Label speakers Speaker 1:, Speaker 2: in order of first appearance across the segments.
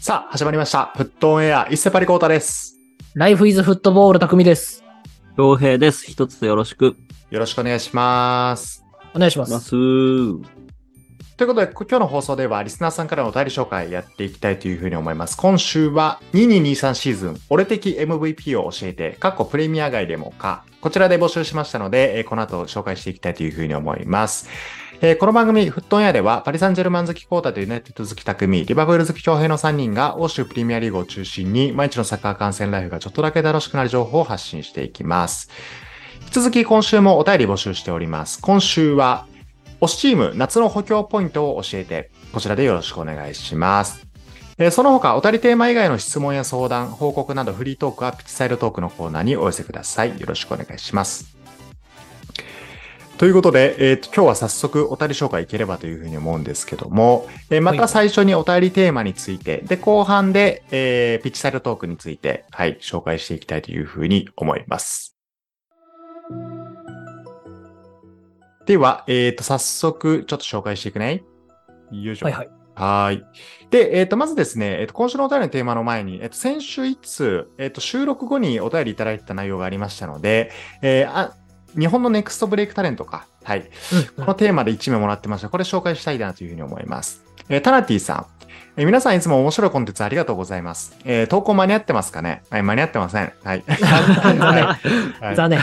Speaker 1: さあ、始まりました。フットオンエア、一世パリコータです。
Speaker 2: ライフイズフットボール匠です。
Speaker 3: 洋平です。一つよろしく。
Speaker 1: よろしくお願いします。
Speaker 2: お願いしま。
Speaker 3: ますす。は
Speaker 1: ということで、こ今日の放送では、リスナーさんからのお便り紹介やっていきたいというふうに思います。今週は、2223シーズン、俺的 MVP を教えて、過去プレミア外でもか、こちらで募集しましたので、えーこの後紹介していきたいというふうに思います。えーこの番組、フットオンエアでは、パリ・サンジェルマン好きコータとユナイテッド好き匠、リバプール好き強平の3人が、欧州プレミアリーグを中心に、毎日のサッカー観戦ライフがちょっとだけ楽しくなる情報を発信していきます。引き続き今週もお便り募集しております。今週は、推しチーム夏の補強ポイントを教えて、こちらでよろしくお願いします。えーその他、お便りテーマ以外の質問や相談、報告などフリートークはピッチサイドトークのコーナーにお寄せください。よろしくお願いします。ということで、えーと今日は早速お便り紹介いければというふうに思うんですけども、えーまた最初にお便りテーマについて、で、後半で、えーピッチサイドトークについて、はい、紹介していきたいというふうに思います。では、えっ、と、早速、ちょっと紹介していくね。よいしょ。
Speaker 2: はいはい。
Speaker 1: はーい。で、えっ、と、まずですね、えっ、と、今週のお便りのテーマの前に、えっ、と、先週一通、えっ、と、収録後にお便りいただいてた内容がありましたので、えーあ、日本のネクストブレイクタレントか。はい。このテーマで1名もらってました。これ紹介したいなというふうに思います。えータナティさん。えー皆さんいつも面白いコンテンツありがとうございます。えー投稿間に合ってますかねはい、間に合ってません。 はい。はい
Speaker 2: 残念。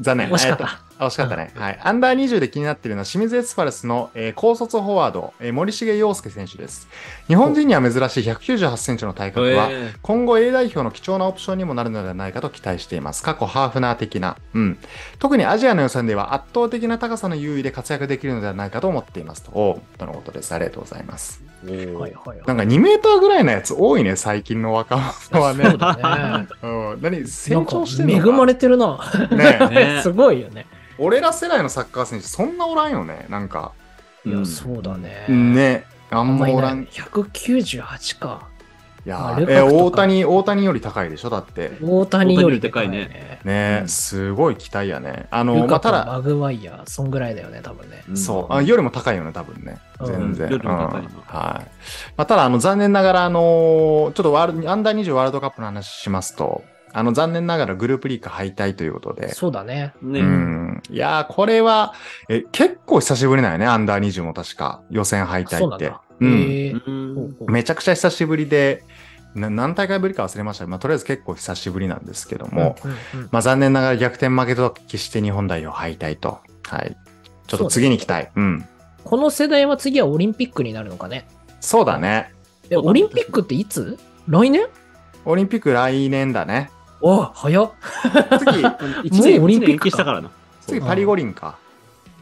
Speaker 1: 残念。
Speaker 2: 惜し
Speaker 1: え
Speaker 2: かっ
Speaker 1: ーと
Speaker 2: た。
Speaker 1: あ惜しかったね。はい。アンダー20で気になっているのは清水エスパルスの、えー高卒フォワード、えー森重陽介選手です。日本人には珍しい198センチの体格は、
Speaker 3: え
Speaker 1: 今後 A 代表の貴重なオプションにもなるのではないかと期待しています。過去ハーフナー的な。うん。特にアジアの予選では圧倒的な高さの優位で活躍できるのではないかと思っていますと。おうとのことです。ありがとうございます。
Speaker 2: はいはい
Speaker 1: な
Speaker 2: は。
Speaker 1: んか2メーターぐらいのやつ多いね、最近の若者はいね
Speaker 2: そう。だね。
Speaker 1: うん。何
Speaker 2: な
Speaker 1: 成
Speaker 2: んか
Speaker 1: 長してんの
Speaker 2: 恵
Speaker 1: か
Speaker 2: まれてるな。
Speaker 1: ねえ
Speaker 3: ね
Speaker 2: すごいよね。
Speaker 1: 俺ら世代のサッカー選手そんなおらんよねなんか
Speaker 2: い
Speaker 3: うん
Speaker 2: や、そうだね。
Speaker 1: ねあ
Speaker 2: あん
Speaker 1: ん
Speaker 2: ま
Speaker 1: ま
Speaker 2: り
Speaker 1: お
Speaker 2: な
Speaker 1: ら
Speaker 2: い。
Speaker 1: んい
Speaker 2: 198か。
Speaker 1: や
Speaker 2: まあ
Speaker 1: ー
Speaker 2: ルカ
Speaker 1: え
Speaker 2: クとか
Speaker 1: 大谷大谷より高いでしょだって
Speaker 2: 大谷より
Speaker 3: 大谷より
Speaker 2: ね。
Speaker 1: ね、
Speaker 3: うん
Speaker 1: すごい期待やねあの
Speaker 2: ル
Speaker 1: ま
Speaker 2: カ
Speaker 1: あた
Speaker 2: と
Speaker 1: だ
Speaker 2: マグワイヤー、そんぐらいだよね、多分ね。
Speaker 3: うん
Speaker 1: そうあよりも高いよね多分ね
Speaker 2: うん
Speaker 1: 全然、
Speaker 3: よりも高い
Speaker 1: うんは
Speaker 3: な
Speaker 1: いまあ、ただあの残念ながらあのーちょっとワールアンダー20ワールドカップの話しますとあの残念ながらグループリーグ敗退ということで
Speaker 2: そうだね。
Speaker 3: ね、
Speaker 1: うん、いやーこれはえ結構久しぶりなんよねアンダー20も確か予選敗
Speaker 2: そ
Speaker 1: 退
Speaker 2: うな
Speaker 1: っ
Speaker 2: ん
Speaker 1: て
Speaker 2: だ。
Speaker 1: うん
Speaker 2: へー
Speaker 3: うん
Speaker 2: ほうほう
Speaker 1: めちゃくちゃ久しぶりで、な何大会ぶりか忘れました。まあ、とりあえず結構久しぶりなんですけども、
Speaker 2: うんうんうん
Speaker 1: まあ、残念ながら逆転負けと決して日本代表敗退と。はい。ちょっと次に期待。うん。
Speaker 2: この世代は次はオリンピックになるのかね。
Speaker 1: そうだね。
Speaker 2: え、オリンピックっていつ来年
Speaker 1: オリンピック来年だね。
Speaker 2: わあ、早っ。
Speaker 1: 次、
Speaker 3: 一年
Speaker 2: もうオリンピックか
Speaker 3: 一年延期したからな。
Speaker 1: 次パリ五輪か。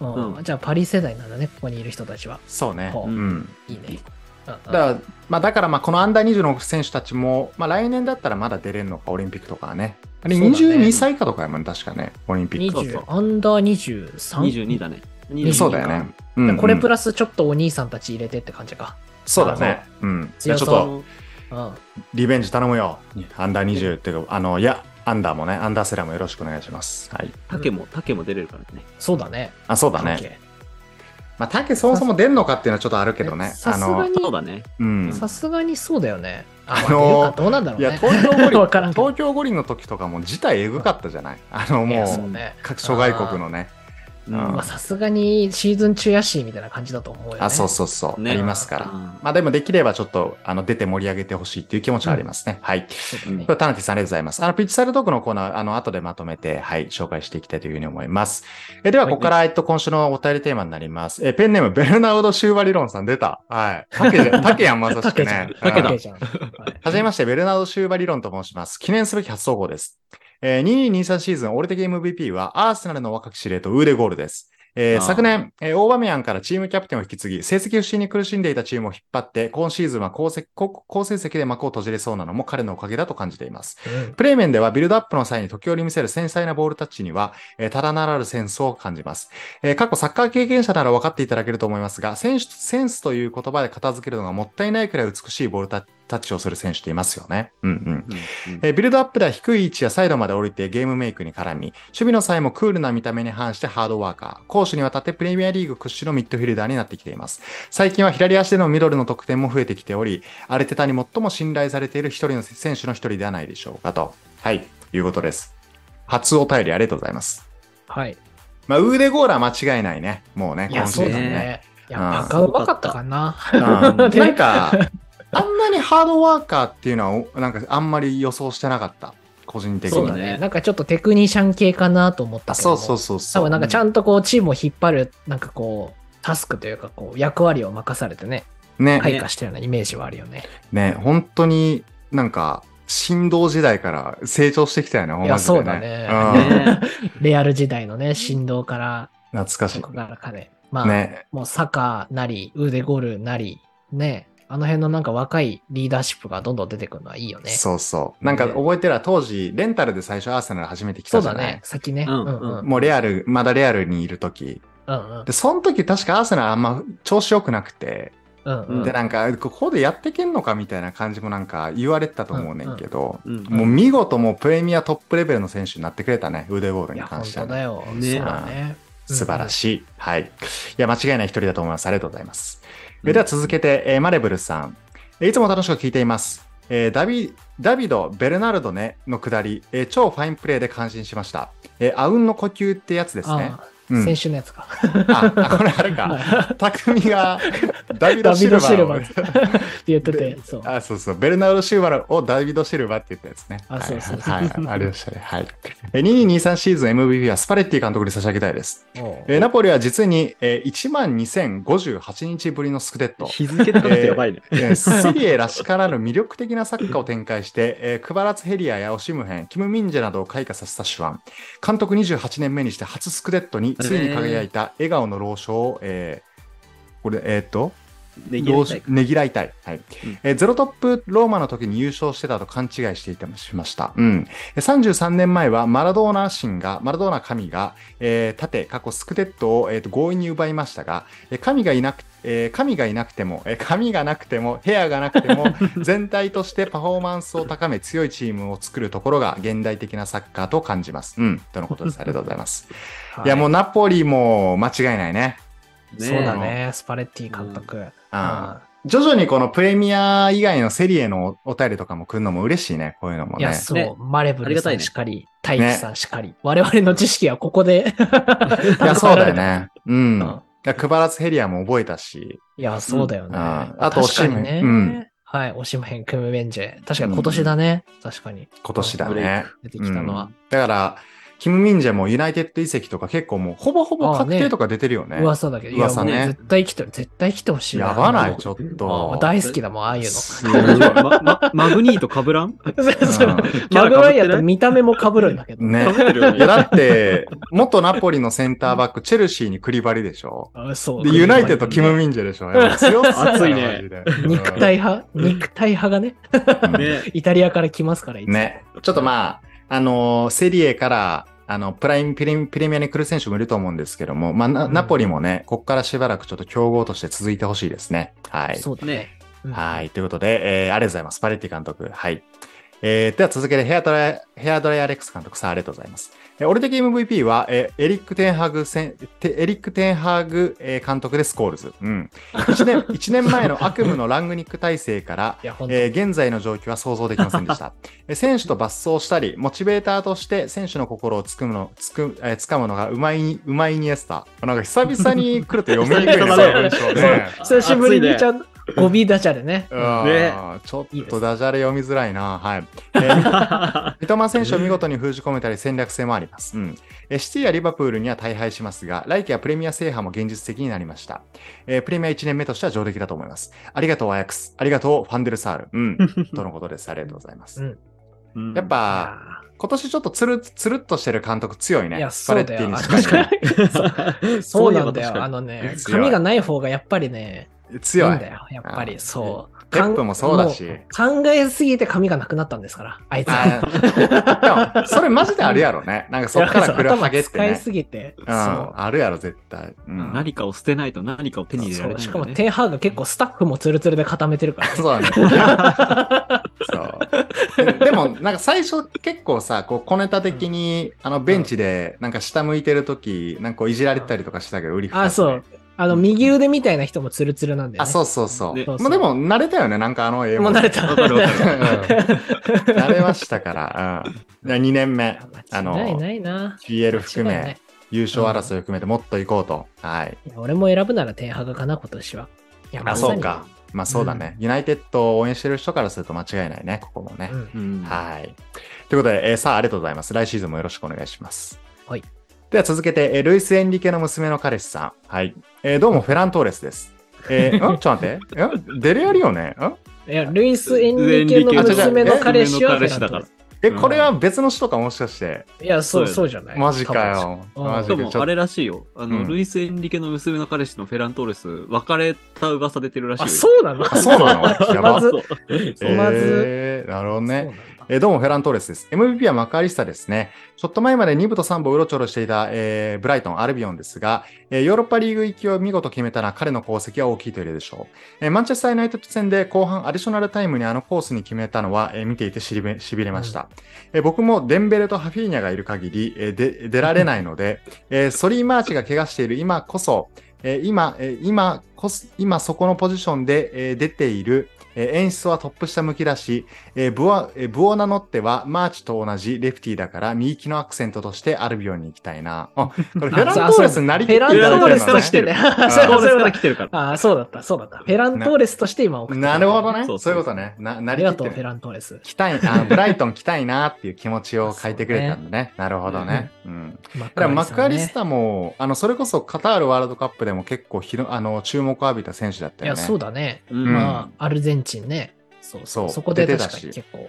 Speaker 2: うん
Speaker 3: うん
Speaker 2: じゃあパリ世代なんだね、ここにいる人たちは。
Speaker 1: そうね。
Speaker 2: ほ
Speaker 1: う。
Speaker 2: うんいいね。うんうん
Speaker 1: だから、まあ、だからまあ、このアンダー20の選手たちも、まあ、来年だったらまだ出れるのか、オリンピックとかはね。あれ、
Speaker 2: そうだね
Speaker 1: 22歳以下とかやもん、確かね。オリンピック。
Speaker 3: そうそう
Speaker 2: 20アンダー 23?
Speaker 3: 22だね。
Speaker 2: 22
Speaker 1: そうだよね。うんうん
Speaker 2: これプラスちょっとお兄さんたち入れてって感じか。
Speaker 1: そうだね。うん。じゃ
Speaker 2: 強
Speaker 1: あちょ
Speaker 2: そ
Speaker 1: っ
Speaker 2: う
Speaker 1: と、
Speaker 2: うん。
Speaker 1: リベンジ頼むよ。アンダー20っていうか、あの、いや、アンダーもね、アンダーセラーもよろしくお願いします。はい。
Speaker 3: 竹も、竹も出れるからね。
Speaker 2: そうだね。
Speaker 1: あ、そうだね。まあ、タケそもそも出んのかっていうのはちょっとあるけどね。
Speaker 2: さ
Speaker 1: あ
Speaker 2: すが
Speaker 1: の、
Speaker 2: に、
Speaker 3: そうだね。
Speaker 1: うん。
Speaker 2: さすがにそうだよね。
Speaker 1: あのー
Speaker 2: まどうなんだろう
Speaker 1: い
Speaker 2: ね。
Speaker 1: や、 東京五
Speaker 2: わか
Speaker 1: 輪、
Speaker 2: らんけど
Speaker 1: 東京五輪の時とかも事態えぐかったじゃないあの、
Speaker 2: い
Speaker 1: も
Speaker 2: やそう
Speaker 1: う、
Speaker 2: ね。
Speaker 1: 各諸外国のね。
Speaker 3: うん
Speaker 1: うん
Speaker 2: まあさすがにシーズン中やし、みたいな感じだと思うよ、ね。
Speaker 1: あ、そうそうそう。
Speaker 3: ね
Speaker 1: ありますか
Speaker 3: う
Speaker 1: ら。
Speaker 3: ん
Speaker 1: まあ、でもできればちょっと、あの、出て盛り上げてほしいっていう気持ちはありますね。はい。
Speaker 2: そうだね
Speaker 1: これ、タナティさんありがとうございます。あの、ピッチサイドトークのコーナー、あの、後でまとめて、はい、紹介していきたいというふうに思います。え、では、
Speaker 3: はい
Speaker 1: ここから、えっと、今週のお便りテーマになります。え、ペンネーム、ベルナウド・シューバリロンさん出た。はい。竹じゃん、竹やん、まさしく
Speaker 2: 竹じゃ
Speaker 1: ね
Speaker 2: ん。。
Speaker 1: うん
Speaker 2: 竹じゃん。はい
Speaker 1: はじめまして、ベルナード・シューバ理論と申します。記念すべき初総合です。えー、2223シーズン、俺的 MVP は、アーセナルの若き司令とウーデゴールです。えー
Speaker 3: あー
Speaker 1: 昨年、えーオーバメヤンからチームキャプテンを引き継ぎ、成績不振に苦しんでいたチームを引っ張って、今シーズンは好成好好成績で幕を閉じれそうなのも彼のおかげだと感じています。
Speaker 2: うん
Speaker 1: プレー面ではビルドアップの際に時折見せる繊細なボールタッチには、えーただならぬセンスを感じます、えー過去サッカー経験者なら分かっていただけると思いますが、選手センスという言葉で片付けるのがもったいないくらい美しいボールタッタッチをする選手っていますよね。うんうん。
Speaker 3: うんうん
Speaker 1: えービルドアップでは低い位置やサイドまで降りてゲームメイクに絡み、守備の際もクールな見た目に反してハードワーカー、攻守にわたってプレミアリーグ屈指のミッドフィルダーになってきています。最近は左足でのミドルの得点も増えてきており、アルテタに最も信頼されている一人の選手の一人ではないでしょうかと。はい、いうことです。初お便りありがとうございます。
Speaker 2: はい。
Speaker 1: まあ、ウーデゴーラー間違いないね。もうね、
Speaker 2: いや、
Speaker 1: 今シ
Speaker 2: そ
Speaker 1: ー
Speaker 2: う
Speaker 1: ズン
Speaker 2: だ
Speaker 1: ね。
Speaker 2: ね。いや、
Speaker 1: うん
Speaker 2: バカうまかったかな。
Speaker 1: うん
Speaker 2: ね
Speaker 1: なんか、あんなにハードワーカーっていうのはお、なんかあんまり予想してなかった。個人的に。
Speaker 2: そうだね。なんかちょっとテクニシャン系かなと思った
Speaker 1: あ
Speaker 2: け
Speaker 1: そ
Speaker 2: ども。
Speaker 1: うそうそうそ
Speaker 2: 多
Speaker 1: う。
Speaker 2: 分なんかちゃんとこうチームを引っ張る、なんかこう、タスクというかこう、役割を任されてね、
Speaker 1: ね、
Speaker 2: 開花したようなイメージはあるよね。
Speaker 1: ね、本当になんか、振動時代から成長してきたよね、
Speaker 2: いや
Speaker 1: マジで
Speaker 2: そうだね
Speaker 1: うん
Speaker 3: ね
Speaker 2: レアル時代のね、振動から、
Speaker 1: 懐かし
Speaker 2: そこ
Speaker 1: い。
Speaker 2: からかね。まあ、
Speaker 1: ね、
Speaker 2: もうサッカーなり、ウーデゴールなり、ね、あの辺のなんか若いリーダーシップがどんどん出てくるのはいいよね。
Speaker 1: そうそう。なんか
Speaker 3: ね
Speaker 1: 覚えてるら当時、レンタルで最初アーセナル初めて来
Speaker 2: そ
Speaker 1: た
Speaker 2: う
Speaker 1: じ
Speaker 2: だ
Speaker 1: ゃない
Speaker 2: ね。。先ね。
Speaker 3: う
Speaker 2: うんんうん。
Speaker 1: もうレアル、まだレアルにいる時
Speaker 2: うんうん
Speaker 1: で、その時確かアーセナルあんま調子良くなくて、
Speaker 2: うんうん。
Speaker 1: で、なんか、ここでやってけんのかみたいな感じもなんか言われてたと思うねんけど、
Speaker 3: うん
Speaker 1: もう見事もうプレミアトップレベルの選手になってくれたね、腕ボール
Speaker 2: い
Speaker 1: に
Speaker 2: や、
Speaker 1: 関
Speaker 2: 本
Speaker 1: しては
Speaker 2: 当
Speaker 1: ね
Speaker 2: だよ。
Speaker 3: ね
Speaker 2: そうだね。
Speaker 1: 素晴ら
Speaker 2: い。
Speaker 1: しい。はい。いや、間違いない一人だと思います。ありがとうございます。えーでは続けて、えーマレブルさん。えーいつも楽しく聞いています。えーダビダビド・ベルナルドねの下り、えー超ファインプレーで感心しました。えー、あうんの呼吸ってやつですね。
Speaker 2: あ
Speaker 1: う
Speaker 2: あ、
Speaker 1: ん
Speaker 2: 先、週のや つか。
Speaker 1: ああこれあれか。
Speaker 2: は
Speaker 1: 匠がダビ
Speaker 2: い
Speaker 1: ド・
Speaker 2: ダ
Speaker 1: シ
Speaker 2: ビ
Speaker 1: ルバ
Speaker 2: ド・シルバ
Speaker 1: ー
Speaker 2: ーって言ってて、そう
Speaker 1: を。。あそうそう、ベルナルド・シルバーをダビド・シルバーって言ったやつね。
Speaker 2: あそうそうそう
Speaker 1: はい、はい、ありましたね。はい。えー2223シーズン MVP はスパレッティ監督に差し上げたいです。
Speaker 2: おう
Speaker 1: えーナポリは実に、えー、1万2058日ぶりのスクデッド。
Speaker 3: 日付とかってやばいね。
Speaker 1: えーセリエらしからぬ魅力的なサッカーを展開して、えークバラツヘリアやオシムヘン、キム・ミンジェなどを開花させた手腕。監督28年目にして初スクデッドについに輝いた笑顔の老将を、えーこれ、えーっと、
Speaker 3: ね
Speaker 1: ローシねぎらいたい、はい
Speaker 3: うん
Speaker 1: えーゼロトップローマの時に優勝してたと勘違いしていてもしました、うん、えー33年前はマラドーナ神がマラドーナ神が、えー盾過去スクデッドを、えーと強引に奪いましたが、えー神がいなくえー神がいなくても、えー神がなくても、部屋がなくても、全体としてパフォーマンスを高め、強いチームを作るところが現代的なサッカーと感じます。うん、とのことです。ありがとうございます。いや、もうナポリも間違いないね。
Speaker 3: ね
Speaker 2: そうだね、スパレッティ監督。
Speaker 1: あ徐々にこのプレミア以外のセリエのお便りとかも来るのも嬉しいね、こういうのも
Speaker 2: うんい
Speaker 1: ね
Speaker 2: や、。そう、
Speaker 3: ね
Speaker 2: マレブ
Speaker 3: あり
Speaker 2: ル
Speaker 3: が
Speaker 2: さ
Speaker 3: たい
Speaker 2: ん
Speaker 3: ね
Speaker 2: しかり、大輝さんしかり、我々の知識はここで。
Speaker 1: いや、そうだよ
Speaker 2: 蓄えられ
Speaker 1: ね。うん。
Speaker 2: た。
Speaker 1: い
Speaker 2: うん
Speaker 1: や、クバラツヘリアも覚えたし、
Speaker 2: いや、そうだよ
Speaker 1: う
Speaker 2: ね。
Speaker 1: んあと
Speaker 2: 確かに
Speaker 1: オシムうん
Speaker 2: ね。はい、オシムヘン、クムメンジェ。確かに今年だね。確かに。
Speaker 1: 今年だ
Speaker 3: ブレイ
Speaker 1: ね。
Speaker 2: 出てきたの
Speaker 1: う
Speaker 2: は
Speaker 1: ん。だから、キム・ミンジェもユナイテッド移籍とか結構もうほぼほぼ確定とか出てるよね。
Speaker 2: 噂だけど、いや、も
Speaker 1: 噂
Speaker 2: う
Speaker 1: ね
Speaker 2: 絶対来て、絶対来てほしいな。
Speaker 1: やばない、
Speaker 2: も
Speaker 1: ちょっ
Speaker 2: うも
Speaker 1: と
Speaker 2: う。大好きだもん、ああいうの。
Speaker 1: すごい
Speaker 3: ままマグニーとかぶらん
Speaker 2: そうそう
Speaker 1: うん
Speaker 2: マグワイアと見た目も被るんだけど。
Speaker 1: ね
Speaker 3: か。ぶってる
Speaker 1: い
Speaker 3: よ
Speaker 1: や、
Speaker 3: ね。
Speaker 1: だって、元ナポリのセンターバック、チェルシーにクリバリでしょ
Speaker 2: あそう。
Speaker 1: で、ユナイテッド、キム・ミンジェでしょやっぱ強そうだな
Speaker 3: 熱いね。
Speaker 1: マジで
Speaker 2: 肉体派肉体派がね、
Speaker 1: うん
Speaker 3: ね
Speaker 2: イタリアから来ますから、いつも。
Speaker 1: ね、ちょっとまあ、あのーセリエから、あの、プライムプレ、プレミアに来る選手もいると思うんですけども、まあ、な
Speaker 2: うん
Speaker 1: ナポリもね、ここからしばらくちょっと強豪として続いてほしいですね。はい。
Speaker 2: そうだね。うん
Speaker 1: はい。ということで、えーありがとうございます。パレッティ監督。はい。えーでは続けてヘアドライ、ヘアドライアレックス監督さん、ありがとうございます。えー俺的 MVP は、えーエリック・テンハグせん、てエリック・テンハグ、えー監督でスコールズ。うん。1年、一年前の悪夢のラングニック体制から、
Speaker 2: いや、本当
Speaker 1: えー現在の状況は想像できませんで した。えー選手と伐走したり、モチベーターとして選手の心をつくむの、つく、えー掴むのがうまい、うまいイニエスタ。なんか久々に来ると読みにくいね、
Speaker 3: 久
Speaker 1: そ
Speaker 3: 々
Speaker 1: の
Speaker 3: だね
Speaker 1: 文章ね。
Speaker 2: 久しぶりにちゃんと語尾ダジャレね。
Speaker 1: うん
Speaker 3: ね
Speaker 1: ちょ
Speaker 2: いい
Speaker 1: っ
Speaker 2: で
Speaker 1: と
Speaker 2: す
Speaker 1: ダジャレ読みづらいな。はい。えー 三笘選手を見事に封じ込めたり戦略性もあります。うん。えーシティやリバプールには大敗しますが、来季はプレミア制覇も現実的になりました。えープレミア1年目としては上出来だと思います。ありがとう、アヤックス。ありがとう、ファンデルサール。 うん。とのことです。ありがとうございます。
Speaker 2: うん
Speaker 3: うん
Speaker 1: やっぱ、今年ちょっとつるつるっとしてる監督強いね。
Speaker 2: いや、
Speaker 1: スパ
Speaker 2: そ
Speaker 1: レ
Speaker 2: う
Speaker 1: ッテ
Speaker 2: だ
Speaker 1: ィ
Speaker 2: よ。
Speaker 1: にし
Speaker 2: 確
Speaker 1: かり
Speaker 2: かに。そうそうなんだ
Speaker 3: そういえば確か
Speaker 2: よ。
Speaker 3: に
Speaker 2: あのね、
Speaker 1: 強い
Speaker 2: 髪がない方がやっぱりね、
Speaker 1: 強い。
Speaker 2: んだよ、やっぱり、そう。
Speaker 1: ペップもそうだし。
Speaker 2: かん。考えすぎて髪がなくなったんですから、あいつは。
Speaker 1: あーでもそれマジであるやろね。なんかそっから来るハゲって
Speaker 2: 頭使い
Speaker 1: ね。
Speaker 2: すぎて。
Speaker 1: うん、
Speaker 2: そう。
Speaker 1: あるやろ、絶対。うん
Speaker 3: 何かを捨てないと何かを手に入れられ
Speaker 2: そう
Speaker 3: ない
Speaker 2: し
Speaker 3: ん
Speaker 2: か
Speaker 3: だね、
Speaker 2: も手ハーが結構スタッフもツルツルで固めてるからね、
Speaker 1: そうだ ね。そうででも、なんか最初結構さ、こう小ネタ的に、あのベンチで、なんか下向いてる時なんかこういじられてたりとかしたけど、売り
Speaker 2: あ、 そう。。あの、右腕みたいな人もツルツルなんで、ね。
Speaker 1: あ、そうそうそう。
Speaker 3: ね
Speaker 1: まあでも、慣れたよね、なんかあの絵
Speaker 2: もう慣れた。
Speaker 3: わかるわかる。
Speaker 1: うん慣れましたから。うん、2年目、あ
Speaker 2: 間違い
Speaker 1: の、
Speaker 2: ないな。
Speaker 1: PL
Speaker 2: 間違い
Speaker 1: 含
Speaker 2: ない
Speaker 1: め、優勝争いを含めてもっと行こうと。はい。
Speaker 2: いや俺も選ぶなら天ハがかな、今年は。いや
Speaker 1: あ、そうか。。まあそうだね。ユナイテッドを応援してる人からすると間違いないね、ここも
Speaker 2: ま
Speaker 1: ね
Speaker 2: さ。にうん
Speaker 3: うん
Speaker 1: はい。ということで、えーさあ、ありがとうございます。来シーズンもよろしくお願いします。
Speaker 2: はい。
Speaker 1: では続けて、えールイス・エンリケの娘の彼氏さん。はい。えーどうも、フェラン・トーレスです。えー、んちょっと待って。んデレアリオねん
Speaker 2: いや、ルイス・エンリケの娘の彼氏は
Speaker 3: ルイスエンリケの彼氏だから
Speaker 1: え、これは別の人かもしかして。
Speaker 2: いや、そう、
Speaker 3: そ
Speaker 2: そうじゃない。
Speaker 1: マジかよ。
Speaker 2: うん
Speaker 1: マジ
Speaker 3: で
Speaker 1: で。ちょ
Speaker 3: もあ
Speaker 1: っと
Speaker 3: れらしいよあ
Speaker 1: う
Speaker 3: の、
Speaker 1: ん
Speaker 3: ルイス・エンリケの娘の彼氏のフェラントーレス別れた噂出てるら
Speaker 2: 多
Speaker 3: しい
Speaker 2: 分。
Speaker 3: よ
Speaker 2: あ、そうなの
Speaker 1: あそうなのやば
Speaker 2: まず、
Speaker 3: そう
Speaker 2: そうまず
Speaker 1: えーなるほど
Speaker 2: そうな
Speaker 1: ね。
Speaker 2: んだ
Speaker 1: えーどうも、フェラントーレスです。MVP はマカアリスタですね。ちょっと前まで2部と3部をうろちょろしていた、えーブライトン、アルビオンですが、えーヨーロッパリーグ行きを見事決めたら彼の功績は大きいと言えるでしょう。えーマンチェスター・ユナイテッド戦で後半アディショナルタイムにあのコースに決めたのは、えー見ていてしびれしびれました、えー僕もデンベレとハフィーニャがいる限り、えーで出られないので、えーソリー・マーチが怪我している今こそ、えー今、えー今こそ、今そこのポジションで、えー出ている、えー演出はトップ下向きだし、えーブアえーブオナノッテはマーチと同じレフティーだから右利きのアクセントとしてアルビオンに行きたいな。 あ、これフェラントーレスになりきっ
Speaker 2: フェ
Speaker 1: てる
Speaker 2: ラ
Speaker 1: だけ
Speaker 2: ン
Speaker 1: なのね
Speaker 2: トーレスとしてね。あそう
Speaker 3: フェラン
Speaker 2: か
Speaker 3: ト
Speaker 2: そうか
Speaker 3: ーレスか
Speaker 2: ら
Speaker 3: 来てるから。
Speaker 2: あ、そうだった、そうだった。フェラントーレスとして今送っ て
Speaker 1: なるほどね。そ
Speaker 3: そうう
Speaker 1: いうことね。な、な
Speaker 2: あ
Speaker 1: り
Speaker 2: り
Speaker 1: きっ
Speaker 2: が
Speaker 1: て
Speaker 2: とう、フェ
Speaker 1: る。
Speaker 2: ラントーレス。
Speaker 1: 来たい、あ、ブライトン来たいなっていう気持ち を変えてくれたんだね。なるほどね。うん。
Speaker 2: マッ
Speaker 1: だからマクアリス
Speaker 2: さ
Speaker 1: タも、あの、それこそカタールワールドカップでも結構ひろ、あの、注目を浴びた選手だっ
Speaker 2: んね
Speaker 1: た
Speaker 2: い
Speaker 1: よ
Speaker 2: や、
Speaker 1: ね。
Speaker 2: そうだね。
Speaker 3: うん
Speaker 2: まあ、アルゼンチンね。そう
Speaker 1: そ
Speaker 2: そうう。そこで
Speaker 1: 出て
Speaker 2: 確
Speaker 1: た
Speaker 2: か
Speaker 1: し
Speaker 2: に結構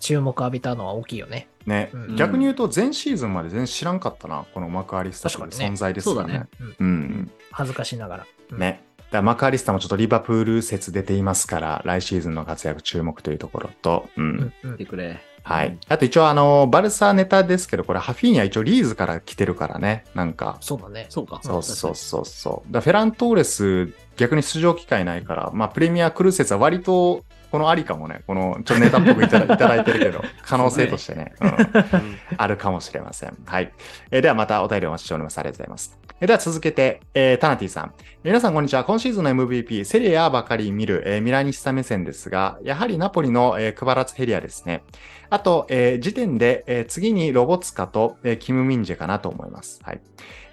Speaker 2: 注目浴びたのは大きいよね。
Speaker 1: ね、
Speaker 2: うん
Speaker 1: 逆に言うと、前シーズンまで全然知らんかったな、このマクアリスタという
Speaker 2: 確かにね
Speaker 1: 存在ですよ
Speaker 3: そうだ
Speaker 1: ね
Speaker 3: ね。
Speaker 2: うん
Speaker 1: うん。
Speaker 2: 恥ずかしながら。うん
Speaker 1: ね。だからマクアリスタもちょっとリバプール説出ていますから、来シーズンの活躍注目というところと、う
Speaker 2: うんんうん
Speaker 3: 来てくれ。
Speaker 1: はい。あと一応、あの、バルサネタですけど、これ、ハフィーニャ一応リーズから来てるからね。なんか。
Speaker 2: そうだね。
Speaker 3: そうか。
Speaker 1: そうそうそうそう。だからフェラントーレス、逆に出場機会ないから、まあ、プレミアクルセスは割と、このありかもね。この、ちょっとネタっぽくいただいただいてる けど、可能性としてね。うん
Speaker 3: 確かに。
Speaker 1: あるかもしれません。はい。えーではまたお便りお待ちしております。ありがとうございます。えーでは続けて、えータナティさん。えー皆さんこんにちは。今シーズンの MVP、セリアばかり見る、えーミラニスタ目線ですが、やはりナポリの、えークバラツヘリアですね。あと、えー時点で、えー次にロボツカと、えーキム・ミンジェかなと思います。はい。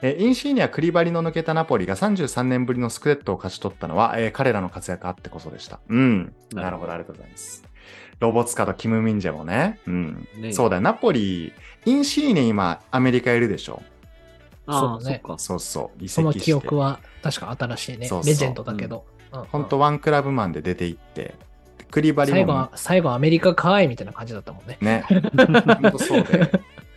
Speaker 1: えーインシーニア・クリバリの抜けたナポリが33年ぶりのスクレットを勝ち取ったのは、えー彼らの活躍あってこそでした。うん。な
Speaker 3: な
Speaker 1: る
Speaker 3: る
Speaker 1: ほ
Speaker 3: ほ
Speaker 1: ど、
Speaker 3: ど
Speaker 1: ありがとうございます。ロボツカとキム・ミンジェもね。うん。
Speaker 3: ね
Speaker 1: そうだよ、ナポリ、インシーニ今、アメリカいるでしょ。
Speaker 3: ああ、
Speaker 2: そう
Speaker 3: そ
Speaker 2: ね
Speaker 3: っか。
Speaker 1: そうそう、移籍して。
Speaker 2: その記憶は確か新しいね。
Speaker 1: そうそう
Speaker 2: レジェンドだけど。うんうん
Speaker 1: 本当ワンクラブマンで出て行って、クリバリ
Speaker 2: 最後
Speaker 1: も
Speaker 2: は、最後はアメリカかーいみたいな感じだったもんね。
Speaker 1: ね、本当そうで。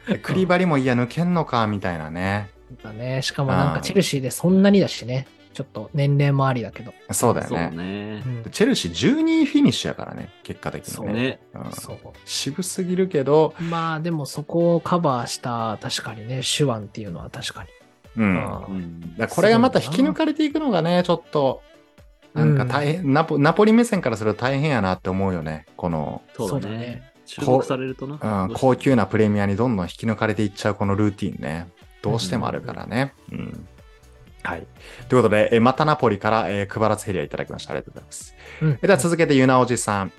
Speaker 1: でクリバリもいや、抜けんのか、みたいなね。
Speaker 2: だね。しかもなんかチェルシーでそんなにだしね。ちょっと年齢もありだけど。
Speaker 1: そうだよ
Speaker 3: そう
Speaker 1: ね。
Speaker 3: ね
Speaker 2: う。ん
Speaker 1: チェルシー12位フィニッシュやからね、結果的
Speaker 3: そ
Speaker 1: に
Speaker 3: う
Speaker 1: ね。
Speaker 3: ね。
Speaker 1: うん
Speaker 2: そう。
Speaker 1: 渋すぎるけど、
Speaker 2: まあでもそこをカバーした確かにね、手腕っていうのは確かに。
Speaker 1: うん。だか
Speaker 2: あ
Speaker 3: うん
Speaker 1: らこれがまた引き抜かれていくのがね、ちょっと、なんか大変、ナポ、ナポリ目線からすると大変やなって思うよね。この、
Speaker 3: そうだ
Speaker 2: そうだ
Speaker 3: ね
Speaker 2: ね。
Speaker 3: 注目されるとな。
Speaker 1: うん、高級なプレミアにどんどん引き抜かれていっちゃうこのルーティンね。どうしてもあるからね。うん。はい。ということで、えまたナポリから、えー、クバラツヘリアいただきました。ありがとうございます。
Speaker 2: うん
Speaker 1: えでは続けて、ユナおじさん。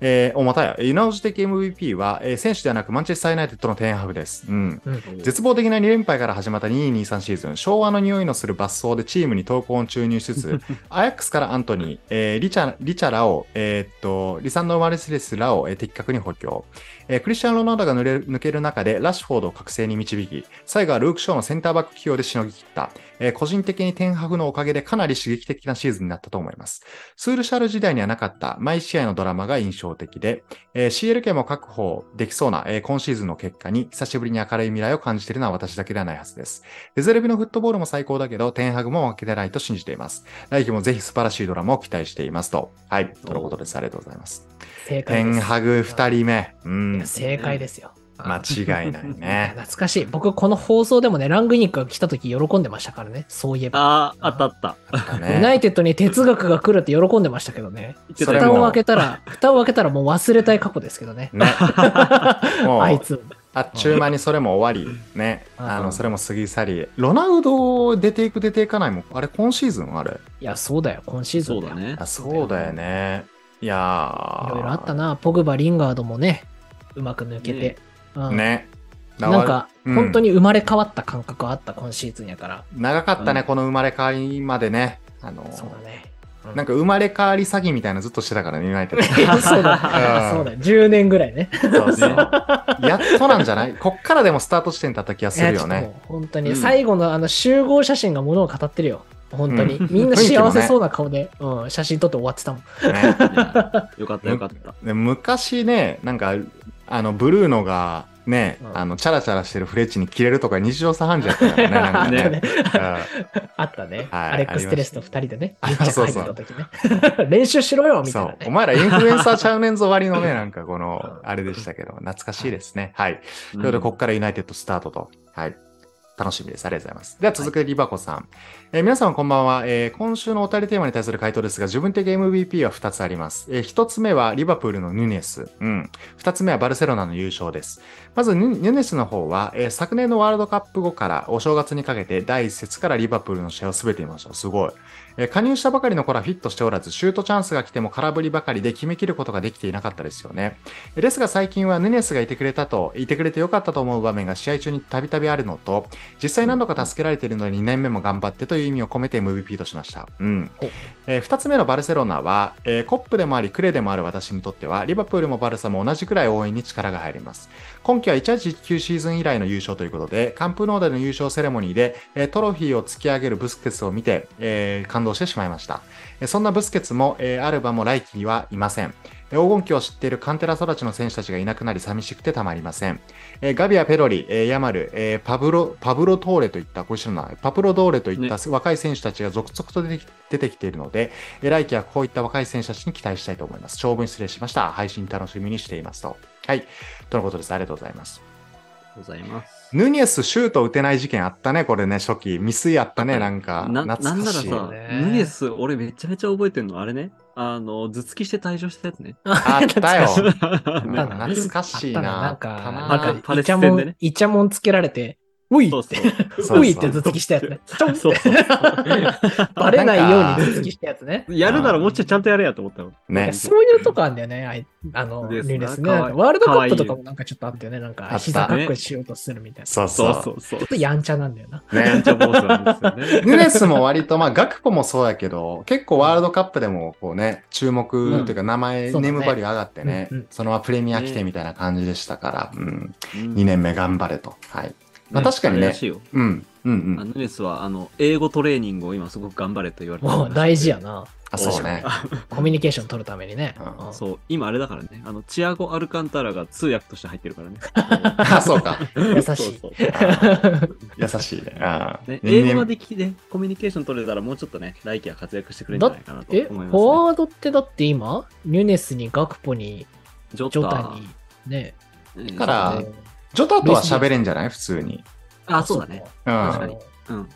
Speaker 1: えー、お、またや、ユナおじ的 MVP は、えー選手ではなく、マンチェスター・ユナイテッドのテンハグです。うん。
Speaker 2: うん
Speaker 1: 絶望的な2連敗から始まった2223シーズン、昭和の匂いのする抜走でチームに闘魂を注入しつ つ、アヤックスからアントニー、えーリチャ、リチャラを、えーっと、リサンド・マルセレスらを、えー的確に補強。えークリスチャン・ロナウドが抜れ抜ける中で、ラッシュフォードを覚醒に導き、最後はルーク・ショーのセンターバック起用でしのぎ切った。えー個人的にテンハグのおかげでかなり刺激的なシーズンになったと思います。スールシャル時代にはなかった毎試合のドラマが印象的で、えー CLK も確保できそうな、えー今シーズンの結果に久しぶりに明るい未来を感じているのは私だけではないはずです。デゼルビのフットボールも最高だけど、テンハグも負けてないと信じています。来季もぜひ素晴らしいドラマを期待していますと。はい、とのことです。ありがとうございます。テ
Speaker 2: 正解です。
Speaker 1: ンハグ2人目。う
Speaker 2: い
Speaker 1: ん
Speaker 2: や。正解ですよ。
Speaker 1: 間違いない ね。
Speaker 2: 懐かしい。僕、この放送でもね、ラングニックが来た時喜んでましたからね。そういえば。
Speaker 3: ああ、あったあった。
Speaker 1: だ
Speaker 2: ユナ
Speaker 1: ね
Speaker 2: イテッドに哲学が来るって喜んでましたけどね。
Speaker 3: 言って
Speaker 1: そ
Speaker 3: た
Speaker 1: れ
Speaker 2: 蓋
Speaker 1: も。
Speaker 2: を開けたら、 蓋を開けたらもう忘れたい過去ですけどね
Speaker 1: ね。もう
Speaker 2: あいつ。
Speaker 1: あっちゅう間にそれも終わり、ね、
Speaker 2: うん
Speaker 1: あのそれも過ぎ去り、ロナウド出ていく、出ていかないも、あれ、今シーズンあれ
Speaker 2: いや、そうだよ。今シーズン
Speaker 3: そう
Speaker 2: だ
Speaker 3: だ
Speaker 2: よ。
Speaker 3: ね
Speaker 1: あ。そうだよね。いやー
Speaker 2: いろいろあったな。ポグバ、リンガードもね、うまく抜けて。うん
Speaker 1: ね。だ
Speaker 2: なんか、
Speaker 1: うん
Speaker 2: 本当に生まれ変わった感覚はあった今シーズンやから。
Speaker 1: 長かったね、
Speaker 3: うん
Speaker 1: この生まれ変わりまでね。あの
Speaker 2: そうだね。 うん
Speaker 1: なんか生まれ変わり詐欺みたいなのずっとしてたからね、ユナイテッド
Speaker 2: いやそうだ、
Speaker 1: うん
Speaker 2: そうだ、10年ぐらいね。
Speaker 1: そうそうやっとなんじゃないこっからでもスタート地点だった気がするよ
Speaker 2: いやちょっ
Speaker 1: ね。
Speaker 2: ともう本当
Speaker 3: う
Speaker 2: に、
Speaker 3: ん
Speaker 2: 最後のあの集合写真がものを語ってるよ。本当に。
Speaker 1: うん
Speaker 2: みんな
Speaker 1: 雰囲気もね
Speaker 2: 幸せそうな顔で、うん、写真撮って終わってたもん。
Speaker 1: ね
Speaker 3: いやよかったよかった。
Speaker 1: で昔ね、なんか、あの、ブルーノが、ね、
Speaker 2: うん
Speaker 1: あの、チャラチャラしてるフレッチに切れるとか日常茶飯事やった からね、なん
Speaker 2: あ
Speaker 1: か
Speaker 2: っ
Speaker 1: ね
Speaker 2: た。ね。
Speaker 1: う
Speaker 2: あったね。
Speaker 1: はい
Speaker 2: アレックス・テレスと二人でね、
Speaker 1: あり
Speaker 2: 密
Speaker 1: ま
Speaker 2: 着
Speaker 1: した
Speaker 2: 入ってた時ね。 練習しろよ
Speaker 1: ん
Speaker 2: み
Speaker 1: そ
Speaker 2: たいな
Speaker 1: う。お
Speaker 2: ね。
Speaker 1: 前らインフルエンサーちゃうねんぞ割のね、 なんかこの、
Speaker 2: うん
Speaker 1: あれでしたけど、懐かしいですね。はい。という
Speaker 3: うん
Speaker 1: ことで、ここからユナイテッドスタートと。はい。楽しみです。ありがとうございます。では続くリバコさん。えー皆さんこんばんは、えー今週のお便りテーマに対する回答ですが、自分的 MVP は2つあります。え1つ目はリバプールのヌネス。うん。2つ目はバルセロナの優勝です。まずヌ、ヌネスの方は、えー昨年のワールドカップ後からお正月にかけて第1節からリバプールの試合を全て見ました。すごい。えー加入したばかりの頃はフィットしておらず、シュートチャンスが来ても空振りばかりで決めきることができていなかったですよね。ですが最近はヌネスがいてくれたと、いてくれてよかったと思う場面が試合中にたびたびあるのと、実際何度か助けられているので2年目も頑張ってという意味を込めて MVP としました。うん
Speaker 2: お。
Speaker 1: え2つ目のバルセロナは、えーコップでもありクレでもある私にとっては、リバプールもバルサも同じくらい応援に力が入ります。今季は1819シーズン以来の優勝ということで、カンプノーダでの優勝セレモニーで、えートロフィーを突き上げるブスケツを見て、えー感動してしまいました。えーそんなブスケツも、えーアルバも来季はいません。えー黄金期を知っているカンテラ育ちの選手たちがいなくなり寂しくてたまりません。えーガビア、ペロリ、えーヤマル、えーパブロ、パブロトーレといった、これ知らない、パブロドーレといった若い選手たちが続々と出てき出てきているので、えー来季はこういった若い選手たちに期待したいと思います。長文失礼しました。配信楽しみにしていますと。はい。とのことです。ありがとうございます。
Speaker 3: ございます。
Speaker 1: ヌニエス、シュート打てない事件あったね、これね、初期。ミスやったね、なんか。
Speaker 3: ななんな
Speaker 1: 懐
Speaker 3: ら
Speaker 1: か
Speaker 3: さ
Speaker 1: しい。、
Speaker 2: ね
Speaker 3: ヌネス、俺めちゃめちゃ覚えてんの、あれね。あの、頭突きして退場したやつね。
Speaker 1: あったよ。うん
Speaker 2: 懐かしい
Speaker 1: 懐かしいな。
Speaker 2: あっ
Speaker 1: あ
Speaker 2: た
Speaker 1: った
Speaker 2: な
Speaker 1: な
Speaker 2: なんか、なん
Speaker 3: パ
Speaker 2: か、
Speaker 3: レ
Speaker 2: イ
Speaker 3: ス
Speaker 2: チャ
Speaker 3: 戦
Speaker 2: モ
Speaker 3: で
Speaker 2: ン
Speaker 3: ね、
Speaker 2: イチャモンつけられて、うい
Speaker 3: そう
Speaker 2: っ
Speaker 3: そ
Speaker 2: て
Speaker 3: う。
Speaker 1: そう
Speaker 2: ういって頭突きしたやつね。ちょん
Speaker 3: そうそう
Speaker 2: ってバレないように頭突きしたやつね。
Speaker 3: やるならもうちょいちゃんとやれやと思ったの。
Speaker 2: い
Speaker 1: ね
Speaker 2: や。そういうとこあんだよね、あいあの、
Speaker 3: ですな
Speaker 2: ルイですね。
Speaker 3: かわ
Speaker 2: な
Speaker 3: いい
Speaker 2: んかワールドカップとかもなんかちょっとあったよね、なん
Speaker 1: あ
Speaker 2: か
Speaker 1: った
Speaker 2: 膝かっこしようとするみたいな。ちょ
Speaker 1: そう
Speaker 3: そ
Speaker 1: そうう
Speaker 3: そうそう。
Speaker 2: っとやんちゃなんだよな。
Speaker 3: めっ
Speaker 1: ね。
Speaker 3: ちゃ坊主なんですよね。
Speaker 1: ヌネスも割と、まあ、学ポもそうやけど、結構ワールドカップでも、こうね、注目というか、名前、
Speaker 2: そうだ
Speaker 1: ネー
Speaker 2: ね
Speaker 1: ムバリュー上がってね
Speaker 2: うんうん、
Speaker 1: そのままプレミア来てみたいな感じでしたから、うん。
Speaker 3: うん
Speaker 1: 2年目頑張れと。はい。まあ
Speaker 3: ね
Speaker 1: 確かにね
Speaker 3: あれらしいよ
Speaker 1: うん。うんう
Speaker 3: あ
Speaker 1: ん。
Speaker 3: ヌネスは、あの、英語トレーニングを今すごく頑張れと言われてる
Speaker 2: もう大事やな。
Speaker 1: あ、そうね。
Speaker 2: コミュニケーション取るためにね。
Speaker 1: うん
Speaker 2: うん
Speaker 3: そう、今あれだからね、あの、チアゴ・アルカンタラが通訳として入ってるからね。
Speaker 1: あ、そうか。
Speaker 2: 優しい
Speaker 3: そうそう
Speaker 1: 優しいね。あー
Speaker 3: ね、
Speaker 1: 二年
Speaker 3: 英語ができて、コミュニケーション取れたらもうちょっとね、来季は活躍してくれるんじゃないかなと
Speaker 2: え、
Speaker 3: 思い
Speaker 2: フ
Speaker 3: ます、ね。
Speaker 2: ォワードってだって今、ニュネスにガクポに
Speaker 3: ジョ
Speaker 2: ジョ
Speaker 3: タ
Speaker 2: タに、ね。
Speaker 3: うん
Speaker 1: だから
Speaker 3: そうね
Speaker 2: ね
Speaker 1: ジョタとは喋れんじゃない普通に。
Speaker 3: あ、そうだね。
Speaker 1: うん。
Speaker 3: 確か
Speaker 1: あ
Speaker 3: にうん。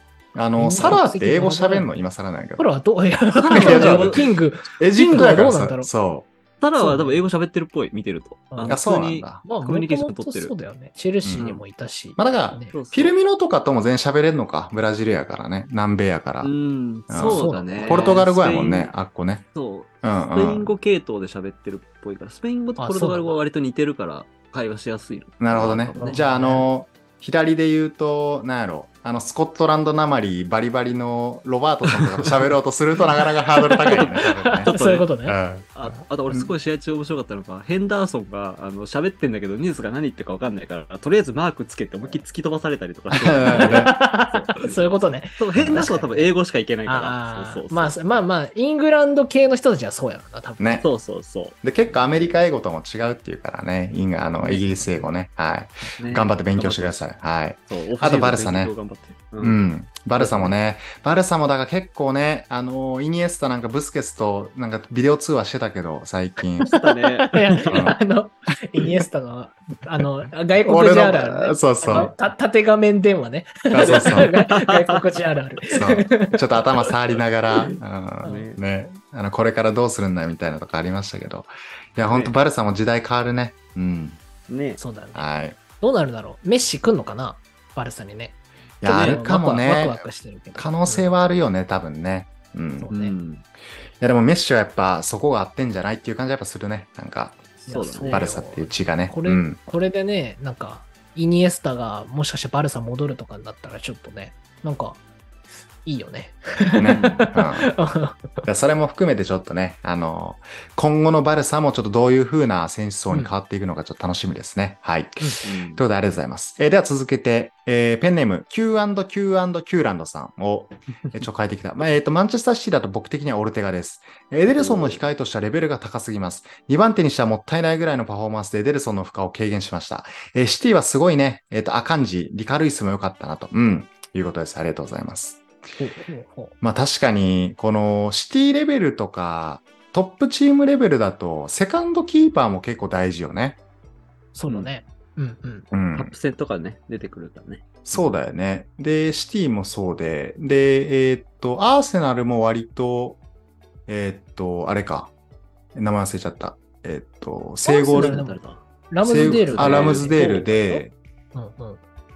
Speaker 1: の、サラーって英語喋んの今更なんやけ
Speaker 2: ほ
Speaker 1: ど。
Speaker 2: ら、 どうい
Speaker 1: い
Speaker 2: や、
Speaker 1: や
Speaker 2: キング、
Speaker 1: エジプトやから
Speaker 2: ジングはどうなんだろ
Speaker 1: さ
Speaker 2: う
Speaker 1: そ
Speaker 3: タラは多分英語喋ってるっぽい、見てると。
Speaker 2: うん
Speaker 3: あ
Speaker 1: う。
Speaker 3: の
Speaker 1: あ、そうな
Speaker 3: 普通
Speaker 1: ん
Speaker 3: に
Speaker 1: だ。
Speaker 2: まあ、
Speaker 3: コミュニケーション取ってる
Speaker 2: もともとそうだよね。チェルシーにもいたし。
Speaker 1: まあだから、
Speaker 2: ね
Speaker 3: そうそう
Speaker 1: フィルミノとかとも全然喋れんのか。ブラジルやからね。南米やから
Speaker 3: う。ん、そうだね。
Speaker 1: ポルトガル語やもんね
Speaker 3: スペイ。ン。
Speaker 1: あっこね。
Speaker 3: そう。
Speaker 1: うん
Speaker 3: スペイ
Speaker 1: う
Speaker 3: ン
Speaker 1: ん。
Speaker 3: 語系統で喋ってるっぽいから、スペイン語とポルトガル語は割と似てるから、会話しやすいの。
Speaker 1: なるほどね
Speaker 3: かも。
Speaker 1: じゃあ、あの、左で言うと、なんやろ。あの、スコットランドなまりバリバリのロバートさんとかと喋ろうとするとなかなかハードル高いよね、
Speaker 3: ち
Speaker 1: 多
Speaker 3: ょっとね
Speaker 2: そういうことね。
Speaker 1: 分ね。
Speaker 3: ああと俺すごい試合中面白かったのが、ヘンダーソンがあの喋ってんだけどニュースが何言ってるか分かんないからとりあえずマークつけて思いっきり突き飛ばされたりとかして
Speaker 2: そういうことね。
Speaker 3: そうヘンダーソンは多分英語しかいけないから
Speaker 2: あ
Speaker 3: そうそう
Speaker 2: あ
Speaker 3: そう、
Speaker 2: まあまあまあ、イングランド系の人たちはそうやろうな、多
Speaker 1: う
Speaker 2: 分。
Speaker 1: んね。
Speaker 3: そうそうそ
Speaker 1: で、結構アメリカ英語とも違うっていうからね、インあの、イギリス英語ね。はい。
Speaker 3: う、ね
Speaker 1: 頑張って勉強してください。はい。
Speaker 3: そう
Speaker 1: あとバルサね
Speaker 3: オフシーズンの勉強頑張ってうん
Speaker 1: うん、バルサもね、バルサもだから結構ね、あのーイニエスタなんかブスケツとなんかビデオ通話してたけど、最 近。
Speaker 3: そうだね
Speaker 2: いや
Speaker 1: ん
Speaker 2: あの、イニエスタの、あの、外国
Speaker 1: 俺
Speaker 2: 人あるある
Speaker 1: の、
Speaker 2: ね。
Speaker 1: そうそ
Speaker 2: あの
Speaker 1: う。
Speaker 2: た 縦画面電話ね。
Speaker 1: あそうそう
Speaker 2: 外国人あるある。
Speaker 1: そうちょっと頭触りながら、うん
Speaker 3: ね
Speaker 1: ね、あのこれからどうするんだみたいなとかありましたけど、いや、ほんとバルサも時代変わるね。うん。
Speaker 3: ね
Speaker 2: そうだね。
Speaker 1: はい。
Speaker 2: どうなるだろうメッシ来んのかなバルサにね。
Speaker 1: いや、あ
Speaker 2: ちょっと
Speaker 1: るかも
Speaker 2: ワクワクワ
Speaker 1: ね
Speaker 2: ク。ワクしてるけど。
Speaker 1: 可能性はあるよね、多分ね。う
Speaker 2: うん。そ
Speaker 1: ん。
Speaker 2: うね。
Speaker 3: ん、
Speaker 1: いや、でもメッシはやっぱそこが合ってんじゃないっていう感じはやっぱするね。なんか、
Speaker 3: そうだ
Speaker 2: いや
Speaker 3: ね
Speaker 1: バルサっていう血がね。
Speaker 2: これ、
Speaker 1: うん。
Speaker 2: これでね、なんか、イニエスタがもしかしてバルサ戻るとかになったらちょっとね、なんか、いいよね。
Speaker 1: ね。うん だからそれも含めてちょっとね、あの今後のバルサもちょっとどういう風な選手層に変わっていくのかちょっと楽しみですね。はい。という
Speaker 3: うん
Speaker 1: ことでありがとうございます。えーでは続けて、えーペンネーム Q&Q&Q ランドさんを、えーちょっと変えてきた。ま あ、えっ、と、マンチェスターシティだと僕的にはオルテガです。エデルソンの控えとしたレベルが高すぎます。2番手にしてはもったいないぐらいのパフォーマンスでエデルソンの負荷を軽減しました。えーシティはすごいね。えっ、と、アカンジ、リカルイスも良かったなと。うん。いうことです。ありがとうございます。まあ確かに、このシティレベルとか、トップチームレベルだと、セカンドキーパーも結構大事よね。
Speaker 2: そうだね。うんうん。
Speaker 1: う
Speaker 3: カ
Speaker 1: ん
Speaker 3: ップ。戦とかね出てくるからね
Speaker 1: そうだよね。で、シティもそうで、で、えーっと、アーセナルも割と、えーっと、あれか。名前忘れちゃった。えーっと、正ゴー
Speaker 2: アーセナル
Speaker 1: ル、
Speaker 2: だラムズデール
Speaker 1: セ
Speaker 2: が
Speaker 1: ーあ、ラムズデール。で、
Speaker 2: うん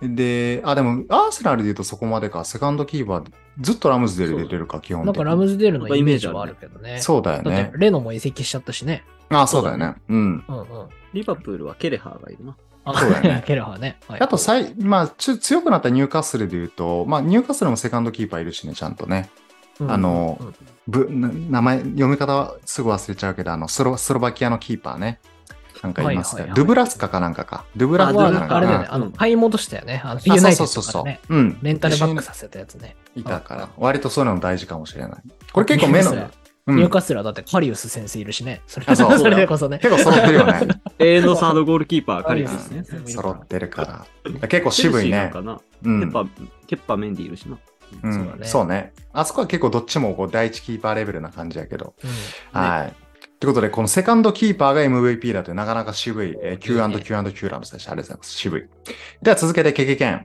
Speaker 2: うん。
Speaker 1: で、あ、でも、アーセナルで言うとそこまでか、セカンドキーパー、ずっとラムズデール出てるか、基本
Speaker 2: なん
Speaker 1: 的
Speaker 2: か
Speaker 1: に。
Speaker 2: ラムズデールのイメージはあるけどね。
Speaker 1: そうだよ
Speaker 2: だっ
Speaker 1: ね
Speaker 2: て。レノも移籍しちゃったしね。
Speaker 1: あ、そうだよね。うん。
Speaker 2: うんうん。
Speaker 3: リバプールはケレハーがいるな
Speaker 2: あ
Speaker 1: そうだね
Speaker 2: ケラハね。はい
Speaker 1: あとさい、まあ、ち強くなったニューカッスルで言うと、まあ、ニューカッスルもセカンドキーパーいるしね、ちゃんとね。あの、
Speaker 2: うんうん
Speaker 1: ぶな名前、読み方はすぐ忘れちゃうけど、あのスロ、スロバキアのキーパーね。なんかいます
Speaker 2: はいはい
Speaker 1: ね。
Speaker 2: はい
Speaker 1: ドゥブラスカかなんかか。ドゥブラ
Speaker 2: あ
Speaker 1: ス
Speaker 2: れ
Speaker 1: カ
Speaker 2: だ
Speaker 1: かな
Speaker 2: よ
Speaker 1: ん
Speaker 2: ね、
Speaker 1: か
Speaker 2: あれだよね
Speaker 1: か。
Speaker 2: あ
Speaker 3: う
Speaker 2: の
Speaker 3: ん
Speaker 2: 買い戻したよね。あの
Speaker 1: あ
Speaker 2: ユナイテ
Speaker 1: そう
Speaker 2: ッ
Speaker 1: そうそう
Speaker 2: ドとか
Speaker 1: そう
Speaker 2: ね。。
Speaker 1: うん。
Speaker 2: レンタルバックさせたやつね。
Speaker 1: 一緒にいたから、割とそういうの大事かもしれない。これ結構目の
Speaker 2: ニューカッス。
Speaker 1: うん
Speaker 2: ニュー
Speaker 1: 結
Speaker 2: カッスルはだってカリウス先生いるしね。それ
Speaker 1: あそう
Speaker 2: それでこそね。
Speaker 1: 構揃ってるよね。
Speaker 3: 永遠のサードゴールキーパーカリウスですね
Speaker 2: うん
Speaker 1: 揃ってるから。結構渋い
Speaker 3: チェルシーなん
Speaker 1: ね
Speaker 3: か。な
Speaker 1: うん
Speaker 3: ケッパ、ケッパメンディいるしな。
Speaker 1: うん
Speaker 2: そうだね
Speaker 1: そうね。あそこは結構どっちもこう第一キーパーレベルな感じやけど。
Speaker 2: うん
Speaker 1: はい。ということで、このセカンドキーパーが MVP だという、なかなか渋い、えー、
Speaker 2: そうですね
Speaker 1: Q&Q&Q ランドでした。ありがとうございます。渋い。では続けて、ケケケン。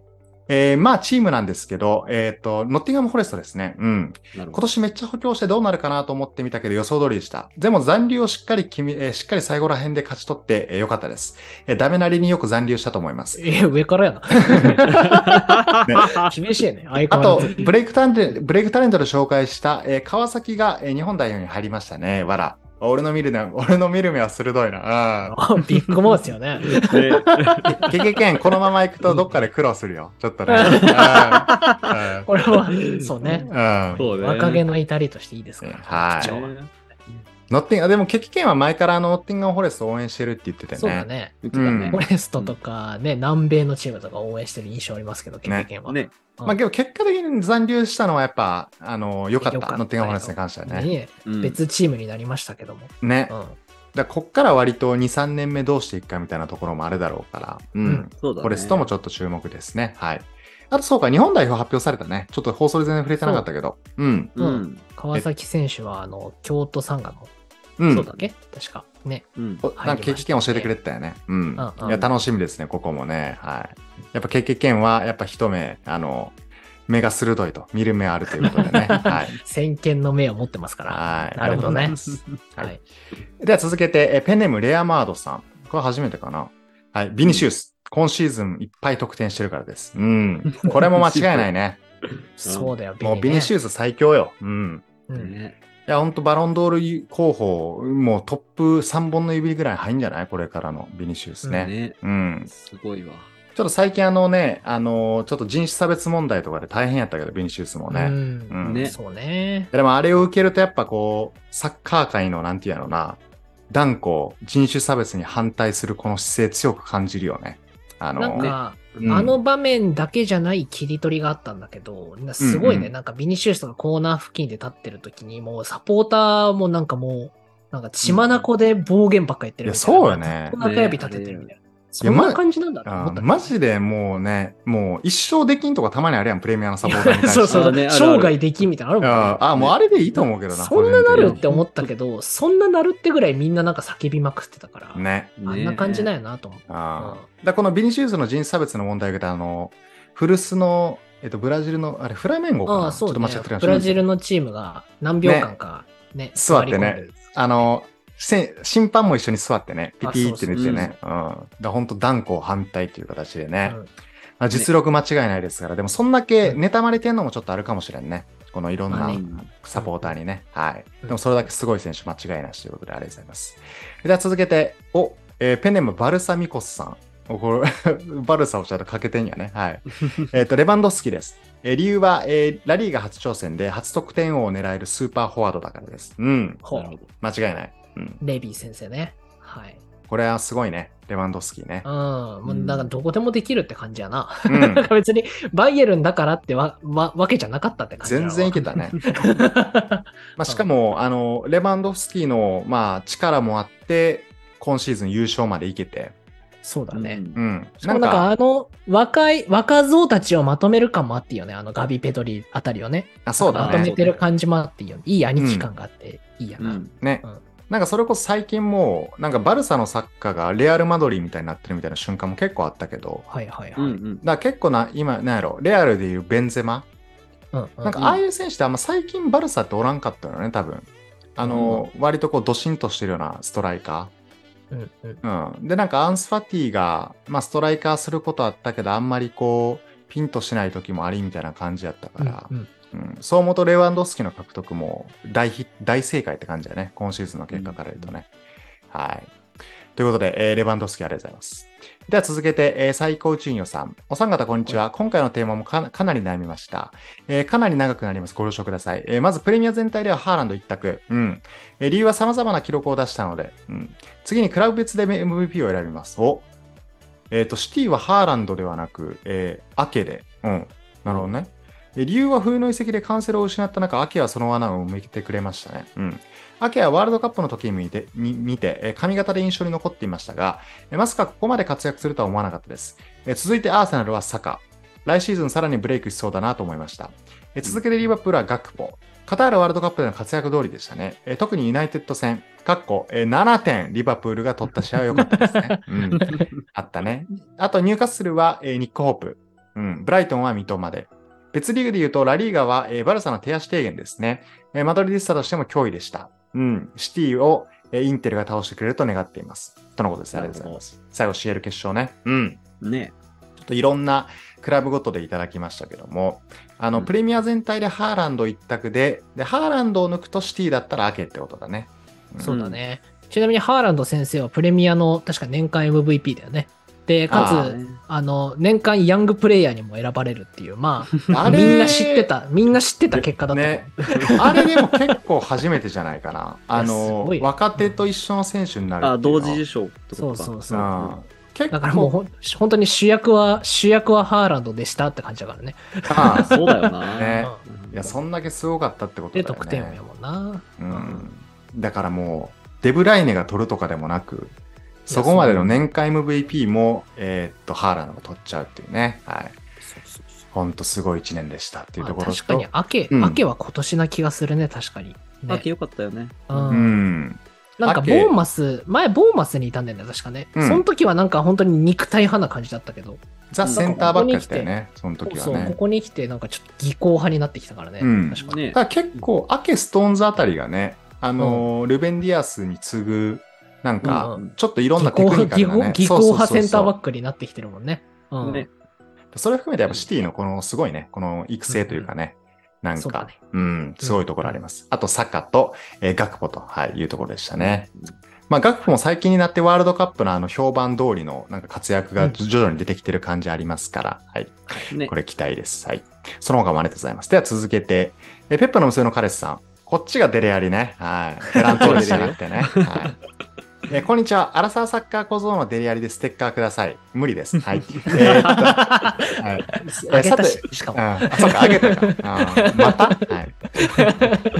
Speaker 1: えーまあ、チームなんですけど、えっ、と、ノッティンガム・フォレストですね。うん。今
Speaker 3: なるほど。
Speaker 1: 年めっちゃ補強してどうなるかなと思ってみたけど、予想通りでした。でも残留をしっかり決め、えーしっかり最後ら辺で勝ち取って、えーよかったです。えーダメなりによく残留したと思います。
Speaker 2: え、上からやな。厳しいね。相
Speaker 1: あ
Speaker 2: 変わ
Speaker 1: と
Speaker 2: らず、
Speaker 1: ブレイクタレント、ブレイクタレントで紹介した、えー川崎が、えー日本代表に入りましたね。わら。俺の見るな、俺の見る目は鋭いな。うん。
Speaker 2: ビッグマウスよね。
Speaker 1: ケケケン、このまま行くとどっかで苦労するよ。ちょっとね。うん
Speaker 2: これは、そうね。
Speaker 1: うん
Speaker 3: そうね。
Speaker 2: 若気の至りとしていいですから。
Speaker 1: はい
Speaker 2: 口調
Speaker 1: ノッティンガでもケケケンは前からあのノッティンガン・フォレストを応援してるって言ってたよね。
Speaker 2: そうだね。
Speaker 3: 言ってたね
Speaker 2: フォレストとかね、南米のチームとか応援してる印象ありますけど、経験は。
Speaker 3: ね。
Speaker 1: まあけど結果的に残留したのはやっぱ、あの、良かった。
Speaker 2: 良かった
Speaker 1: ノッティンガン・フォレストに関してはね。
Speaker 2: ね
Speaker 3: うん
Speaker 2: 別チームになりましたけども。
Speaker 1: ね。
Speaker 2: う
Speaker 1: だから
Speaker 2: ん
Speaker 1: こっから割と2、3年目どうしていくかみたいなところもあるだろうから。うん。
Speaker 2: うん
Speaker 3: そうだね。
Speaker 1: フォレストもちょっと注目ですね。はい。あとそうか、日本代表発表されたね。ちょっと放送で全然触れてなかったけど。うん。
Speaker 3: うん。
Speaker 2: 川崎選手は、あの、京都サンガの、
Speaker 1: うん。
Speaker 2: そうだっけ確か。ね。
Speaker 3: うん。
Speaker 1: おなんか経験教えてくれてたよね。うん。
Speaker 2: うんうん
Speaker 1: いや、楽しみですね、ここもね。はい。やっぱ経験は、やっぱ一目、あの、目が鋭いと、見る目あるということでね。 はい。
Speaker 2: 先見の目を持ってますから。
Speaker 1: はい。
Speaker 2: なるほど
Speaker 1: ありがと
Speaker 2: ね
Speaker 1: うございます。はい
Speaker 2: はい。
Speaker 1: では続けて、えペンネームレアマードさん。これ初めてかな。はい。ビニシウス。今シーズンいっぱい得点してるからです。うん。これも間違いない ね。
Speaker 2: そうだよ、
Speaker 1: もうビニシ
Speaker 2: ュ
Speaker 1: ウス最強よ。うん。
Speaker 2: うん。
Speaker 3: ね
Speaker 1: いや、ほんとバロンドール候補、もうトップ3本の指ぐらい入んじゃないこれからのビニシウスね。
Speaker 3: ね。
Speaker 1: うん。
Speaker 3: すごいわ。
Speaker 1: ちょっと最近あのね、あのーちょっと人種差別問題とかで大変やったけど、ビニシウスもね。
Speaker 2: う
Speaker 1: い
Speaker 2: ん。
Speaker 1: うん
Speaker 3: ね
Speaker 2: そうね。
Speaker 1: やでもあれを受けるとやっぱこう、サッカー界のなんていうやろな、断固人種差別に反対するこの姿勢強く感じるよね。あのー
Speaker 2: なんか、
Speaker 1: うん
Speaker 2: あの場面だけじゃない切り取りがあったんだけど、なすごいね、
Speaker 1: うんうん
Speaker 2: なんかビニシウスがコーナー付近で立ってる時に、もうサポーターもなんかもう、なんか血眼で暴言ばっか言ってるみたいな。
Speaker 1: いやそうよね
Speaker 2: ずっと中指立ててるみたいな。そんな感じなんだと思
Speaker 1: あ
Speaker 2: った
Speaker 1: ー
Speaker 2: ね。
Speaker 1: マジでもうね、もう一生できんとかたまにあるやん、プレミアのサポーターに対して。
Speaker 2: そうそう
Speaker 3: あーねあるある
Speaker 2: 生涯できんみたいなのあるもんね
Speaker 1: あーあー、もうあれでいいと思うけどな。
Speaker 2: そんなな
Speaker 1: 個人
Speaker 2: る
Speaker 1: 的
Speaker 2: って思ったけど、そんななるってぐらいみんななんか叫びまくってたから、
Speaker 1: にね。
Speaker 2: あんな感じなん
Speaker 3: い。
Speaker 2: やなと思って。
Speaker 1: あーだからこのビニシウスの人種差別の問題があの、古巣の、えっと、ブラジルの、あれ、フラメンゴかな
Speaker 2: ああ、そ
Speaker 1: ち
Speaker 2: う
Speaker 1: ょっと
Speaker 2: ね
Speaker 1: 間違ってる。かもし
Speaker 2: ブ
Speaker 1: れな
Speaker 2: ラ
Speaker 1: いです
Speaker 2: ジ
Speaker 1: けど
Speaker 2: ルのチームが何秒間かね、
Speaker 1: 座ってね
Speaker 2: 座り込んで
Speaker 1: あの、せ審判も一緒に座ってね、ピ
Speaker 2: あ
Speaker 1: ピーって
Speaker 2: そう
Speaker 1: 出
Speaker 3: そう
Speaker 1: てね。うん。だから本当断固反対という形でね。
Speaker 2: うん
Speaker 1: まあ実力間違いないですから、でもそんだけ
Speaker 2: うん
Speaker 1: 妬まれてんのもちょっとあるかもしれんね。このいろん
Speaker 2: ま
Speaker 1: な
Speaker 2: あね
Speaker 1: サポーターにね。はい。
Speaker 2: うん
Speaker 1: でもそれだけすごい選手間違いなしということでありがとうございます。では続けて、お、えーペンネームバルサミコスさん。おこれ バルサをちゃんとかけてんやね。 はい。えっと、レバンドフスキです。えー理由は、えーラリーが初挑戦で初得点王を狙えるスーパーフォワードだからです。うん。
Speaker 2: ほう
Speaker 3: なるほど
Speaker 1: 間違いない。うん。
Speaker 2: レビー先生ね。はい。
Speaker 1: これはすごいね。レバンドフスキね
Speaker 2: うん。。もうなんかどこでもできるって感じやな。
Speaker 1: うん
Speaker 2: なん。か 別にバイエルンだからってわわわけじゃなかったって感じや
Speaker 1: 全
Speaker 2: な
Speaker 1: 然いけたね。
Speaker 2: う
Speaker 1: まあ、しかも、あの、レバンドフスキーの、まあ、力もあって、今シーズン優勝までいけて。
Speaker 2: ん そうだね。
Speaker 1: う。ん。
Speaker 2: しかもなんかあの若い、若造たちをまとめる感もあっていいよね。あのガビ・ペドリあたりをね。
Speaker 1: あ、そう
Speaker 2: ま
Speaker 1: だ
Speaker 2: とめ
Speaker 1: ね。
Speaker 2: てる感じもあっていいよね。いい兄貴感があっていいや
Speaker 3: う
Speaker 2: な。
Speaker 3: ん
Speaker 1: ね
Speaker 2: うん。
Speaker 1: なんかそれこそ最近もう、なんかバルサのサッカーがレアル・マドリーみたいになってるみたいな瞬間も結構あったけど、
Speaker 2: はいはい
Speaker 3: うん
Speaker 2: はい。うん
Speaker 3: うん
Speaker 1: だから結構な、今、なんやろ、レアルでいうベンゼマ、
Speaker 2: うん
Speaker 1: なんかああいう選手ってあんま最近バルサっておらんかったよね、多分。あの、割とこう、ドシンとしてるようなストライカー。
Speaker 2: うんうん
Speaker 1: うん、でなんかアンス・ファティが、まあ、ストライカーすることあったけどあんまりこうピンとしない時もありみたいな感じやったから、
Speaker 2: う
Speaker 1: うん
Speaker 2: ん
Speaker 1: そう思うとレワンドフスキの獲得も大ヒ大正解って感じだね今シーズンの結果から言うとね。はいということで、えーレバンドフスキありがとうございます。では続けて、えー最高順位さん。お三方、こんにちは。今回のテーマもかかなり悩みました、えーかなり長くなります。ご了承ください。えーまず、プレミア全体ではハーランド一択。うん。えー理由は様々な記録を出したので。うん。次にクラブ別で MVP を選びます。おえっ、と、シティはハーランドではなく、えーアケで。うん。なるほどね。えー理由は冬の移籍でカンセルを失った中、アケはその穴を埋めてくれましたね。うん。アケはワールドカップの時に見て、に見てえー髪型で印象に残っていましたが、えーまさかここまで活躍するとは思わなかったです。えー続いてアーセナルはサカ。来シーズンさらにブレイクしそうだなと思いました。えー続けてリバプールはガクポ。カタールワールドカップでの活躍通りでしたね。えー特にユナイテッド戦、かっこ、えー7点リバプールが取った試合は良かったですね。うん、あったね。あと、ニューカッスルは、えーニック・ホープ。うん、ブライトンは三笘で。別リーグで言うと、ラリーガは、えーバルサの手足提言ですね。えーマドリディスタとしても脅威でした。うん、シティを、えーインテルが倒してくれると願っています。とのことです。ありがとうございます。最後、CL 決勝ね。うん。
Speaker 3: ね
Speaker 1: ちょっといろんなクラブごとでいただきましたけども、あの、
Speaker 3: うん
Speaker 1: プレミア全体でハーランド一択で、で、ハーランドを抜くとシティだったらアケってことだね。ん
Speaker 2: そうだね。ちなみにハーランド先生はプレミアの確か年間 MVP だよね。で、
Speaker 1: あ
Speaker 2: か
Speaker 1: ー
Speaker 2: つ、あの、年間ヤングプレイヤーにも選ばれるっていう、ま あ、
Speaker 1: あれ
Speaker 2: みんな知って。た、みんな知ってた結果だったもん。
Speaker 1: ね、あれでも結構初めてじゃないかな。あ
Speaker 2: いやす
Speaker 1: の
Speaker 2: ごい、よ
Speaker 1: 若手と一緒の選手になるっていうのは。
Speaker 3: あ、同時受賞ってこと
Speaker 2: そう
Speaker 3: か。
Speaker 2: そうそう。
Speaker 1: うん。結構、
Speaker 2: だからもうほん本当に主役は、主役はハーランドでしたって感じだからね。
Speaker 1: ああ
Speaker 3: そうだよな。
Speaker 1: ね
Speaker 3: うん
Speaker 1: いや、そんだけすごかったってことだ
Speaker 2: で、
Speaker 1: よね。
Speaker 2: 得点王やもんな。
Speaker 1: うん。だからもう、デブライネが取るとかでもなく、そこまでの年間 MVP も、えーっと、ハーランドが取っちゃうっていうね。はい。
Speaker 2: そうそうそう
Speaker 1: ほんとすごい一年でしたっていうとこ
Speaker 2: ま
Speaker 1: ろ
Speaker 2: あ確か
Speaker 1: と
Speaker 2: に、明け、
Speaker 1: うん
Speaker 2: 明けは今年な気がするね、確かに。
Speaker 3: あ
Speaker 2: ね
Speaker 3: け、よかったよね。
Speaker 2: うん
Speaker 1: うん。
Speaker 2: なん
Speaker 1: 明
Speaker 2: か、ボ
Speaker 1: け
Speaker 2: ーマス、前、ボーマスにいたんだよね、確かね。
Speaker 1: うん
Speaker 2: その時はなんか、本当に肉体派な感じだったけど、
Speaker 1: ザ・センターバックやったよね、その時は
Speaker 2: そうそう、こ
Speaker 1: ね。
Speaker 2: こに来て、なんかちょっと技巧派になってきたからね、
Speaker 1: うん
Speaker 2: 確かに。
Speaker 3: ね
Speaker 1: だから結構、アケ・ストーンズあたりがね、あのールベン・ディアスに次ぐ、なんか
Speaker 2: うんうん、
Speaker 1: ちょっといろんな
Speaker 2: 技
Speaker 1: テ
Speaker 2: 巧
Speaker 1: クニ
Speaker 2: 派、
Speaker 1: カル
Speaker 2: 技
Speaker 1: な
Speaker 2: 巧
Speaker 1: ね。
Speaker 2: 技巧
Speaker 1: そうそうそう
Speaker 2: 派
Speaker 1: そう
Speaker 2: センターバックになってきてるもんね。うん。
Speaker 3: ね
Speaker 1: それ含めてやっぱシティのこのすごいね、この育成というかね、なん
Speaker 2: そうだ
Speaker 1: か
Speaker 2: ね、
Speaker 1: うん、すごいところあります。あと、サッカーと、えー、ガクポと、はい、いうところでしたね。まあ、ガクポも最近になってワールドカップのあの評判通りのなんか活躍が徐々に出てきてる感じありますから、はい。
Speaker 3: ね
Speaker 1: こ。れ期待です。はい。その他もありがとうございます。では続けて、えペッパーの娘の彼氏さん。こっちがデレアリね。はい。フラントーレじゃなくてね。はい。えこんにちは。アラサーサッカー小僧のデレアリでステッカーください。無理です。はい。えーっとはい。
Speaker 2: あげたし、しかも。
Speaker 1: ああそうか、あげたか。ああ また、はい、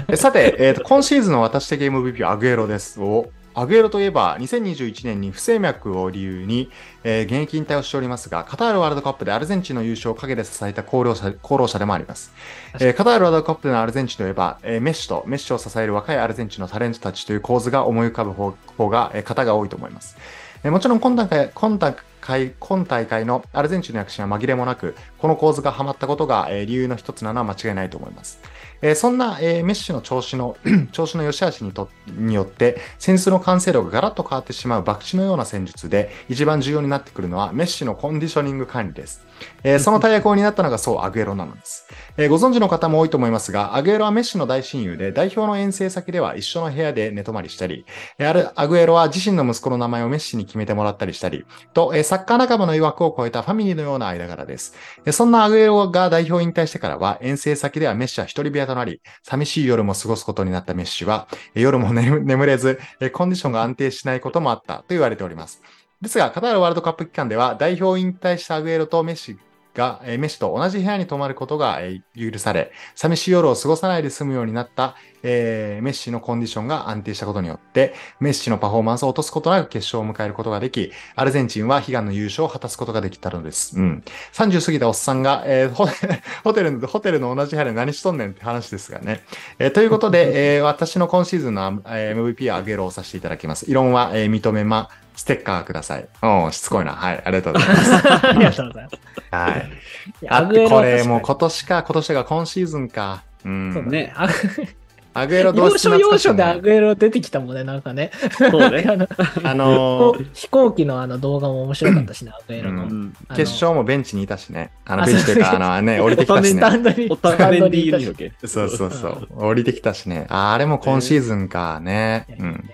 Speaker 1: えさて、えーと、今シーズンの私的 MVP はアグエロです。おアグエロといえば、2021年に不整脈を理由に、えー現役引退をしておりますが、カタールワールドカップでアルゼンチンの優勝を陰で支えた功労者功労者でもあります、えーカタールワールドカップでのアルゼンチンといえば、えーメッシとメッシを支える若いアルゼンチンのタレントたちという構図が思い浮かぶ方方が、えー方が多いと思います。えーもちろん今大会今大会今大会のアルゼンチンの躍進は紛れもなく、この構図がはまったことが、えー理由の一つなのは間違いないと思います。えーそんな、えーメッシの調子の 調子の良し悪しにとによって、戦術の完成度がガラッと変わってしまう博打のような戦術で、一番重要になってくるのはメッシのコンディショニング管理です。えーその大役を担ったのがそう、アグエロなのです。えーご存知の方も多いと思いますが、アグエロはメッシの大親友で、代表の遠征先では一緒の部屋で寝泊まりしたり、えーあるアグエロは自身の息子の名前をメッシに決めてもらったりしたり、と、えーサッカー仲間の曰くを超えたファミリーのような間柄です。えーそんなアグエロが代表引退してからは、遠征先ではメッシは一人部屋となり、寂しい夜も過ごすことになったメッシは、えー夜も眠 眠れず、えーコンディションが安定しないこともあったと言われております。ですが、カタールワールドカップ期間では、代表引退したアグエロとメッシが、えーメッシと同じ部屋に泊まることが、えー許され、寂しい夜を過ごさないで済むようになった、えーメッシのコンディションが安定したことによって、メッシのパフォーマンスを落とすことなく決勝を迎えることができ、アルゼンチンは悲願の優勝を果たすことができたのです。うん。30過ぎたおっさんが、えーホホテル の、ホテルの同じ部屋で何しとんねんって話ですがね。えーということで、 えー私の今シーズンの、えー MVP はアゲロをさせていただきます。異論は、えー認めま、ステッカーください。うん、しつこいな。はい、ありがとうございます。
Speaker 2: ありがとうございます。
Speaker 1: はい。
Speaker 2: いや
Speaker 1: あって、これもう
Speaker 2: 確か
Speaker 1: 今年か、今年が今シーズンか。うん。
Speaker 2: にね、アグ
Speaker 1: アグエロ同
Speaker 2: 要
Speaker 1: 室
Speaker 2: 所
Speaker 1: 懐
Speaker 2: 要
Speaker 1: かしい
Speaker 2: 所
Speaker 1: ね
Speaker 2: でアグエロ出てきたもんね、なんかね。
Speaker 3: そうね
Speaker 2: あの
Speaker 1: あのー
Speaker 2: 飛行機のあの動画も面白かったしね、アグエロ
Speaker 1: う
Speaker 2: の。
Speaker 3: ん。
Speaker 2: あの
Speaker 1: 決勝もベンチにいたしね。あの、
Speaker 2: あ
Speaker 1: ベンチというか、
Speaker 2: そう
Speaker 1: あの、 ね、降りてきたし
Speaker 2: スタ
Speaker 1: ね。
Speaker 2: ンドに。
Speaker 3: お互
Speaker 2: ス
Speaker 3: い
Speaker 2: タ
Speaker 3: 便
Speaker 2: ンドに
Speaker 3: 利
Speaker 2: い
Speaker 3: い
Speaker 2: た
Speaker 3: る
Speaker 2: し
Speaker 3: よけ。
Speaker 1: そうそうそう。降りてきたしね。ああれも今シーズンかね。
Speaker 2: いやいいうね
Speaker 1: ん。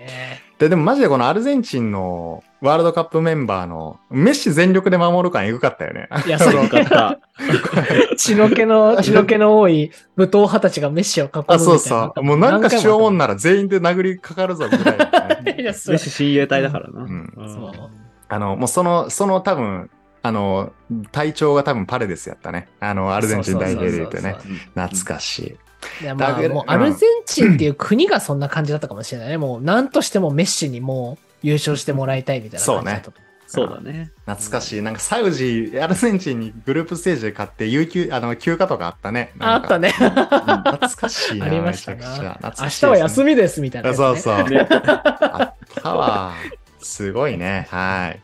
Speaker 1: で、でもマジでこのアルゼンチンのワールドカップメンバーのメッシ全力で守る感エグかったよね。
Speaker 2: い や、そ
Speaker 3: よ
Speaker 2: う
Speaker 3: かった。
Speaker 2: 血の 気の、血の気の多い武闘派たちがメッシを囲むみたいな。
Speaker 1: あ、そうそう。もうなんかしようもん
Speaker 2: な。
Speaker 1: なら全員で殴りかかるぞ、みたいな、 ね。
Speaker 2: いや、そ
Speaker 3: メッ
Speaker 2: う。
Speaker 3: シ親友隊だからな。
Speaker 1: うん
Speaker 2: そう
Speaker 1: あの、もうその、その多分、あの、隊長が多分パレデスやったね。あの、ア
Speaker 2: ア
Speaker 1: ルゼンチン代表で言うとね。。懐
Speaker 3: か
Speaker 1: かしい。
Speaker 2: いやま
Speaker 1: だ
Speaker 2: あ、
Speaker 1: けど
Speaker 2: もうアルゼンチンっていう国がそんな感じだったかもしれないね。もう何としてもメッシにもう優勝してもらいたいみたいな感じだったと思
Speaker 3: そうだね。
Speaker 1: 懐かしい。なんかサウジ、アルゼンチンにグループステージで勝って、有給、あの、休暇とかあったね。
Speaker 2: う。ああ
Speaker 1: なん
Speaker 2: っ
Speaker 1: か
Speaker 2: た。ね。
Speaker 1: 懐かしいな。
Speaker 2: ありました
Speaker 1: めちゃくちゃ懐か
Speaker 2: な。明
Speaker 1: し
Speaker 2: 日
Speaker 1: いですね
Speaker 2: は休みですみたいなやつね、
Speaker 1: そうそう。
Speaker 3: ね
Speaker 1: あったわ。すごいね。はい。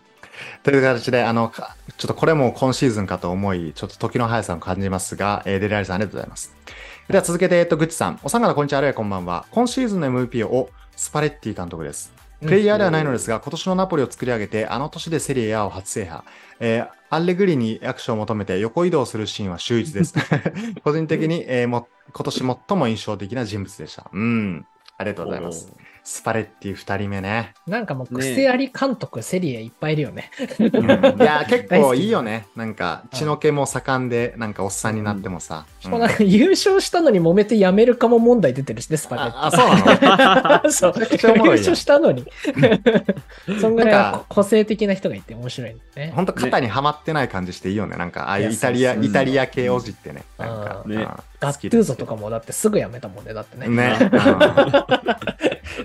Speaker 1: という形で、あの、かちょっとこれも今シーズンかと思い、ちょっと時の速さを感じますが、えーデリアリさんありがとうございます。では続けて、えっと、ぐっちさん。おさんがなこんにちは、あるいはこんばんは。今シーズンの MVP をスパレッティ監督です。プレイヤーではないのですが、今年のナポリを作り上げて、あの年でセリエ A を初制覇。えーアレグリに握手を求めて横移動するシーンは秀逸です。個人的に、えーも今年最も印象的な人物でした。うん。ありがとうございます。スパレッティ2人目ね。
Speaker 2: なんかもう癖あり監督、セリエいっぱいいるよね。
Speaker 1: いや、結
Speaker 2: 大
Speaker 1: 構
Speaker 2: 好き
Speaker 1: いいよね。なんか、血の気も盛んで、なんかおっさんになってもさ。うん
Speaker 2: もうなんか優勝したのに揉めてやめるかも問題出てるしね、スパゲッテ
Speaker 1: あ、あそうなの
Speaker 2: ィ。 そう
Speaker 1: めちゃくちゃおもろいやん
Speaker 2: 優勝したのに。そん
Speaker 1: な
Speaker 2: ぐ
Speaker 1: ん
Speaker 2: らい
Speaker 1: か
Speaker 2: 個性的な人がいて面白いね。
Speaker 1: 本当肩にはまってない感じしていいよね。なんか、ああいう
Speaker 2: いや
Speaker 1: イタリア、
Speaker 2: そうそう
Speaker 1: イタリア系おじってね。なんか、
Speaker 3: うんね
Speaker 1: うん
Speaker 2: ガ
Speaker 1: 好き
Speaker 2: ッ
Speaker 1: で
Speaker 2: ト
Speaker 1: す
Speaker 2: ゥーゾとかもだってすぐやめたもんね、だってね。
Speaker 1: ね。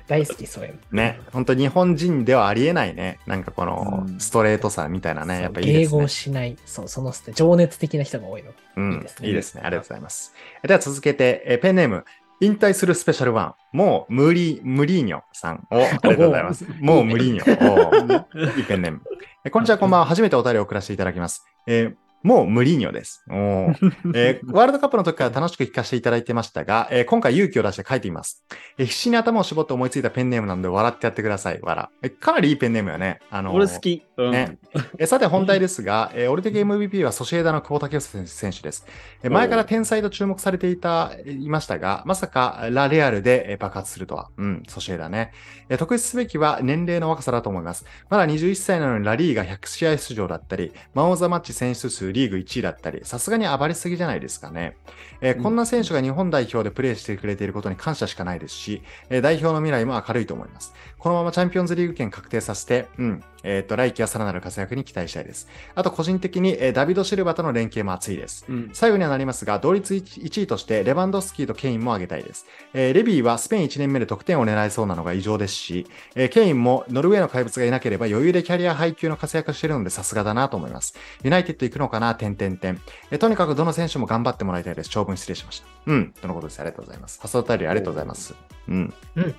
Speaker 2: 大好き、そういう
Speaker 1: うんね。本当日本人ではありえないね。なんかこの
Speaker 3: うん
Speaker 1: ストレートさみたいな
Speaker 2: の。
Speaker 1: ね。やっぱいいで
Speaker 2: 迎
Speaker 1: すね
Speaker 2: 合。しない、そう、その捨て、情熱的な人が多いの。
Speaker 1: うん、い
Speaker 2: い
Speaker 1: い
Speaker 2: い
Speaker 1: で
Speaker 2: ですす
Speaker 1: ね。
Speaker 2: ね
Speaker 1: ありがとうございます。えでは続けて、えペンネーム、引退するスペシャルワン、もう無理、無理ーニョさんを、ありがとうございます。もう無理ーニ ョ。おーいいペンネーム。えこんにちは、こんばんは。初めてお便りを送らせていただきます。えーもう無理ーニョです。おー えーワールドカップの時から楽しく聞かせていただいてましたが、えー今回勇気を出して書いてみます、えー必死に頭を絞って思いついたペンネームなので笑ってやってください。笑。えかなりいいペンネームよね。あのー
Speaker 3: 俺好き。うん
Speaker 1: ねえさて本題ですが、えー俺的 MVP はソシエダの久保建英選手です。えー前から天才と注目されていた、えーいましたが、まさかラレアルでえー爆発するとは。うん、ソシエダね。えー特筆すべきは年齢の若さだと思います。まだ21歳なのにラリーが100試合出場だったり、マン・オブザ・マッチ選出数リーグ1位だったり、さすがに暴れすぎじゃないですかね。えーこんな選手が日本代表でプレーしてくれていることに感謝しかないですし、えー代表の未来も明るいと思います。このままチャンピオンズリーグ権確定させて、うん、えっ、と、来季はさらなる活躍に期待したいです。あと、個人的に、えーダビド・シルバとの連携も熱いです。
Speaker 3: うん。
Speaker 1: 最後にはなりますが、同率 1, 位としてレバンドフスキーとケインも挙げたいです。えーレビーはスペイン1年目で得点を狙いそうなのが異常ですし、えーケインもノルウェーの怪物がいなければ余裕でキャリア配給の活躍をしているのでさすがだなと思います。ユナイテッド行くのかな点点点。えーとにかくどの選手も頑張ってもらいたいです。長文失礼しました。うん。とのことです。ありがとうございます。ハサドタリーありがとうございます。うん。
Speaker 2: うん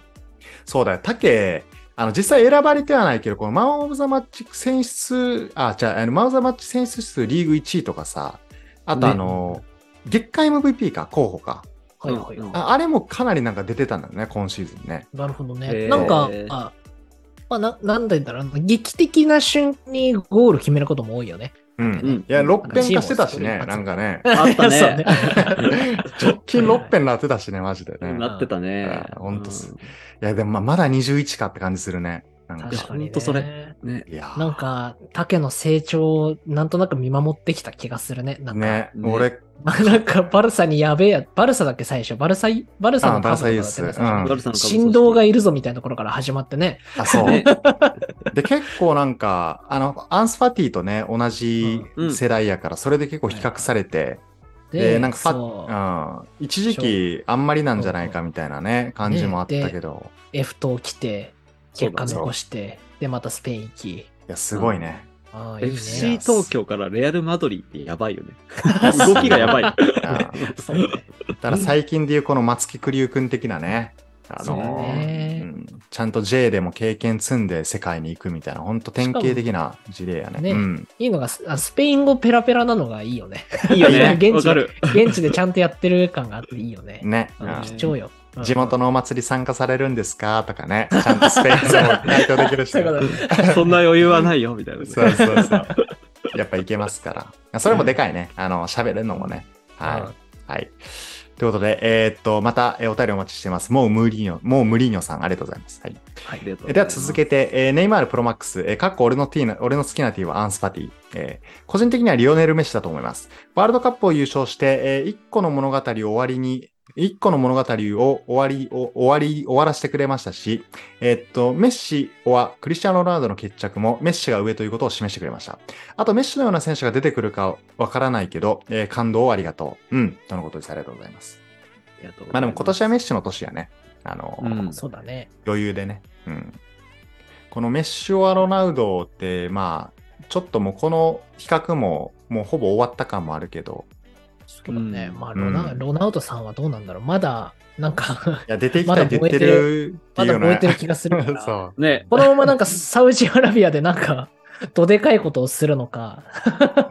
Speaker 1: そうだよ。タケ、あの、実際選ばれてはないけど、このマン・オブ・ザ・マッチ選出、あ、じゃあ、のマン・オブ・ザ・マッチ選出数リーグ1位とかさ、あと
Speaker 3: ね
Speaker 1: あの、月間 MVP か、候補か。
Speaker 2: はいはいはい。
Speaker 1: ああれもかなりなんか出てたんだよね、今シーズンね。
Speaker 2: なるほどね。
Speaker 3: へー
Speaker 2: なんか、あまあ、ななんでだろうな、劇的な瞬間にゴール決めることも多いよね。
Speaker 1: うん。
Speaker 3: うん
Speaker 1: いや、6編化してたしね、
Speaker 2: うん
Speaker 1: なんかね。
Speaker 3: あったね
Speaker 2: そうね
Speaker 1: 直近6編なってたしね、マジでね。い
Speaker 3: なってたね。
Speaker 1: うんほんとすや、でもまあまだ21かって感じするね。なんか
Speaker 2: 確かに、ね。
Speaker 3: ほんとそれね。
Speaker 1: いやー
Speaker 2: なんか、竹の成長をなんとなく見守ってきた気がするね。なんか、
Speaker 1: ね、
Speaker 3: ね
Speaker 1: 俺、
Speaker 2: なんかバルサにやべえや、バルサだっけ最初、バルサ、バルサ
Speaker 1: あ
Speaker 2: の
Speaker 1: バル
Speaker 2: 株
Speaker 1: サユー
Speaker 2: とかだった
Speaker 1: ス。う
Speaker 2: よね最初
Speaker 1: ん
Speaker 3: バ。ルサの株
Speaker 2: 振動がいるぞみたいなところから始まってね。
Speaker 1: あ、そう。
Speaker 3: ね
Speaker 1: で、結構なんか、あの、アンスファティとね、同じ世代やから、それで結構比較されて、で、なんかファ
Speaker 2: そう、
Speaker 1: うん、一時期あんまりなんじゃないかみたいなね、感じもあったけど、
Speaker 2: F 党来て、
Speaker 3: そう
Speaker 2: 結
Speaker 3: だ
Speaker 2: 果
Speaker 3: ね
Speaker 2: 残して、で、またスペイン行き。
Speaker 1: いや、すごいね。
Speaker 2: ああ、いいね。
Speaker 3: FC 東京からレアル・マドリーってやば いよね。動きがやばい。
Speaker 1: うん
Speaker 2: そうね
Speaker 1: だから最近でいうこの松木栗生君的なね、あの
Speaker 2: そう
Speaker 1: ー
Speaker 2: ね
Speaker 1: うんちゃんと J でも経験積んで世界に行くみたいな、本当典型的な事例やね。
Speaker 2: ね
Speaker 1: うん、
Speaker 2: いいのがス、あスペイン語ペラペラなのがい いよね。
Speaker 3: いいよね
Speaker 2: 現。地
Speaker 3: わかる。
Speaker 2: 現地でちゃんとやってる感があっていいよね。
Speaker 1: ね、
Speaker 3: あ
Speaker 1: う
Speaker 3: の
Speaker 1: ん
Speaker 3: ね
Speaker 2: 貴重よ。うん
Speaker 1: 地元のお祭り参加されるんですかとかね、ちゃんとスペイン語も内定できるし
Speaker 2: そういうこと
Speaker 3: そんな余裕はないよ、みたいなね。
Speaker 1: そうそう そう。やっぱいけますから。それもでかいね。あの、喋るのもね。はい。
Speaker 2: うん
Speaker 1: はい。ということで、えーっと、また、えーお便りお待ちしてます。もうムリーニョ、もうムリーニョさん、ありがとうございます。はい。
Speaker 3: はいありがとうございます
Speaker 1: では続けて、えーネイマールプロマックス、えーかっこ俺のティーナ俺の好きなティーはアンスパティ、えー個人的にはリオネル・メッシだと思います。ワールドカップを優勝して、え1個の物語を終わりに、一個の物語を終わり、を終わり、終わらせてくれましたし、えーっと、メッシはクリスチャーノ・ロナウドの決着もメッシが上ということを示してくれました。あと、メッシのような選手が出てくるかわからないけど、えー感動をありがとう。うん、とのことです。ありがとうございます。
Speaker 3: ありがとうございす
Speaker 1: まあでも今年はメッシの年やね。あのー、
Speaker 3: うん
Speaker 2: そうだね。
Speaker 1: 余裕でね。うん。このメッシュア・ロナウドって、まあ、ちょっともうこの比較も、もうほぼ終わった感もあるけど、
Speaker 2: そうだね。
Speaker 3: うん
Speaker 2: まあロナ、
Speaker 1: うん
Speaker 2: ロナウドさんはどうなんだろう。まだ、なん か
Speaker 1: い、や、出ていきたいって言ってるって
Speaker 2: ま
Speaker 1: いう
Speaker 2: だ
Speaker 1: よ
Speaker 2: 燃え
Speaker 1: ね
Speaker 2: て。る気がするから。
Speaker 1: そう。
Speaker 3: ね。
Speaker 2: このままなんかサウジアラビアでなんか、どでかいことをするのか、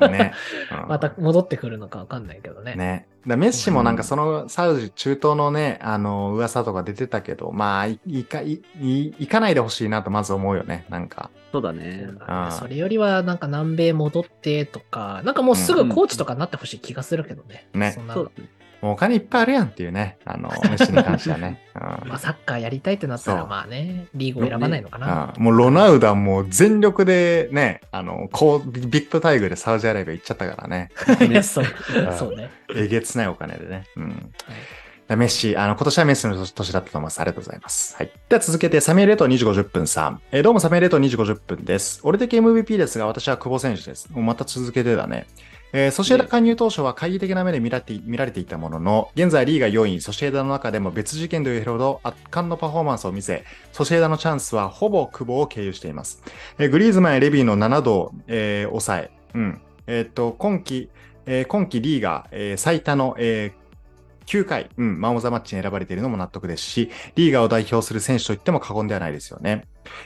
Speaker 1: ね。うん
Speaker 2: また戻ってくるのかわかんないけどね。
Speaker 1: ね。だからメッシもなんかそのサウジ中東のね、あの、噂とか出てたけど、まあ、いいか、い、い、行かないでほしいなとまず思うよね。なんか。
Speaker 3: そうだ
Speaker 2: そう
Speaker 3: ね。
Speaker 2: だ
Speaker 1: うん
Speaker 2: ねそれよりはなんか南米戻ってとか、なんかもうすぐコーチとかになってほしい気がするけどね。
Speaker 1: うんね
Speaker 2: そんな
Speaker 3: そうだね。
Speaker 1: もうお金いっぱいあるやんっていうね。あの、メッシに関しては ね。うん
Speaker 2: まあ、サッカーやりたいってなった
Speaker 1: そ
Speaker 2: ら
Speaker 1: う
Speaker 2: まあね、リーグを選ばないのかな。
Speaker 1: うんもうロナウドはもう全力でね、あの、こう、ビビッグタイグでサウジアラビア行っちゃったからね。
Speaker 3: ね
Speaker 2: いや そう
Speaker 1: うん
Speaker 2: そうね。
Speaker 1: えげつないお金でね。うん。メッシ、あの、今年はメッシの年年だったと思います。ありがとうございます。はい。では続けて、サミュエル・レト2時50分さん。えーどうもサミュエル・レト2時50分です。俺的 MVP ですが、私は久保選手です。もうまた続けてだね。えーソシエダ加入当初は懐疑的な目で見られて見られていたものの、現在リーが4位、ソシエダの中でも別事件というほど圧巻のパフォーマンスを見せ、ソシエダのチャンスはほぼ久保を経由しています。えーグリーズマンやレビーの7度を、えー抑え、うん。えーっと、今季、えー今季リーが、えー最多の、えー9回、うん、マン・オブ・ザ・マッチに選ばれているのも納得ですし、リーガを代表する選手といっても過言ではないですよね。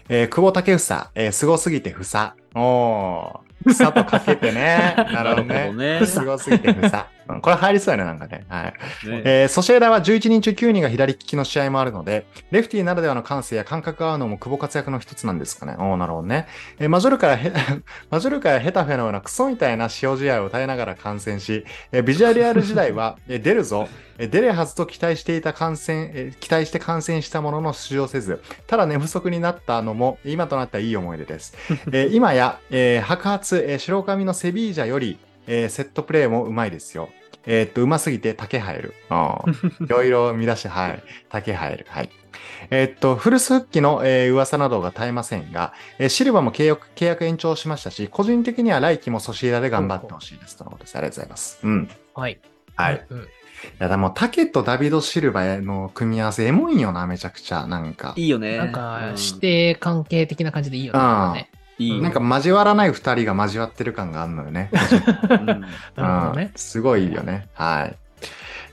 Speaker 1: えー久保建英、えー、すごすぎてふさ。お ー、ふさとかけてね。なるほど
Speaker 3: なる
Speaker 1: ね
Speaker 3: ほ。どね
Speaker 1: すごすぎてふさ。うんこれ入りそうやね、なんかね。はい。
Speaker 3: ね
Speaker 1: えーソシエダは11人中9人が左利きの試合もあるので、レフティーならではの感性や感覚が合うのも久保活躍の一つなんですかね。おおなるほどね。えーマジョルカやヘ、 マジョルカやヘタフェのようなクソみたいな使用試合を歌いながら観戦し、えービジュアリアル時代は、えー出るぞ、えー出るはずと期待していた観戦、えー期待して観戦したものの出場せず、ただ寝不足になったのも、今となったいい思い出です。えー今や、えー白髪、えー白髪のセビージャより、えーセットプレーもうまいですよ。えーっと、うますぎて竹生える。あ ーいろいろ見出し、はい。竹生える。はい。えーっと、フルス復帰の、えー噂などが絶えませんが、えーシルバも契約契約延長しましたし、個人的には来季もソシエダで頑張ってほしいです。とのことです。ありがとうございます。うん。
Speaker 2: はい。
Speaker 1: はい。い
Speaker 2: うん。
Speaker 1: や、でも、竹とダビド・シルバの組み合わせ、エモいんよな、めちゃくちゃ。なんか。
Speaker 3: いいよね。
Speaker 2: なんか
Speaker 3: う、ん
Speaker 2: 指定関係的な感じでいいよね。
Speaker 1: うん
Speaker 2: なんかね
Speaker 3: いい
Speaker 1: なんか交わらない二人が交わってる感があるのよね。
Speaker 3: うん
Speaker 2: なるほどね
Speaker 1: うん。すごいよね。はい。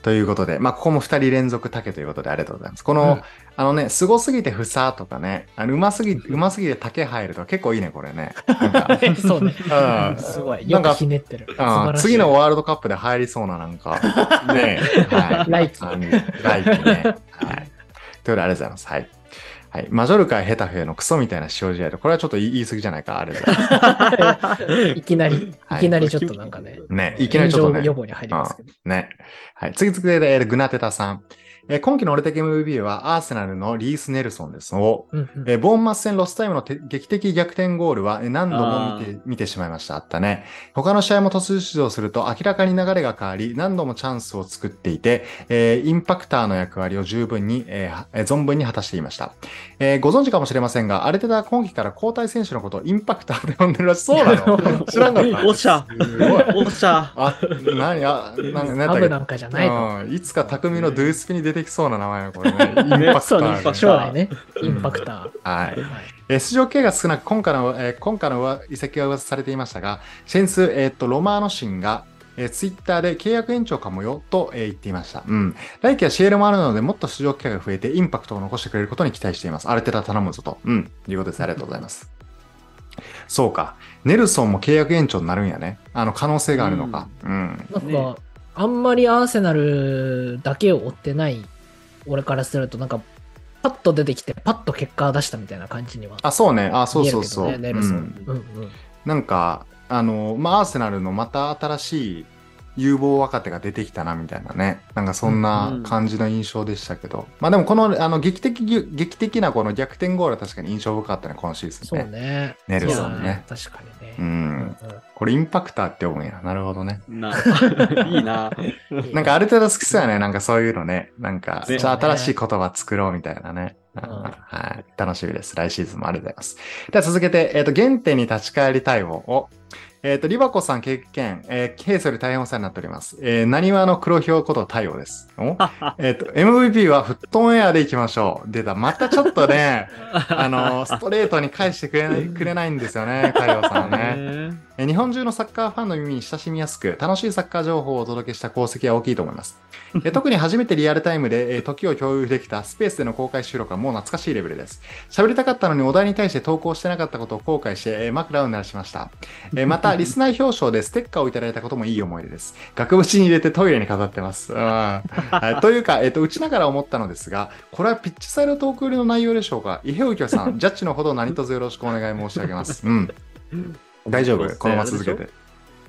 Speaker 1: ということで、まあ、ここも2人連続竹ということでありがとうございます。この、
Speaker 2: うん
Speaker 1: あのね、すごすぎてふさとかね、あのうますぎ、うますぎて竹入るとか結構いいね、これ ね。なんか
Speaker 2: そうね。
Speaker 1: うん
Speaker 2: すごい。
Speaker 1: な
Speaker 2: よ
Speaker 1: んか
Speaker 2: くひねってる。素
Speaker 1: う
Speaker 2: 晴
Speaker 1: ん
Speaker 2: らしい。
Speaker 1: 次のワールドカップで入りそうな、なん か、ね、はい。
Speaker 2: 来季。
Speaker 1: 感じ。来季ね。はい。ということで、ありがとうございます。はい。はい、マジョルカやヘタフェのクソみたいな使用試合と、これはちょっと言い言い過ぎじゃないか、あれだ。
Speaker 2: いきなり、
Speaker 1: はい
Speaker 2: いきなりちょっとなんかね。
Speaker 1: ね、いきなりちょっと
Speaker 2: 炎
Speaker 1: ね
Speaker 2: 上予。防に入りますけど。
Speaker 1: ね。はい。次々で、えーグナテタさん。えー今期の俺的 MVP はアーセナルのリース・ネルソンです。お
Speaker 2: うんうん
Speaker 1: えーボーンマス戦ロスタイムのて劇的逆転ゴールはえー何度も見て見てしまいました。あったね。他の試合も途中出場すると明らかに流れが変わり、何度もチャンスを作っていて、えーインパクターの役割を十分に、えーはえー存分に果たしていました。えーご存知かもしれませんが、アルテタは今季から交代選手のことをインパクターと呼んでるらしい。そうなの 知らんかった。
Speaker 3: おっしゃ
Speaker 1: すごい。
Speaker 3: おっしゃ。
Speaker 1: あ、何あ、なんか何やっ
Speaker 2: ハ
Speaker 1: たっ
Speaker 2: ブ
Speaker 1: け
Speaker 2: なんかじゃないの。
Speaker 1: うん、いつか匠のドゥースピに出てきそうな名前のこれね。インパクト
Speaker 3: そうね
Speaker 1: あ
Speaker 3: イ
Speaker 1: るね
Speaker 3: ンパク
Speaker 2: 将来ね、インパクタ
Speaker 1: はい
Speaker 2: ー。。はい
Speaker 1: えー出場経が少なく、今回の、えー今回のは移籍が噂されていましたが、先日、えーっと、ロマーノシンが、えーツイッターで契約延長かもよと、えー言っていました。うん。来季は CL もあるので、もっと出場機会が増えて、インパクトを残してくれることに期待しています。アルテラ頼むぞと。うん。いうことです。ありがとうございます。そうか。ネルソンも契約延長になるんやね。あの、可能性があるのか。うん。
Speaker 2: なん
Speaker 3: ね
Speaker 2: か、あんまりアーセナルだけを追ってない俺からすると、なんか、パッと出てきて、パッと結果出したみたいな感じには。
Speaker 1: あ、そうね。あ、そうそうそう。
Speaker 2: 見えるけどねネルソン
Speaker 1: うん
Speaker 2: うんうん。
Speaker 1: なんか、あの、まあ、アーセナルのまた新しい有望若手が出てきたな、みたいなね。なんかそんな感じの印象でしたけど。まあでもこの、あの、劇的、劇的なこの逆転ゴールは確かに印象深かったね、今シーズ
Speaker 2: そ
Speaker 1: ンね。
Speaker 2: うね。
Speaker 1: ネルソ
Speaker 3: ンね
Speaker 2: いやー確かに
Speaker 1: う
Speaker 2: ね。
Speaker 1: ん。これインパクターって思うんや。なるほどね。
Speaker 3: な、 いいな。
Speaker 2: うん
Speaker 1: なんかある程度好きそうやね。なんかそういうのね。なんか、
Speaker 3: ね
Speaker 1: ちょっと新しい言葉作ろうみたいなね。うん
Speaker 2: ん
Speaker 1: はい。楽しみです。来シーズンもありがとうございます。では続けて、えっ、と、原点に立ち返りたいを、おえっ、と、リバコさん経験、えー、ケイソル大変お世話になっております。えー、何話の黒ひょうこと太陽です。お えっと、MVP はフットオンエアでいきましょう。出た。またちょっと ね、あの、ストレートに返してくれない、くれないんですよね、太陽さんはね。えー日本中のサッカーファンの耳に親しみやすく、楽しいサッカー情報をお届けした功績は大きいと思います。えー特に初めてリアルタイムで、えー時を共有できたスペースでの公開収録はもう懐かしいレベルです。喋りたかったのにお題に対して投稿してなかったことを後悔して、えー枕を鳴らしました。えーまた、リスナー表彰でステッカーをいただいたこともいい思い出です。額縁に入れてトイレに飾ってます。うん はい、というか、えっ、と、打ちながら思ったのですが、これはピッチサイドトーク寄りの内容でしょうか。伊平右 さん、ジャッジのほど何卒よろしくお願い申し上げます。うん。大丈
Speaker 3: そう
Speaker 1: 夫
Speaker 3: っすね
Speaker 1: このまま続けて。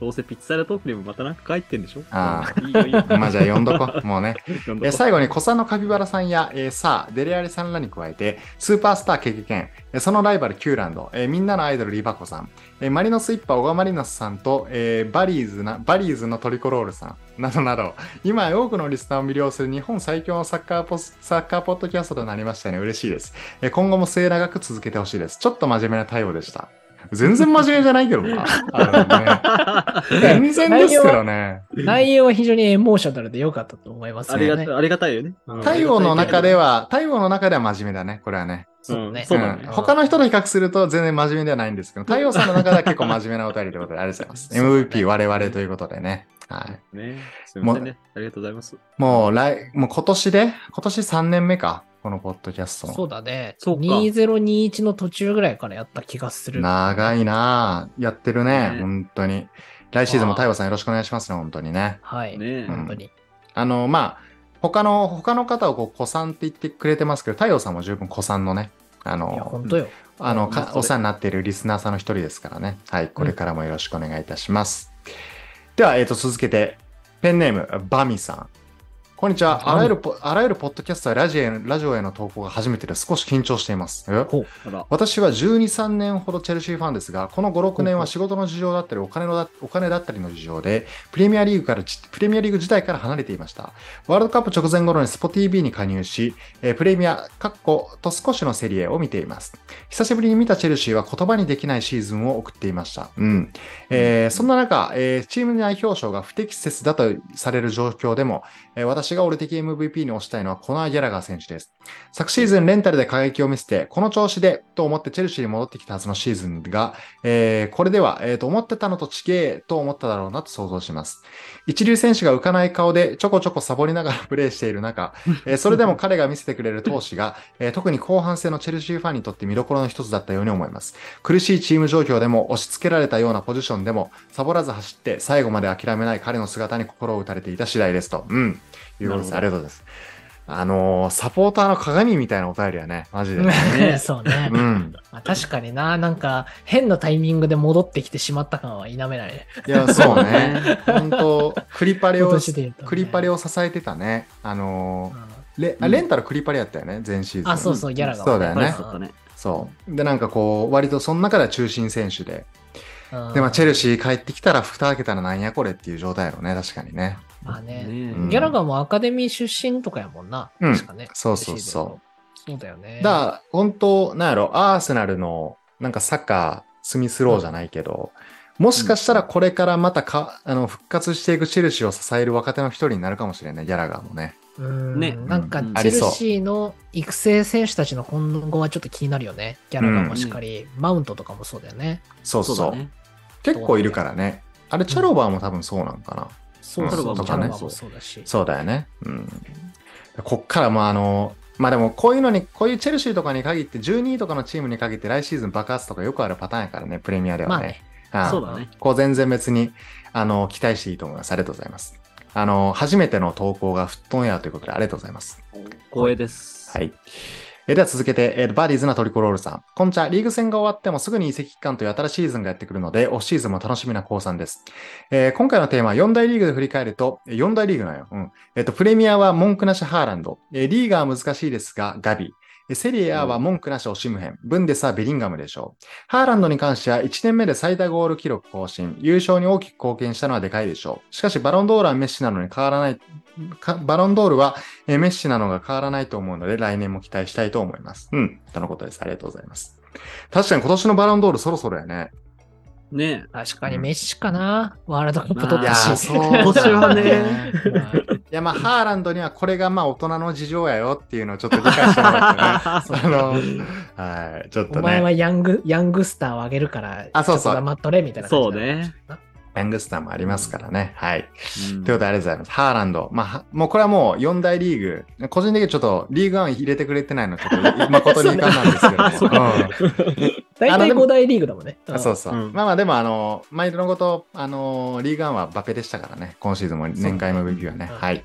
Speaker 3: どうせピッツァラトークにもまたなんか帰ってんでしょ
Speaker 1: あ
Speaker 3: いいよいいよ。
Speaker 1: まあじゃあ読んどこう。もうね。
Speaker 3: 読んど
Speaker 1: え
Speaker 3: こ
Speaker 1: 最後に、古参のカピバラさんや、えーさあ、デレアリさんらに加えて、スーパースター経験、えーそのライバルキューランド、えーみんなのアイドルリバコさん、えーマリノス一派小川マリノスさんと、えーバリーズな、バリーズのトリコロールさん、などなど、今多くのリスナーを魅了する日本最強のサッカーポスサッカーポッドキャストとなりましたね。嬉しいです。えー今後も末永く続けてほしいです。ちょっと真面目な対応でした。全然真面目じゃないけどな。あのね、全然ですけどね。
Speaker 2: 内容は非常にエモーショナルで良かったと思います
Speaker 3: あり
Speaker 2: よ
Speaker 3: が
Speaker 2: ね。
Speaker 3: たありがたいよね。
Speaker 1: 太陽の中では、太陽の中では真面目だね、これはね。
Speaker 2: そうね。
Speaker 3: そうだね
Speaker 1: ん他の人と比較すると全然真面目ではないんですけど、太陽さんの中では結構真面目なお便りということで、ありがとうご ざいます。MVP 我々ということでね。はい。
Speaker 3: ね。すみませんね。ありがとうございます。
Speaker 1: もう来、もう今年で、今年3年目か。このポッドキャスト
Speaker 2: そ
Speaker 1: の。
Speaker 2: うだね。
Speaker 3: そうか
Speaker 2: 2021の途中ぐらいからやった気がする。
Speaker 1: 長いなぁ。やってるね、
Speaker 3: ね
Speaker 1: 本当に。来シーズンも太陽さんよろしくお願いしますね、本当にね。
Speaker 2: はい。
Speaker 3: ねえ
Speaker 1: うん
Speaker 2: 本当に。
Speaker 1: あの、まあ、他の、他の方をこう、子さんって言ってくれてますけど、太陽さんも十分子さんのね、あ
Speaker 2: いや、
Speaker 1: の
Speaker 2: 本、当よ。
Speaker 1: あの、
Speaker 3: 本当
Speaker 1: か
Speaker 3: それ
Speaker 1: お世話になっているリスナーさんの一人ですからね。はい、これからもよろしくお願いいたします。では、えっ、と、続けて、ペンネーム、バミさん。こんにちは。
Speaker 2: バミ
Speaker 1: あらゆるポ、あらゆるポッドキャストやラジオへのラジオへの投稿が初めてで少し緊張しています。え
Speaker 2: ほう。
Speaker 3: あら。
Speaker 1: 私は12、3年ほどチェルシーファンですが、この5、6年は仕事の事情だったり、お金のだお金だったりの事情で、プレミアリーグから、じプレミアリーグ自体から離れていました。ワールドカップ直前頃に SPOTV に加入し、えープレミア、カッコと少しのセリエを見ています。久しぶりに見たチェルシーは言葉にできないシーズンを送っていました。うん。えーそんな中、えーチーム内表彰が不適切だとされる状況でも、えー私が俺的 MVP に推したいのはコナー・ギャラガー選手です。昨シーズンレンタルで過激を見せて、この調子でと思ってチェルシーに戻ってきたはずのシーズンが、えーこれでは、えーと思ってたのと違えと思っただろうなと想像します。一流選手が浮かない顔でちょこちょこサボりながらプレーしている中、えーそれでも彼が見せてくれる闘志が、えー特に後半戦のチェルシーファンにとって見どころの一つだったように思います。苦しいチーム状況でも押し付けられたようなポジションでもサボらず走って最後まで諦めない彼の姿に心を打たれていた次第ですと。うん。いうことです。あ
Speaker 3: な
Speaker 1: りがとうございます。あのーサポーターの鏡みたいなお便りやね。マジ で。
Speaker 3: ね
Speaker 2: そうね。
Speaker 1: うん。
Speaker 2: まあ、確かにな、なんか変なタイミングで戻ってきてしまった感は否めないね。
Speaker 1: いや、そうね。本当クリパレ
Speaker 2: 今
Speaker 1: を、
Speaker 2: 年で言うと、ね。
Speaker 1: クリパレを支えてたね。あの
Speaker 2: う
Speaker 1: ー
Speaker 2: ん
Speaker 1: レあ
Speaker 3: うん
Speaker 1: レンタルクリパレやったよね、前シーズン。
Speaker 2: あ、そうそう、ギャラが。
Speaker 1: そうだよね
Speaker 3: そうだったね。
Speaker 1: そう。で、なんかこう、割とその中では中心選手で。
Speaker 2: うん
Speaker 1: で、まあ、チェルシー帰ってきたら、蓋開けたらなんやこれっていう状態やろね、確かにね。
Speaker 2: まあね。
Speaker 3: ね
Speaker 1: うん
Speaker 2: ギャラガーもアカデミー出身とかやもんな。
Speaker 1: うん
Speaker 2: 確かね。。
Speaker 1: そうそうそう
Speaker 2: そうだよね。
Speaker 1: だから、本当なんやろ、アーセナルの、なんかサッカー、スミスローじゃないけど、もしかしたらこれからまたか、あの、復活していくチェルシーを支える若手の一人になるかもしれない、ギャラガーもね。
Speaker 2: うん
Speaker 3: ね
Speaker 2: なんか、チ
Speaker 3: うん
Speaker 2: ェルシーの育成選手たちの今後はちょっと気になるよね。ギャラガーもしっかり、マウントとかもそうだよね。
Speaker 1: そうそう。
Speaker 3: そうだね。
Speaker 1: 結構いるからね。あれ、チャロバーも多分そうなんかな。
Speaker 2: そうそう、
Speaker 3: うん
Speaker 2: ジ
Speaker 3: と
Speaker 2: ャ
Speaker 3: かね
Speaker 2: ラガーもそうだし。
Speaker 1: そうだよね。うん。こっからもうあの、まあでもこういうのに、こういうチェルシーとかに限って、12位とかのチームに限って来シーズン爆発とかよくあるパターンやからね、プレミアで
Speaker 2: ま
Speaker 1: は
Speaker 2: あ
Speaker 1: ね
Speaker 2: ね。
Speaker 1: あ
Speaker 3: そうだね。
Speaker 1: こう全然別に、あの、期待していいと思います。ありがとうございます。あの、初めての投稿がフットンエアということでありがとうございます。
Speaker 3: 光栄です。
Speaker 1: はい。えーでは続けて、えーバーディーズなトリコロールさん。こんにちは。リーグ戦が終わってもすぐに移籍期間という新シーズンがやってくるので、オフシーズンも楽しみな降参です。えー今回のテーマは4大リーグで振り返ると、えー4大リーグなんよ。うん。えっ、と、プレミアは文句なしハーランド。えーリーガーは難しいですが、ガビ。えーセリエ A は文句なしオシムヘン。ブンデスはベリンガムでしょう。ハーランドに関しては1年目で最多ゴール記録更新。優勝に大きく貢献したのはでかいでしょう。しかし、バロンドールはメッシなのに変わらない。かバロンドールはえーメッシなのが変わらないと思うので、来年も期待したいと思います。うん。とのことです。ありがとうございます。確かに今年のバロンドールそろそろやね。
Speaker 3: ね
Speaker 2: 確かにメッシかな、ワールドカップ
Speaker 3: まあ
Speaker 2: 取
Speaker 1: い
Speaker 2: っ
Speaker 1: や
Speaker 2: た
Speaker 1: ー、
Speaker 2: し。
Speaker 1: そうだ、
Speaker 3: 今年はね。
Speaker 1: いや、まあ、ハーランドにはこれがまあ、大人の事情やよっていうのをちょっと理解してもら ってね。あの、はい、ちょっ
Speaker 2: お
Speaker 1: と
Speaker 2: 前
Speaker 1: ね。
Speaker 2: はヤング、ヤングスターをあげるから、
Speaker 1: あそうそう
Speaker 2: ちょっと黙っとれみたいな感じになるかもしれないな。
Speaker 1: ヤングスターもありますからね。はい。
Speaker 3: うん
Speaker 1: ということで、ありがとうございます。ハーランド。まあ、はもうこれはもう4大リーグ。個人的にちょっとリーグワン入れてくれてないの、ちょっと誠に遺憾なんですけ
Speaker 3: あそう
Speaker 1: ど、ね。うん
Speaker 3: か。
Speaker 2: 大
Speaker 1: あの
Speaker 2: 体
Speaker 1: でも
Speaker 2: 5大リーグだもんね。
Speaker 1: あそうそう、
Speaker 3: うん
Speaker 1: まあまあでもあの毎度のことあのリーグワンはバペでしたからね今シーズンも年間 MVP はね
Speaker 2: うん
Speaker 1: はい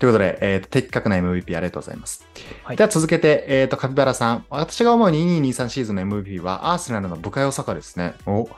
Speaker 1: ということで、えー的確な MVP ありがとうございます、
Speaker 2: はい
Speaker 1: では続けて、えー、とカピバラさん私が思う2223シーズンの MVP はアーセナルの部下用サカですねお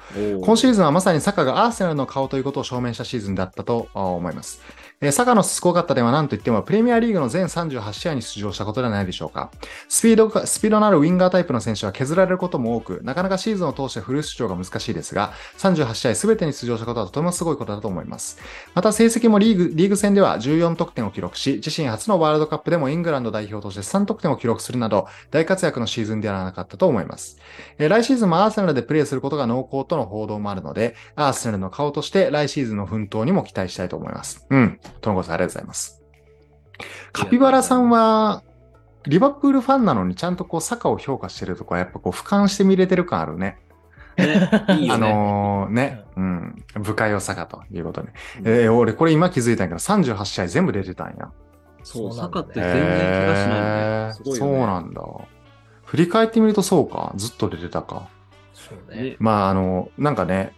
Speaker 1: 今シーズンはまさにサカがアーセナルの顔ということを証明したシーズンだったとあ思います。えーサカのすごかったでは何といっても、プレミアリーグの全38試合に出場したことではないでしょうか。スピードが、スピードのあるウィンガータイプの選手は削られることも多く、なかなかシーズンを通してフル出場が難しいですが、38試合全てに出場したことはとてもすごいことだと思います。また成績もリーグ、リーグ戦では14得点を記録し、自身初のワールドカップでもイングランド代表として3得点を記録するなど、大活躍のシーズンではなかったと思います。えー来シーズンもアーセナルでプレーすることが濃厚との報道もあるので、アーセナルの顔として来シーズンの奮闘にも期待したいと思います。うん。とのことありがとうございます。カピバラさんは、リバプールファンなのにちゃんとこう、サカを評価してるとか、やっぱこう、俯瞰して見れてる感あるね。
Speaker 3: ねいいよ
Speaker 1: あ
Speaker 3: ね。
Speaker 1: のーね、うん。部会をサカということね。
Speaker 3: うん
Speaker 1: えー俺これ今気づいたんやけど、38試合全部出てたんや。
Speaker 2: そう
Speaker 3: そう、
Speaker 2: なん
Speaker 3: サカ
Speaker 2: だ
Speaker 3: っ
Speaker 2: ね
Speaker 3: て全然怪我しないよ
Speaker 1: へ
Speaker 3: ね。
Speaker 1: ー
Speaker 3: すごいよ
Speaker 1: そう
Speaker 3: ね。
Speaker 1: なんだ。振り返ってみるとそうか。ずっと出てたか。
Speaker 2: そうね。
Speaker 3: ね。
Speaker 1: まあ、あの、なんかね、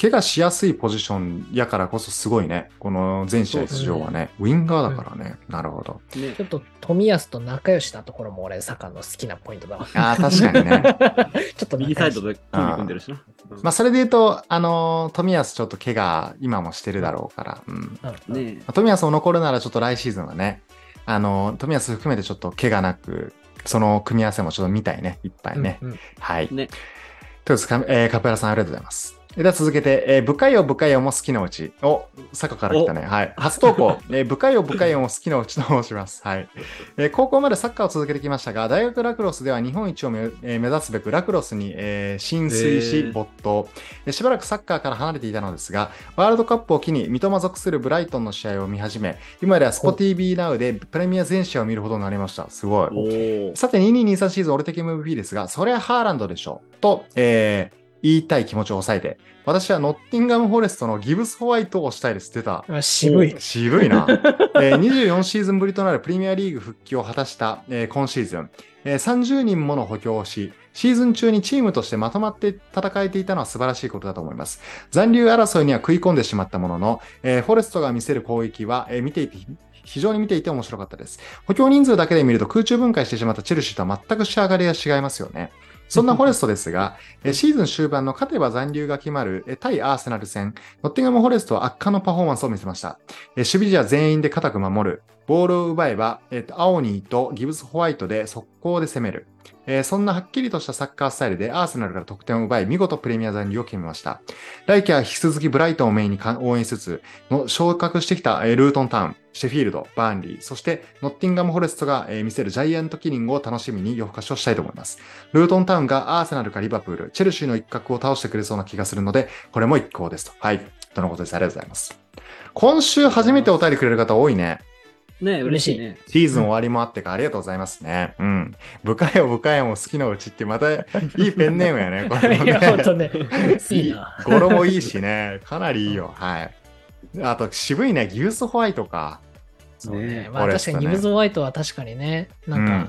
Speaker 1: 怪我しやすいポジションやからこそすごいね。この全試合出場はね、ウィンガーだからね。なるほど。
Speaker 3: ね
Speaker 2: ちょっと富安と仲良しなところも俺、サカの好きなポイント だわ。
Speaker 1: ああ、確かにね。
Speaker 2: ちょっと
Speaker 3: 右サイド
Speaker 2: で。
Speaker 3: で組組んでるしな。う ん
Speaker 1: まあ、それで言うと、あのー富安ちょっと怪我、今もしてるだろうから。うん。
Speaker 2: うんうん
Speaker 3: ね
Speaker 1: 富安を残るならちょっと来シーズンはね、あのー富安含めてちょっと怪我なく、その組み合わせもちょっと見たいね。いっぱいね。
Speaker 2: うんうん
Speaker 1: はい。
Speaker 3: ね
Speaker 1: ということです、かえーカペラさんありがとうございます。では続けて、えー部下よ部下よも好きのうち。お、坂から来たね。はい。初投 稿、えー部下よ部下よも好きのうちと申します。はい、えー高校までサッカーを続けてきましたが、大学ラクロスでは日本一をめ、えー目指すべくラクロスに、えー浸水
Speaker 3: へ
Speaker 1: し
Speaker 3: ー
Speaker 1: 没頭、でしばらくサッカーから離れていたのですが、ワールドカップを機に三笘属するブライトンの試合を見始め、今ではスポ TV Now でプレミア全試合を見るほどになりました。すごい。
Speaker 3: おー
Speaker 1: さて、2223シーズン俺的 MVP ですが、それはハーランドでしょ。と、えー言いたい気持ちを抑えて、私はノッティンガム・フォレストのギブス・ホワイトをしたいです。出た。
Speaker 2: あ渋い。
Speaker 1: 渋いな、えー24シーズンぶりとなるプレミアリーグ復帰を果たした、えー今シーズン、えー30人もの補強をし、シーズン中にチームとしてまとまって戦えていたのは素晴らしいことだと思います。残留争いには食い込んでしまったものの、えーフォレストが見せる攻撃は、えー見ていて、非常に見ていて面白かったです。補強人数だけで見ると空中分解してしまったチェルシーとは全く仕上がりが違いますよね。そんなフォレストですが、えーシーズン終盤の勝てば残留が決まるえー対アーセナル戦、ノッティンガム・フォレストは圧巻のパフォーマンスを見せました。えー守備時は全員で固く守る。ボールを奪えば、えーとアオニーとギブス・ホワイトで速攻で攻める。えーそんなはっきりとしたサッカースタイルでアーセナルから得点を奪い、見事プレミア残留を決めました。来季は引き続きブライトンをメインにか応援しつつ、の昇格してきた、えールートンタウン、シェフィールド、バーンリー、そしてノッティンガム・フォレストが、えー見せるジャイアントキリングを楽しみに夜更かしをしたいと思います。ルートンタウンがアーセナルかリバプール、チェルシーの一角を倒してくれそうな気がするので、これも一行ですと。はい。とのことです。ありがとうございます。今週初めてお便りくれる方多いね。
Speaker 3: ね嬉しいね。
Speaker 1: シーズン終わりもあってか、ありがとうございますね。うん。部下よ部下よも好きなうちって、またいいペンネームやね、これも
Speaker 2: いや、本
Speaker 1: ね。
Speaker 2: 当 ね。いいな。
Speaker 1: 語呂もいいし ね、かなりいいよ。はい。あと、渋いね、ギブスホワイトか。
Speaker 2: そうね
Speaker 3: ね。
Speaker 2: まあ
Speaker 1: フォレ
Speaker 2: 確
Speaker 1: スト
Speaker 2: か
Speaker 1: ね
Speaker 2: にギブズ・ホワイトは確かにね、なんか、
Speaker 1: うん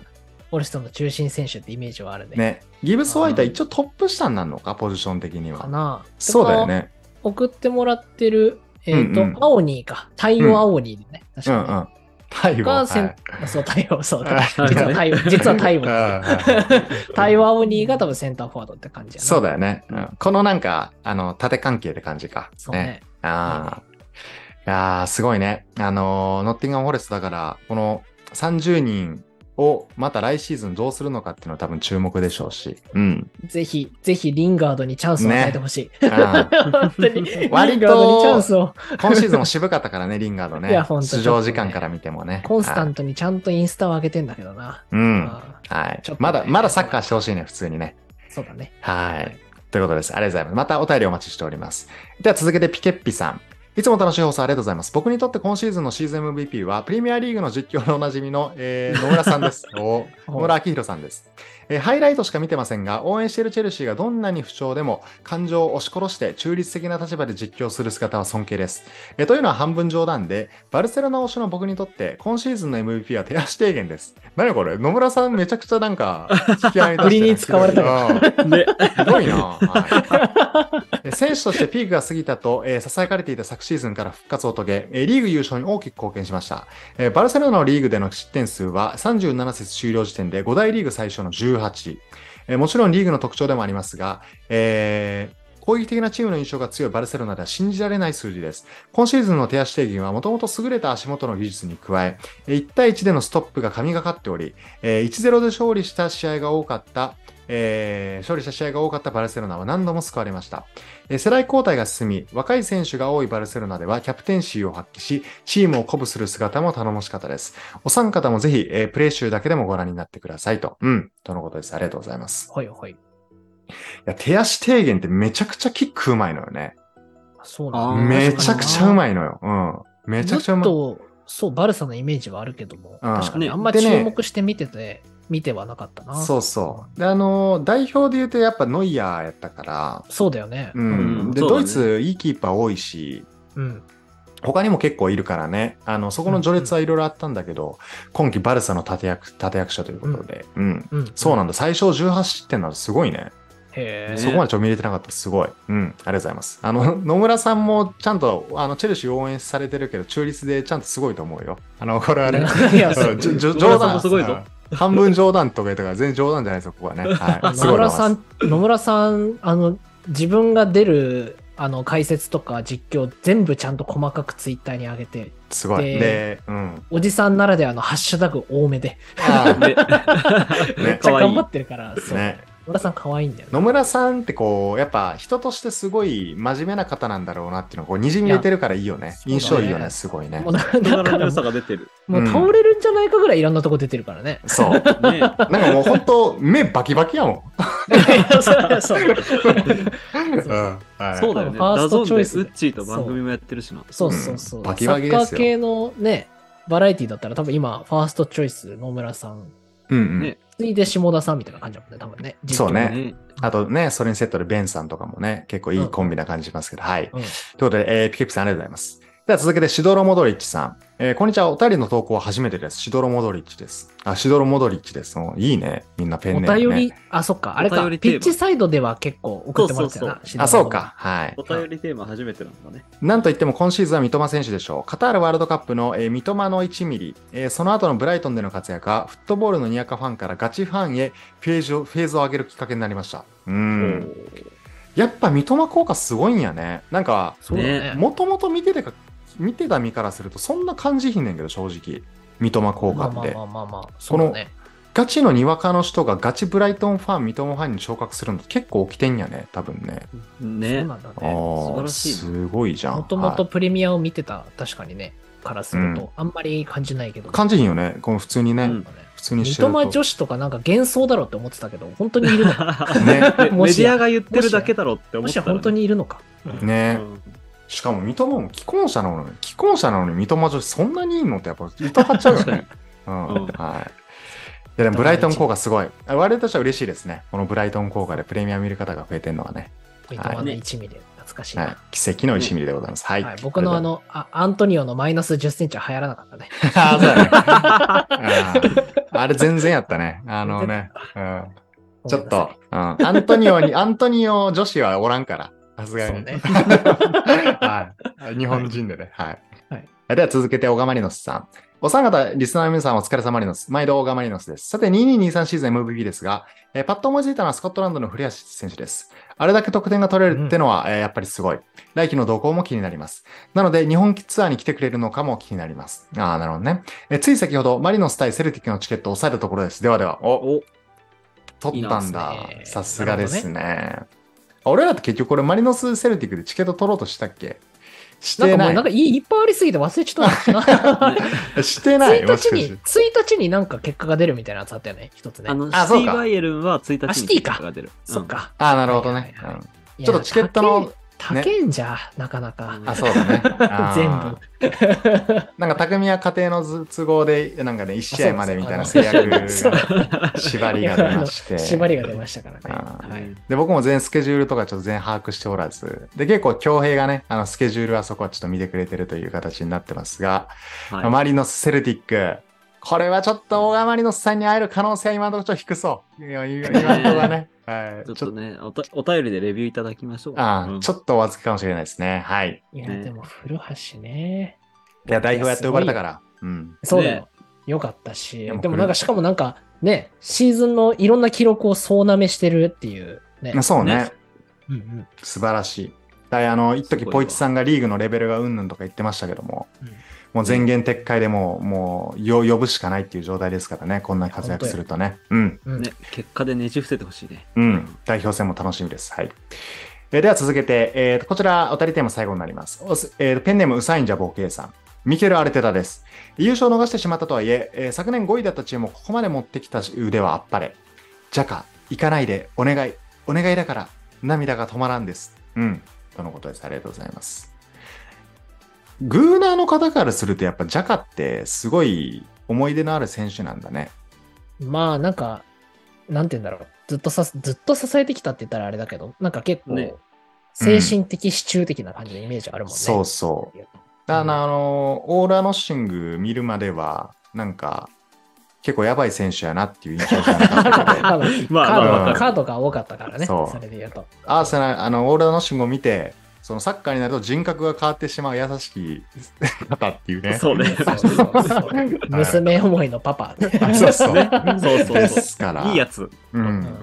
Speaker 2: フォレストの中心選手ってイメージはあるね。
Speaker 1: ね。ギブスホワイトは一応トップ下になるのか、ポジション的に
Speaker 2: か
Speaker 1: は。
Speaker 2: な。
Speaker 1: そうだよ。ね。
Speaker 2: 送ってもらってる、えっ、と、
Speaker 1: うんうん
Speaker 2: アオニーか。太陽アオニーでね。確
Speaker 1: う
Speaker 2: か
Speaker 1: ん
Speaker 2: に、ね。
Speaker 1: うん。太陽。
Speaker 2: が
Speaker 1: は
Speaker 2: せん
Speaker 1: い
Speaker 2: そう、太陽、そう。
Speaker 1: あ
Speaker 2: 実は太陽、 実は太陽。
Speaker 1: うんうん
Speaker 2: 太陽アオニーが多分センターフォワードって感じやな。
Speaker 1: そうだよね。うんこのなんか、あの、縦関係って感じか。
Speaker 2: そうね。
Speaker 1: ああ。いやーすごいね。あのーノッティンガム・フォレストだから、この30人をまた来シーズンどうするのかっていうのは多分注目でしょうし。うん。
Speaker 2: ぜひ、ぜひリンガードにチャンスを与えてほし い。
Speaker 1: あー
Speaker 2: 本当に。リンガ
Speaker 1: 割と
Speaker 2: ードにチャンスを。
Speaker 1: 今シーズンも渋かったからね、リンガードね。
Speaker 2: いやほんと
Speaker 1: 出場時間から見てもね。
Speaker 2: コンスタ
Speaker 1: はい
Speaker 2: ントにちゃんとインスタを上げてんだけどな。
Speaker 1: うん。
Speaker 2: あ
Speaker 1: はい
Speaker 2: ちょっと
Speaker 1: ま
Speaker 2: ね。
Speaker 1: だ、まだサッカーしてほしいね、普通にね。
Speaker 2: ーそうだね。
Speaker 1: はい。ということです。ありがとうございます。またお便りお待ちしております。では続けてピケッピさん。いつも楽しい放送ありがとうございます。僕にとって今シーズンのシーズン MVP は、プレミアリーグの実況でおなじみの、えー野村さん です。お野村明宏さんです、えーハイライトしか見てませんが、応援しているチェルシーがどんなに不調でも感情を押し殺して中立的な立場で実況する姿は尊敬です。えーというのは半分冗談で、バルセロナ推しの僕にとって今シーズンの MVP は手足提言です。何これ野村さんめちゃくちゃなんか、引き合いに出してる
Speaker 2: 振りに使われたか
Speaker 1: うん
Speaker 3: ね
Speaker 1: ひどいな、はいえ選手としてピークが過ぎたと、えー、ささやかれていた昨シーズンから復活を遂げ、えーリーグ優勝に大きく貢献しました、えーバルセロナのリーグでの失点数は37節終了時点で5大リーグ最初の18、えーもちろんリーグの特徴でもありますが、えー攻撃的なチームの印象が強いバルセロナでは信じられない数字です。今シーズンの手足提言はもともと優れた足元の技術に加え、えー1対1でのストップが神がかっており、えー1-0で勝利した試合が多かったえー勝利した試合が多かったバルセロナは何度も救われました、えー世代交代が進み若い選手が多いバルセロナではキャプテンシーを発揮しチームを鼓舞する姿も頼もしかったですお三方もぜひ、えープレー集だけでもご覧になってくださいとうんとのことですありがとうございます
Speaker 2: ほいほい。
Speaker 1: いや手足提言ってめちゃくちゃキックうまいのよね
Speaker 2: あそうなんだ
Speaker 3: あー
Speaker 1: めちゃくちゃう
Speaker 2: い。
Speaker 1: まいのようんめちゃくちゃうま
Speaker 2: ずっ
Speaker 1: い
Speaker 2: と、そう、バルサのイメージはあるけども、
Speaker 1: うん
Speaker 2: 確かに
Speaker 3: ね
Speaker 2: あんま
Speaker 1: でね
Speaker 2: 注目して見てて、見てはなかったな。
Speaker 1: そうそうであのー代表で言うとやっぱノイヤーやったから
Speaker 2: そうだよね。
Speaker 1: うん、
Speaker 3: うん
Speaker 1: で、
Speaker 3: そうだ
Speaker 1: ド
Speaker 3: ね
Speaker 1: イツいいキーパー多いし
Speaker 2: うん。
Speaker 1: 他にも結構いるからね、あの、そこの序列はいろいろあったんだけど、今季バルサの立役、立役者ということで、うん。
Speaker 2: うん。
Speaker 1: そう
Speaker 2: な
Speaker 1: なんだ。最小18失点なのすごいね。
Speaker 2: へ
Speaker 3: ね
Speaker 1: そこまでちょっと見れてなかった。すごい。うん。ありがとうございます。あの、 野村さんもちゃんと、あの、チェルシー応援されてるけど、中立でちゃんとすごいと思うよ。あの、これはね、
Speaker 2: え。いや、そ
Speaker 1: そう
Speaker 2: う。
Speaker 1: じょじょ
Speaker 3: 野
Speaker 1: 冗
Speaker 3: 村さん
Speaker 1: 談
Speaker 3: もすごいぞ
Speaker 1: うん半分冗談とか言ったから全然冗談じゃないですよ、ここはね。はい。す
Speaker 2: 野
Speaker 1: ごいと思い
Speaker 2: 村さ
Speaker 1: ます
Speaker 2: ん、野村さん、あの、自分が出る、あの、解説とか実況、全部ちゃんと細かくツイッターに上げて、
Speaker 1: すごい。
Speaker 2: で
Speaker 1: で、うん。
Speaker 2: おじさんならではのハッシュタグ多めで、
Speaker 1: あ
Speaker 3: で
Speaker 1: ね
Speaker 2: めっちゃ
Speaker 3: かわい
Speaker 2: 頑
Speaker 3: い
Speaker 2: 張。ってるから、
Speaker 1: あ
Speaker 2: そう。
Speaker 1: ね。
Speaker 2: 野村さん可愛いんだよね。
Speaker 1: 野村さんってこう、やっぱ人としてすごい真面目な方なんだろうなっていうのがこう、にじみ出てるからいいよね。
Speaker 3: いや
Speaker 1: 印象いいよ
Speaker 2: そうだ
Speaker 1: ね、
Speaker 2: ね
Speaker 1: すごいね
Speaker 2: もう。だ
Speaker 3: 人
Speaker 2: だ
Speaker 3: 柄
Speaker 2: か
Speaker 3: の
Speaker 2: ら
Speaker 3: 良さが出てる。
Speaker 2: も
Speaker 1: うん
Speaker 2: う倒れるんじゃないかぐらいいろんなとこ出てるからね。
Speaker 1: そう。
Speaker 3: ね
Speaker 1: なんかもう本当、目バキバキやもん。
Speaker 2: いやそれは そう
Speaker 1: うんはい
Speaker 3: そうだよね。
Speaker 2: ファー
Speaker 3: ダ
Speaker 2: スト
Speaker 3: ゾーン
Speaker 2: チョ
Speaker 3: でウ
Speaker 2: イスで
Speaker 3: ッチーと番組もやってるしな。
Speaker 2: そうそうそう。
Speaker 1: うんバキバキです
Speaker 2: サ
Speaker 1: よ
Speaker 2: ッカー系のね、バラエティだったら多分今、ファーストチョイス野村さん、
Speaker 1: うんうん
Speaker 3: ね
Speaker 2: ついで下田さんみたいな感じだもんね、多分ね。実況
Speaker 1: そうね
Speaker 3: ね
Speaker 1: あとね、それにセットでベンさんとかもね、結構いいコンビな感じしますけど、はい。
Speaker 2: う
Speaker 1: と
Speaker 2: ん
Speaker 1: いうことで、えーピケピさんありがとうございます。では続けて、シドロ・モドリッチさん。えーこんにちは。お便りの投稿は初めてです。シドロ・モドリッチです。あ、シドロ・モドリッチです。おいいね。みんなペンネーム、ね。
Speaker 2: お便り、あ、そっか、あれ
Speaker 3: お
Speaker 2: か
Speaker 3: 便、りテー
Speaker 2: ピ
Speaker 3: マ
Speaker 2: ッチサイドでは結構送ってもらってたな
Speaker 3: そう、
Speaker 2: シド
Speaker 1: あ、
Speaker 2: ロ
Speaker 1: そうか。はい
Speaker 3: お。便りテーマ初めてなんだね。
Speaker 1: なんといっても今シーズンは三笘選手でしょう。カタールワールドカップの、えー三笘の1ミリ、えーその後のブライトンでの活躍は、フットボールのにやかファンからガチファンへフェージをフェーズを上げるきっかけになりました。う
Speaker 3: お
Speaker 1: ん。やっぱ三笘効果すごいんやね。なんか、
Speaker 2: そうだね
Speaker 3: ね
Speaker 1: もともと見ててか見てた身からするとそんな感じひんねんけど正直三笘効果
Speaker 2: まあ
Speaker 1: って、
Speaker 2: まあまあまあまあ、そうだね。
Speaker 1: ガチのにわかの人がガチブライトンファン三笘ファンに昇格するの結構起きてんやね多分ね
Speaker 3: ー
Speaker 2: そう
Speaker 3: ね。
Speaker 2: なんだ
Speaker 1: あ
Speaker 2: ね。
Speaker 3: 素晴
Speaker 1: ー
Speaker 3: らしいね
Speaker 1: すごいじゃん
Speaker 2: もともと
Speaker 1: は
Speaker 2: プレミアを見てた、確かにね、からする
Speaker 1: う
Speaker 2: と、あんまり感じないけど。
Speaker 1: い感じひんよねこの普通にね、
Speaker 3: うん
Speaker 1: 普通に
Speaker 2: 三
Speaker 1: してると
Speaker 2: 笘女子とかなんか幻想だろうって思ってたけど、本当にいる のか。
Speaker 1: ね
Speaker 3: メ
Speaker 2: も
Speaker 3: メ
Speaker 2: し
Speaker 3: ディ
Speaker 2: や
Speaker 3: アが言ってるだけだろって思
Speaker 2: も
Speaker 3: っ
Speaker 2: したや
Speaker 3: らね。
Speaker 2: 本当にいるのか。うん
Speaker 3: う
Speaker 1: ね、
Speaker 3: ん。
Speaker 1: しかも三笘も既婚者なのに既婚者なのに三笘女子そんなにいいのってやっぱ疑っちゃうよ
Speaker 3: 確か
Speaker 1: ね
Speaker 3: に。
Speaker 1: うん
Speaker 3: うん
Speaker 1: はい。いやでもブライトン効果すごい。あ我々としては嬉しいですね。このブライトン効果でプレミアム見る方が増えてるのはね。
Speaker 2: 三笘の1ミリ、懐かしい
Speaker 1: はい
Speaker 2: な。。
Speaker 1: 奇跡の1ミリでございます。はい。
Speaker 2: はい、僕のあのあ、アントニオのマイナス10センチは流行らなかったね。
Speaker 1: あーそうだねあーあれ全然やったね。あのね。うんちょっと、うんアントニオに、アントニオ女子はおらんから。さす
Speaker 2: ごめ
Speaker 1: が
Speaker 2: ん
Speaker 1: に。
Speaker 2: なさい。そうね。
Speaker 1: はい。日本人でね。はい。
Speaker 2: はい
Speaker 1: では続けて、小川マリノスさん。お三方、リスナーの皆さんお疲れ様マリノス。毎度小川マリノスです。さて、2223シーズン MVP ですが、えーパッと思いついたのはスコットランドの古橋選手です。あれだけ得点が取れるってのは、えーやっぱりすごい。来季の動向も気になります。なので、日本ツアーに来てくれるのかも気になります。ああ、なるほどね。えーつい先ほど、マリノス対セルティックのチケットを押さえたところです。ではでは、お、
Speaker 3: お、
Speaker 1: 取ったん
Speaker 2: いい
Speaker 1: だ
Speaker 2: な。
Speaker 1: さすがですね。俺らって結局これマリノスセルティックでチケット取ろうとしたっけし
Speaker 2: なん
Speaker 1: て
Speaker 2: かも
Speaker 1: な
Speaker 2: う
Speaker 1: い。
Speaker 2: なんかいいいっぱいありすぎて忘れちゃった な。
Speaker 1: してない。
Speaker 2: 1
Speaker 1: もし
Speaker 2: 日
Speaker 1: か
Speaker 2: に、
Speaker 1: し
Speaker 2: 1日になんか結果が出るみたいなやつあったよね、一つね
Speaker 3: あ。の、シ
Speaker 1: あそう
Speaker 3: ティ
Speaker 1: か
Speaker 3: バイエルンは1
Speaker 2: あ
Speaker 3: 日
Speaker 2: シ
Speaker 3: に
Speaker 2: ティ
Speaker 3: 結
Speaker 2: か
Speaker 3: 果が出る。
Speaker 2: そっ
Speaker 3: うん。
Speaker 2: か。
Speaker 1: ああ、なるほどね。
Speaker 2: はいはいはい
Speaker 1: うん
Speaker 2: いや
Speaker 1: ちょっとチケットの。
Speaker 2: 高い
Speaker 1: ね
Speaker 2: 高いんじゃ、なかなか。
Speaker 1: あ、そうだね。あー
Speaker 2: 全部。
Speaker 1: なんか匠は家庭のず都合で、なんかね、1試合までみたいな
Speaker 2: あそ
Speaker 1: 制
Speaker 2: うそう
Speaker 1: 約が
Speaker 2: そう
Speaker 1: 縛りが出まして。
Speaker 2: 縛りが出ましたからね。
Speaker 1: あー
Speaker 2: はい
Speaker 1: で、僕も全スケジュールとかちょっと全把握しておらず、で、結構強兵がね、あの、スケジュールはそこはちょっと見てくれてるという形になってますが、
Speaker 3: はい
Speaker 1: マリノス・セルティック。これはちょっと大川マリノスさんに会える可能性は今のところちょっと低そう。いや今のところはね。はい。
Speaker 3: ち
Speaker 1: ち
Speaker 3: ょ
Speaker 1: ょっと、
Speaker 3: っとねおた、お便りでレビューいただきましょう。
Speaker 1: あ
Speaker 3: う
Speaker 1: ー
Speaker 3: ん
Speaker 1: ちょっとお預けかもしれないですね。はい。
Speaker 2: いや、
Speaker 3: ね
Speaker 2: でも、古橋ね。
Speaker 1: いや、代表やって呼ばれたから。うん。
Speaker 2: そうだよ
Speaker 3: ね。
Speaker 2: よかったし、
Speaker 1: でも
Speaker 2: でもなんか、しかもなんか、ね、シーズンのいろんな記録を総なめしてるっていうね。
Speaker 1: そうね。
Speaker 3: ね
Speaker 2: うんうん
Speaker 1: 素晴らしい。だいあの、一
Speaker 3: す
Speaker 1: 時
Speaker 3: ごいわ
Speaker 1: ポイチさんがリーグのレベルがうんぬんとか言ってましたけども、
Speaker 2: うん
Speaker 1: もう全言撤回でもう、もうよ、呼ぶしかないっていう状態ですからね、こんな活躍するとね。うん。
Speaker 2: うん。
Speaker 3: ね、結果でねじ伏せてほしいね。
Speaker 1: うん、代表戦も楽しみです。はい。えーでは続けて、えーとこちら、おたりテーマ最後になります。おすえーとペンネーム、ウサインジャボーケイさん。ミケル・アルテタです。優勝を逃してしまったとはいええー昨年5位だったチームをここまで持ってきた腕はあっぱれ。ジャカ、行かないで、お願い、お願いだから、涙が止まらんです。うん、とのことです。ありがとうございます。グーナーの方からすると、やっぱジャカってすごい思い出のある選手なんだね。
Speaker 2: まあ、なんか、なんて言うんだろう。ずっとさ、ずっと支えてきたって言ったらあれだけど、なんか結構
Speaker 3: ね、
Speaker 2: 精神的、支柱的な感じのイメージあるもんね。
Speaker 1: そうそう。だからあの、オール・ア・ノッシング見るまでは、なんか、結構やばい選手やなっていう印象じゃなかったけど、
Speaker 2: まあカ
Speaker 3: まあ
Speaker 2: ード
Speaker 1: まあまあ
Speaker 2: カードが多かったからね、
Speaker 1: そ
Speaker 2: そうれで言うと。
Speaker 1: アーセナル、あの、オール・ア・ノッシングを見て、そのサッカーになると人格が変わってしまう優しき方っていうね。
Speaker 3: そうね。
Speaker 2: そうそう そう娘思いのパパ、ね
Speaker 1: あそうそう。
Speaker 3: そうそう
Speaker 1: で
Speaker 3: そう。
Speaker 1: すから。
Speaker 3: いいやつ。
Speaker 1: う
Speaker 2: うんん。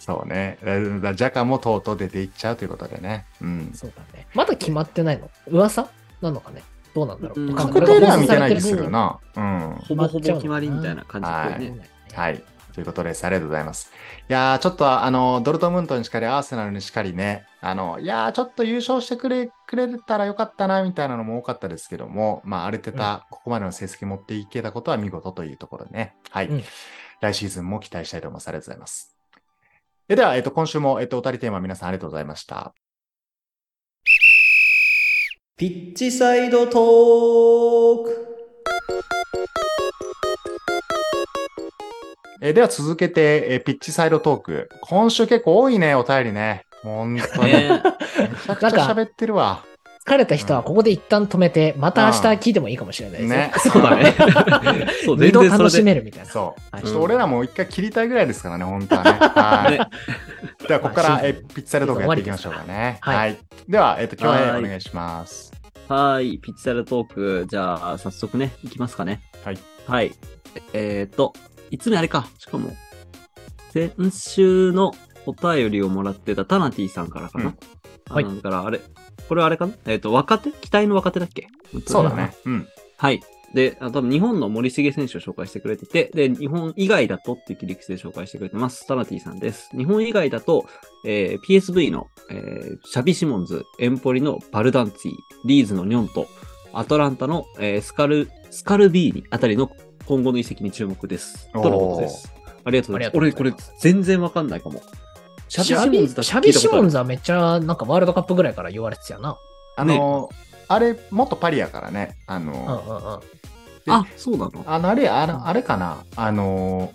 Speaker 1: そうね。だだジャカもとうとう出ていっちゃうということでね。うん。
Speaker 2: そうだね。まだ決まってないの噂なのかねどうなんだろう、
Speaker 3: うん
Speaker 2: わかん
Speaker 1: 確
Speaker 2: い
Speaker 1: 定では見てないですけど。な。うん。
Speaker 3: ほぼほぼ決まりみたいな感じだよね。
Speaker 2: は。
Speaker 1: はいい。ということです。ありがとうございます。いやー、ちょっとあの、ドルトムントにしかり、アーセナルにしかりね、あの、いやー、ちょっと優勝してくれ、くれたらよかったな、みたいなのも多かったですけども、まあ、アルテタ、ここまでの成績持っていけたことは見事というところでね。はい。
Speaker 2: うん
Speaker 1: 来シーズンも期待したいと思います。ありがとうございます。えでは、えっと、今週も、えっと、おたりテーマ皆さんありがとうございました。
Speaker 4: ピッチサイドトーク
Speaker 1: えーでは続けて、えーピッチサイドトーク。今週結構多いね、お便りね。もう本当に。め
Speaker 3: ね
Speaker 1: ちゃくちゃ喋ってるわ。
Speaker 2: 疲れた人はここで一旦止めて、また明日聞いてもいいかもしれないです
Speaker 1: ね
Speaker 2: ね。。
Speaker 3: そうだね。 そう、
Speaker 2: 二
Speaker 3: 全
Speaker 2: 度
Speaker 3: 然
Speaker 2: 楽
Speaker 3: そ
Speaker 2: し
Speaker 3: れで。
Speaker 2: めるみたいな。
Speaker 1: そう。
Speaker 2: はい
Speaker 1: ちょっと俺らも一回切りたいぐらいですからね、本当はね。はい。
Speaker 3: ね
Speaker 1: では、ここか
Speaker 2: まあ
Speaker 1: ら、
Speaker 2: シ
Speaker 1: え
Speaker 2: ーズン
Speaker 1: ーピッチサイドトークやっていきましょうかね。
Speaker 2: シーズン終
Speaker 1: は
Speaker 2: わ
Speaker 1: い。では、えっ、と、今日
Speaker 3: は
Speaker 1: お
Speaker 3: い
Speaker 1: 願いします。
Speaker 3: はい、ピッチサイドトーク。じゃあ、早速ね、いきますかね。
Speaker 1: はい。
Speaker 3: はい。えー、と、いつもあれか、しかも、先週のお便りをもらってたタナティさんからかな。
Speaker 2: うんはい
Speaker 3: あだから、あれ、これあれかなえっ、と、若手期待の若手だっけ
Speaker 1: そうだね。うん。
Speaker 3: はい。で、あ多分日本の森重選手を紹介してくれてて、で、日本以外だとっていう切り口で紹介してくれてます。タナティさんです。日本以外だと、えー PSV の、えーシャビ・シモンズ、エンポリのバルダンツィ、リーズのニョント、アトランタの、えースカル、スカルビーニあたりの今後の移籍に注目です。とのことです。ありがとうございます。
Speaker 2: あり
Speaker 3: 俺、
Speaker 2: がと
Speaker 3: こ
Speaker 2: うござい
Speaker 3: れ
Speaker 2: ます
Speaker 3: 全然わかんないかも。シ
Speaker 2: シャ
Speaker 3: ャビ・シモン
Speaker 2: ビ
Speaker 3: ズだ
Speaker 2: シャビシモン
Speaker 3: ズ
Speaker 2: ズはめっちゃ、なんかワールドカップぐらいから言われてたよな。
Speaker 1: あのあれ、元パリやからね。あの
Speaker 2: うんうんうん。
Speaker 3: あ、そうなの
Speaker 1: あの、あれ、あ
Speaker 2: うん
Speaker 1: のあれかな。あの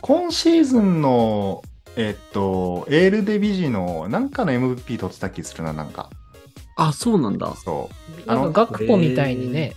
Speaker 1: 今シーズンの、えっと、エールデビジの、なんかの MVP 取ってた気するな、なんか。
Speaker 3: あ、そうなんだ。
Speaker 1: そう。あ
Speaker 2: な
Speaker 1: の
Speaker 2: んか学校みたいにね、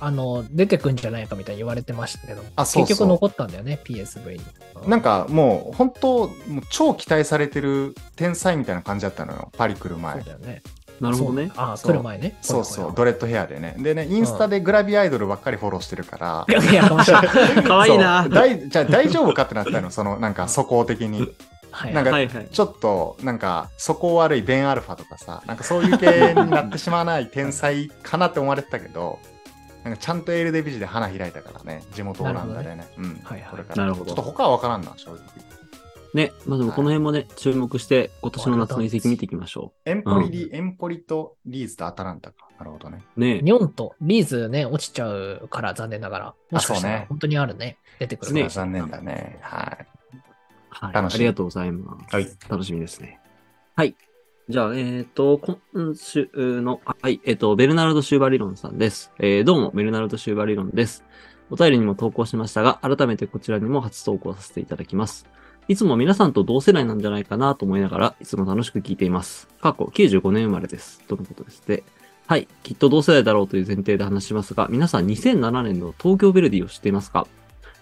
Speaker 2: あの、出てくんじゃないかみたいに言われてましたけど、
Speaker 1: あそうそう
Speaker 2: 結局残ったんだよね、PSV に。う
Speaker 1: なんかもう本当もう超期待されてる天才みたいな感じだったのよパリ来る
Speaker 2: そう
Speaker 1: 前
Speaker 2: だよね。
Speaker 3: なるほどね
Speaker 2: そう。ああ、
Speaker 1: そう
Speaker 2: 来る前ね。
Speaker 1: そうそう
Speaker 2: ほ
Speaker 1: ドレッドヘアでねでねインスタでグラビアアイドルばっかりフォローしてるから
Speaker 2: ら ほら。いや、かもし れない。
Speaker 3: かわいいな
Speaker 1: そう。大じゃあ大丈夫かってなったのそのなんか素行的に
Speaker 2: はい
Speaker 1: なんか
Speaker 3: はいはい。
Speaker 1: ちょっとなんか素行悪いベンアルファとかさなんかそういう系になってしまわない天才かなって思われてたけどなんかちゃんとエールデビジで花開いたからね地元オランダでねうん
Speaker 2: はいはい
Speaker 1: これから
Speaker 3: なるほ
Speaker 1: ちょ
Speaker 3: ど
Speaker 1: っと。他は分からんな正直
Speaker 3: ね、まあでもこの辺もね、注目して、今年の夏の移
Speaker 2: ワールドカッ
Speaker 3: 籍
Speaker 2: プ
Speaker 3: 見ていきましょ
Speaker 1: エンポリリ、エンポリとリーズとアタランタかなるほどね
Speaker 3: う。ね
Speaker 2: ニョンとリーズね、落ちちゃうから残念ながら。もしかした
Speaker 1: そう
Speaker 2: ら
Speaker 1: ね
Speaker 2: 本当にあるね。出てくる
Speaker 1: そ
Speaker 2: か
Speaker 1: れ
Speaker 2: ら
Speaker 1: は残念だね。はい。
Speaker 3: はい、
Speaker 1: 楽しみ
Speaker 3: ありがとうございます。
Speaker 1: はい
Speaker 3: 楽しみですね。はい。じゃあ、えっ、と、今週の、はい、えっ、と、ベルナルド・シューバリロンさんです。えーどうも、ベルナルド・シューバリロンです。お便りにも投稿しましたが、改めてこちらにも初投稿させていただきます。いつも皆さんと同世代なんじゃないかなと思いながら、いつも楽しく聞いています。過去95年生まれです。とのことですね。はい。きっと同世代だろうという前提で話しますが、皆さん2007年の東京ヴェルディを知っていますか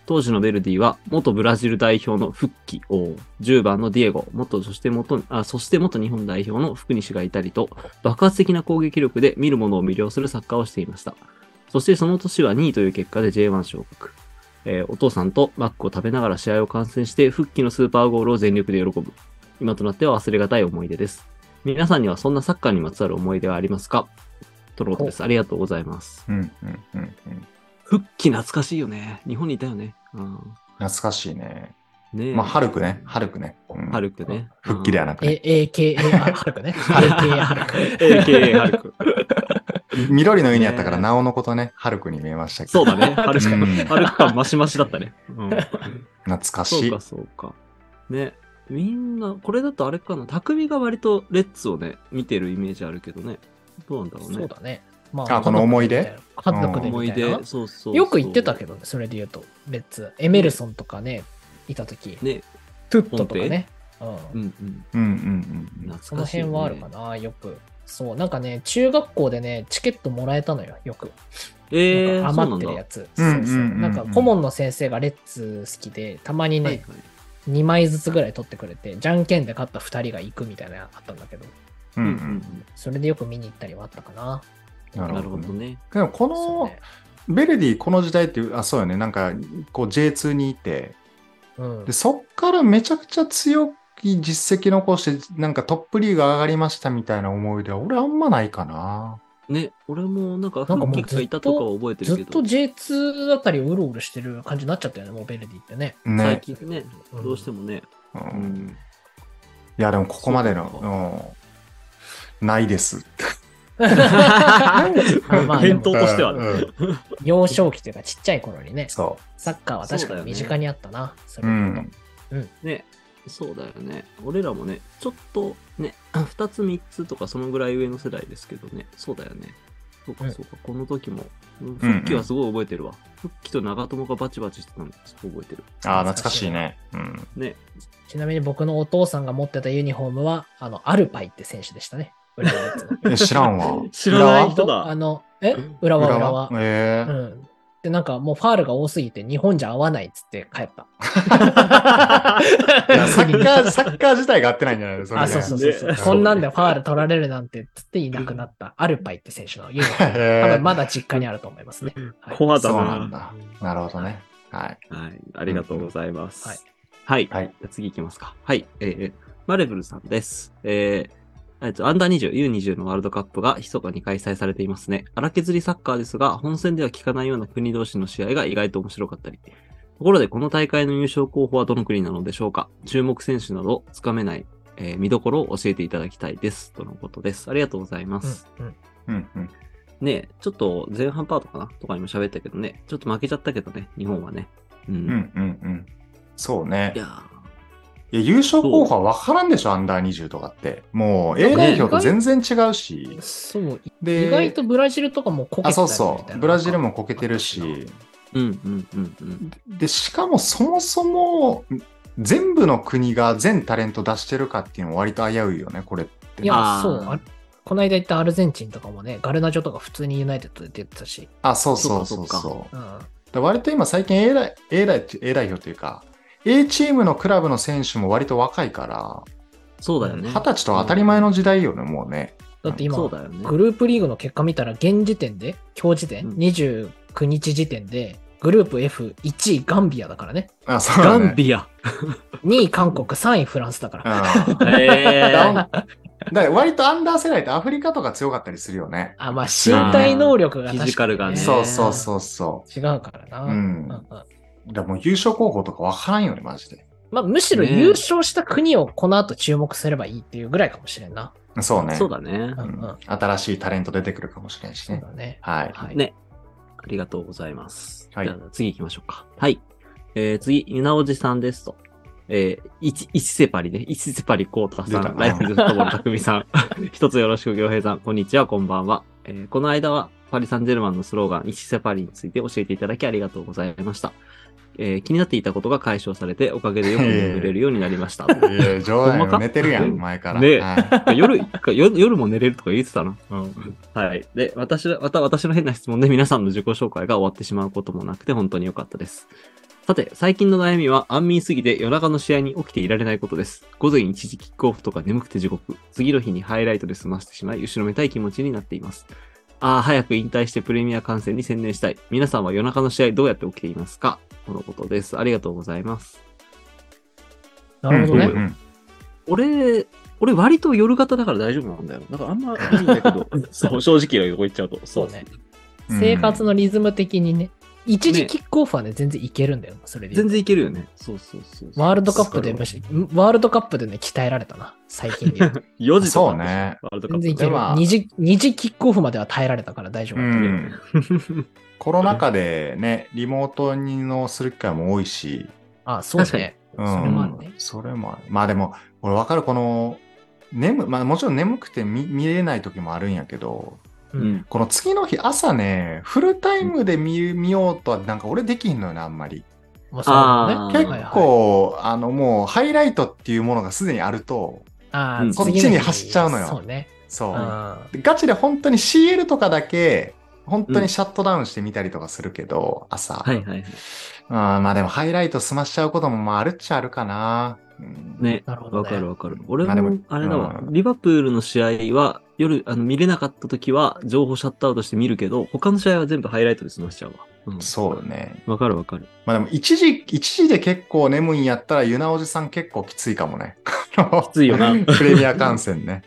Speaker 3: 当時のベルディは、元ブラジル代表の復帰王、10番のディエゴ、元、そして元、あそして元日本代表の福西がいたりと、爆発的な攻撃力で見る者を魅了するサッカーをしていました。そしてその年は2位という結果で J1 昇格。えーお父さんとマックを食べながら試合を観戦して、復帰のスーパーゴールを全力で喜ぶ。今となっては忘れがたい思い出です。皆さんにはそんなサッカーにまつわる思い出はありますかとのことです。ありがとうございます。
Speaker 1: うんうんうんうん。
Speaker 3: 復帰懐かしいよね。日本にいたよね。うん
Speaker 1: 懐かしいね。
Speaker 3: ねえ。
Speaker 1: まあ、ハルクね。ハルクね。うん
Speaker 3: ハルクね。
Speaker 1: 復帰では
Speaker 3: な
Speaker 1: なくね。
Speaker 2: え、AKA ハルクね。AKA ハルク。
Speaker 3: AKA ハルク。
Speaker 1: 緑の家にあったから、
Speaker 3: ね
Speaker 1: なおのことね、ハルクに見えましたけど。
Speaker 3: そうだ ね。ハルク
Speaker 1: うん
Speaker 3: 感、ハルク感マシマシだったね。 うん
Speaker 1: 懐か
Speaker 3: そ
Speaker 1: し
Speaker 3: う
Speaker 1: い
Speaker 3: か、。そうか。ね。みんな、これだとあれかな。匠が割とレッツをね、見てるイメージあるけどね。どうなんだろう
Speaker 2: そう
Speaker 3: ね。
Speaker 2: だね。ま
Speaker 1: あこの思い出
Speaker 2: 家族で
Speaker 1: うん
Speaker 2: み
Speaker 3: 思
Speaker 2: たい
Speaker 3: い
Speaker 2: な
Speaker 3: 出、そうそうそう
Speaker 2: よく言ってたけどね、それで言うと、レッツ。エメルソンとかね、いたとき、
Speaker 3: ね、
Speaker 2: トゥットとかね。ううん
Speaker 3: うんうん。
Speaker 1: うんうんうん。
Speaker 2: そ
Speaker 3: 懐
Speaker 2: の
Speaker 3: かしい、ね。
Speaker 2: 辺はあるか。な、よく。そう、なんかね、中学校でね、チケットもらえたのよ、よく。
Speaker 3: えー、
Speaker 2: なんか
Speaker 3: そうな
Speaker 2: 余
Speaker 3: ん
Speaker 2: って
Speaker 3: だ。
Speaker 2: る
Speaker 3: は
Speaker 2: や
Speaker 3: い
Speaker 2: つ。
Speaker 1: うんうんうん
Speaker 2: そうそうなんか、顧問の先生がレッツ好きで、たまにね、
Speaker 3: はい。
Speaker 2: 2枚ずつぐらい取ってくれて、じゃんけんで勝った2人が行くみたいなのあったんだけど、
Speaker 1: う
Speaker 3: うんん
Speaker 1: う
Speaker 3: うんん
Speaker 2: それでよく見に行ったりはあったかな。
Speaker 1: な
Speaker 3: うん。なるほ
Speaker 1: ね
Speaker 3: どね。
Speaker 1: でもこ
Speaker 2: そう
Speaker 1: の
Speaker 2: ね
Speaker 1: ベルディこの時代っていうあそうよねなんかこう J2 にいて
Speaker 2: うん
Speaker 1: で、そっからめちゃくちゃ強い実績残してなんかトップリーグ上がりましたみたいな思い出は俺あんまないかな。
Speaker 3: ね、俺もなんか、
Speaker 2: な
Speaker 3: フ
Speaker 2: んかもう
Speaker 3: ッキーがいたとかは覚えて
Speaker 2: ず
Speaker 3: るけ
Speaker 2: っと
Speaker 3: ど、
Speaker 2: J2 あたりをうろうろしてる感じになっちゃったよね、もうベルディってね。
Speaker 3: 最
Speaker 1: ね。
Speaker 3: 近ね、
Speaker 2: うん
Speaker 3: ど うしてもね、
Speaker 1: う
Speaker 3: うんん。
Speaker 1: いやでもここまで
Speaker 3: そう
Speaker 1: の、うん、ないです。
Speaker 2: まあ
Speaker 3: 返答としてはね。
Speaker 1: うん
Speaker 2: 幼少期というか、ちっちゃい頃にね、
Speaker 1: そ。
Speaker 2: サッカーは確かに身近にあったな、そう
Speaker 1: う
Speaker 2: れこそ
Speaker 1: ん。
Speaker 3: ね、そうだよね。俺らもね、ちょっとね、2つ3つとかそのぐらい上の世代ですけどね、そうだよね。そう
Speaker 2: う
Speaker 3: か
Speaker 2: ん
Speaker 3: そうか、この時も。うん復帰はすごい覚えてるわ。復帰と長友がバチバチしてたの、すごい覚えてる。
Speaker 1: ああ懐かしいね。うん。
Speaker 3: ね、。
Speaker 2: ちなみに僕のお父さんが持ってたユニフォームは、あの、アルパイって選手でしたね。浦和レッズの
Speaker 1: え知らんわ
Speaker 3: 知らない人だ
Speaker 2: あの、え浦和浦和。
Speaker 1: え
Speaker 2: う
Speaker 1: え
Speaker 2: ん。で、なんかもうファールが多すぎて日本じゃ合わないっつって帰った。
Speaker 1: いやサッカー、サッカー自体が合ってないんじゃないですか。
Speaker 2: あ、そう そうそうそう、
Speaker 1: ね
Speaker 2: こんなんでファール取られるなんてっつっていなくなった。アルパイって選手のユニフォーム。
Speaker 1: へ
Speaker 2: 多
Speaker 1: ー
Speaker 2: 分まだ実家にあると思いますね。はい
Speaker 3: 怖
Speaker 1: そ
Speaker 3: だ
Speaker 1: う
Speaker 3: な
Speaker 1: なんだ。なるほどね。はい。
Speaker 3: はい、ありがとうございます。
Speaker 2: はい
Speaker 3: はい。
Speaker 1: はい
Speaker 3: じゃあ次行きますか。はい。えー、マレブルさんです。えー、えっと、アンダー20、U20 のワールドカップが密かに開催されていますね。荒削りサッカーですが、本戦では効かないような国同士の試合が意外と面白かったり。ところで、この大会の優勝候補はどの国なのでしょうか注目選手などつかめない、えー見どころを教えていただきたいです。とのことです。ありがとうございます。
Speaker 2: うんうん
Speaker 1: うんうん。
Speaker 3: ねちょっと前半パートかなとかにも喋ったけどね、ちょっと負けちゃったけどね、日本はね。うん。
Speaker 1: うんうんうん。そうね
Speaker 3: い。やー
Speaker 1: いや優勝候補は分からんでしょ、アンダー20とかって。もう A 代表と全然違うし。
Speaker 2: そう、
Speaker 1: で、
Speaker 2: 意外とブラジルとかもこけ
Speaker 1: あ、
Speaker 2: てた
Speaker 1: そう
Speaker 2: りみたいな
Speaker 1: そう。ブラジルもこけてるし。。
Speaker 3: うんうんうんうん。
Speaker 1: で、しかもそもそも、全部の国が全タレント出してるかっていうのは割と危ういよね、これって。
Speaker 2: いや
Speaker 3: あ、ー
Speaker 2: そう。あこの間行ったアルゼンチンとかもね、ガルナジョとか普通にユナイテッドで出てたし。
Speaker 1: あ、そうそうそう
Speaker 3: そっか
Speaker 1: そう。
Speaker 2: うん。
Speaker 1: だ割と今最近 A 代 A 代 A 代表というか A チームのクラブの選手も割と若いから
Speaker 3: そうだよね。
Speaker 1: 二十歳と当たり前の時代よね、もうね。
Speaker 2: だって
Speaker 3: そ
Speaker 2: 今
Speaker 3: う、だよね。
Speaker 2: グループリーグの結果見たら、現時点で、今日時点、
Speaker 3: うん
Speaker 2: 29日時点で、グループ F1 位ガンビアだからね。
Speaker 1: あ、そう
Speaker 3: ガ
Speaker 1: だね
Speaker 3: ン。ビア。
Speaker 2: 2位韓国、3位フランスだから。
Speaker 1: うん
Speaker 3: え
Speaker 1: だだから割とアンダー世代ってアフリカとか強かったりするよね。
Speaker 2: あ、まあ身体能力が
Speaker 3: あ
Speaker 2: 確かに、。
Speaker 3: ーフィジカルがね
Speaker 1: そうそうそうそう
Speaker 2: 違うからな。
Speaker 1: う。うん。
Speaker 2: う
Speaker 1: だ
Speaker 2: ん
Speaker 1: か
Speaker 2: うん
Speaker 1: らもう優勝候補とかわからんよね、マジで。
Speaker 2: まあ、むしろ
Speaker 3: ね
Speaker 2: 優勝した国をこの後注目すればいいっていうぐらいかもしれんな。
Speaker 1: そうね。
Speaker 3: そうだね
Speaker 2: う。ん
Speaker 1: う
Speaker 2: うん
Speaker 1: ん。新しいタレント出てくるかもしれんし
Speaker 2: そう
Speaker 1: ね。
Speaker 2: だね。
Speaker 1: はい。
Speaker 2: はい。
Speaker 3: ね。ありがとうございます。
Speaker 1: はい
Speaker 3: じゃあ次行きましょうか。はい。えー、次、ゆなおじさんですと。えー、一、一セパリね。一セパリコータ
Speaker 1: 出
Speaker 3: さ
Speaker 1: た
Speaker 3: ん、ライフルズともたくみさん。 一つよろしく、行平さん。こんにちは、こんばんは。えー、この間は、パリ・サンジェルマンのスローガン、一セパリについて教えていただきありがとうございました。えー、気になっていたことが解消されて、おかげでよく眠れるようになりました。
Speaker 1: いや冗談
Speaker 3: ほんまか
Speaker 1: よ寝てるやん、前から。
Speaker 3: ね
Speaker 1: はい
Speaker 3: 夜夜、夜も寝れるとか言ってたな。はい。で、私は、また私の変な質問で皆さんの自己紹介が終わってしまうこともなくて本当に良かったです。さて、最近の悩みは安眠すぎて夜中の試合に起きていられないことです。午前一時キックオフとか眠くて地獄。次の日にハイライトで済ませてしまい、後ろめたい気持ちになっています。ああ、早く引退してプレミア観戦に専念したい。皆さんは夜中の試合どうやって起きていますかとのことです。ありがとうございます。
Speaker 2: なるほどね。
Speaker 1: うんうん
Speaker 3: 俺、俺割と夜型だから大丈夫なんだよ。だからあんまいいんだけど、 そう、正直な横言っちゃうと。
Speaker 2: そうね。
Speaker 1: うん
Speaker 2: 生活のリズム的にね。一時キックオフはね、全然いけるんだよ。それで。
Speaker 3: 全然いけるよね。そうそうそうそう。
Speaker 2: ワールドカップでむし、ワールドカップでね、鍛えられたな。最近で言うと。
Speaker 3: 4時とか
Speaker 1: そうね。
Speaker 3: ワールドカッ
Speaker 2: 全然い
Speaker 3: プ。
Speaker 2: ける。
Speaker 1: では
Speaker 2: 二次、二次キックオフまでは耐えられたから大丈夫
Speaker 1: う
Speaker 2: だったね。
Speaker 1: ん。コロナ禍でね、リモートにのする機会も多いし、
Speaker 2: あそう
Speaker 3: 確か
Speaker 2: ね。
Speaker 1: うん、
Speaker 2: それもあるね
Speaker 1: それもあるまあでも、俺わかる、この、眠、まあもちろん眠くて見見れない時もあるんやけど、
Speaker 2: う。
Speaker 3: うんん。
Speaker 1: この次の日朝ね、フルタイムで見見ようとは、なんか俺できひんのよな、あんまり。
Speaker 2: まあ、そうだね。
Speaker 3: あー
Speaker 1: 結構、あの、もう、ハイライトっていうものがすでにあると、
Speaker 2: あ
Speaker 3: うん
Speaker 2: ー次の日
Speaker 1: こっちに走っちゃうのよ
Speaker 2: そうね。
Speaker 1: そうう。
Speaker 2: ん
Speaker 1: ガチで本当に CL とかだけ、本当にシャットダウンしてみたりとかするけど、朝。
Speaker 3: はいはいはい。
Speaker 1: うん、まあでもハイライト済ましちゃうことも、まああるっちゃあるかな。うん
Speaker 3: ね。
Speaker 2: なるほど、
Speaker 3: わ
Speaker 2: ね。
Speaker 3: かるわかる。俺
Speaker 1: まあで
Speaker 3: も
Speaker 1: も、
Speaker 3: あれだわ
Speaker 1: う。ん
Speaker 3: リバプールの試合は、夜、あの、見れなかった時は、情報シャットアウトして見るけど、他の試合は全部ハイライトで済ましちゃうわ。うん。
Speaker 1: そうね。
Speaker 3: わかるわかる。
Speaker 1: まあでも一時、一時で結構眠いんやったら、ゆなおじさん結構きついかもね。き
Speaker 3: ついよな
Speaker 1: プレミア観戦 ね。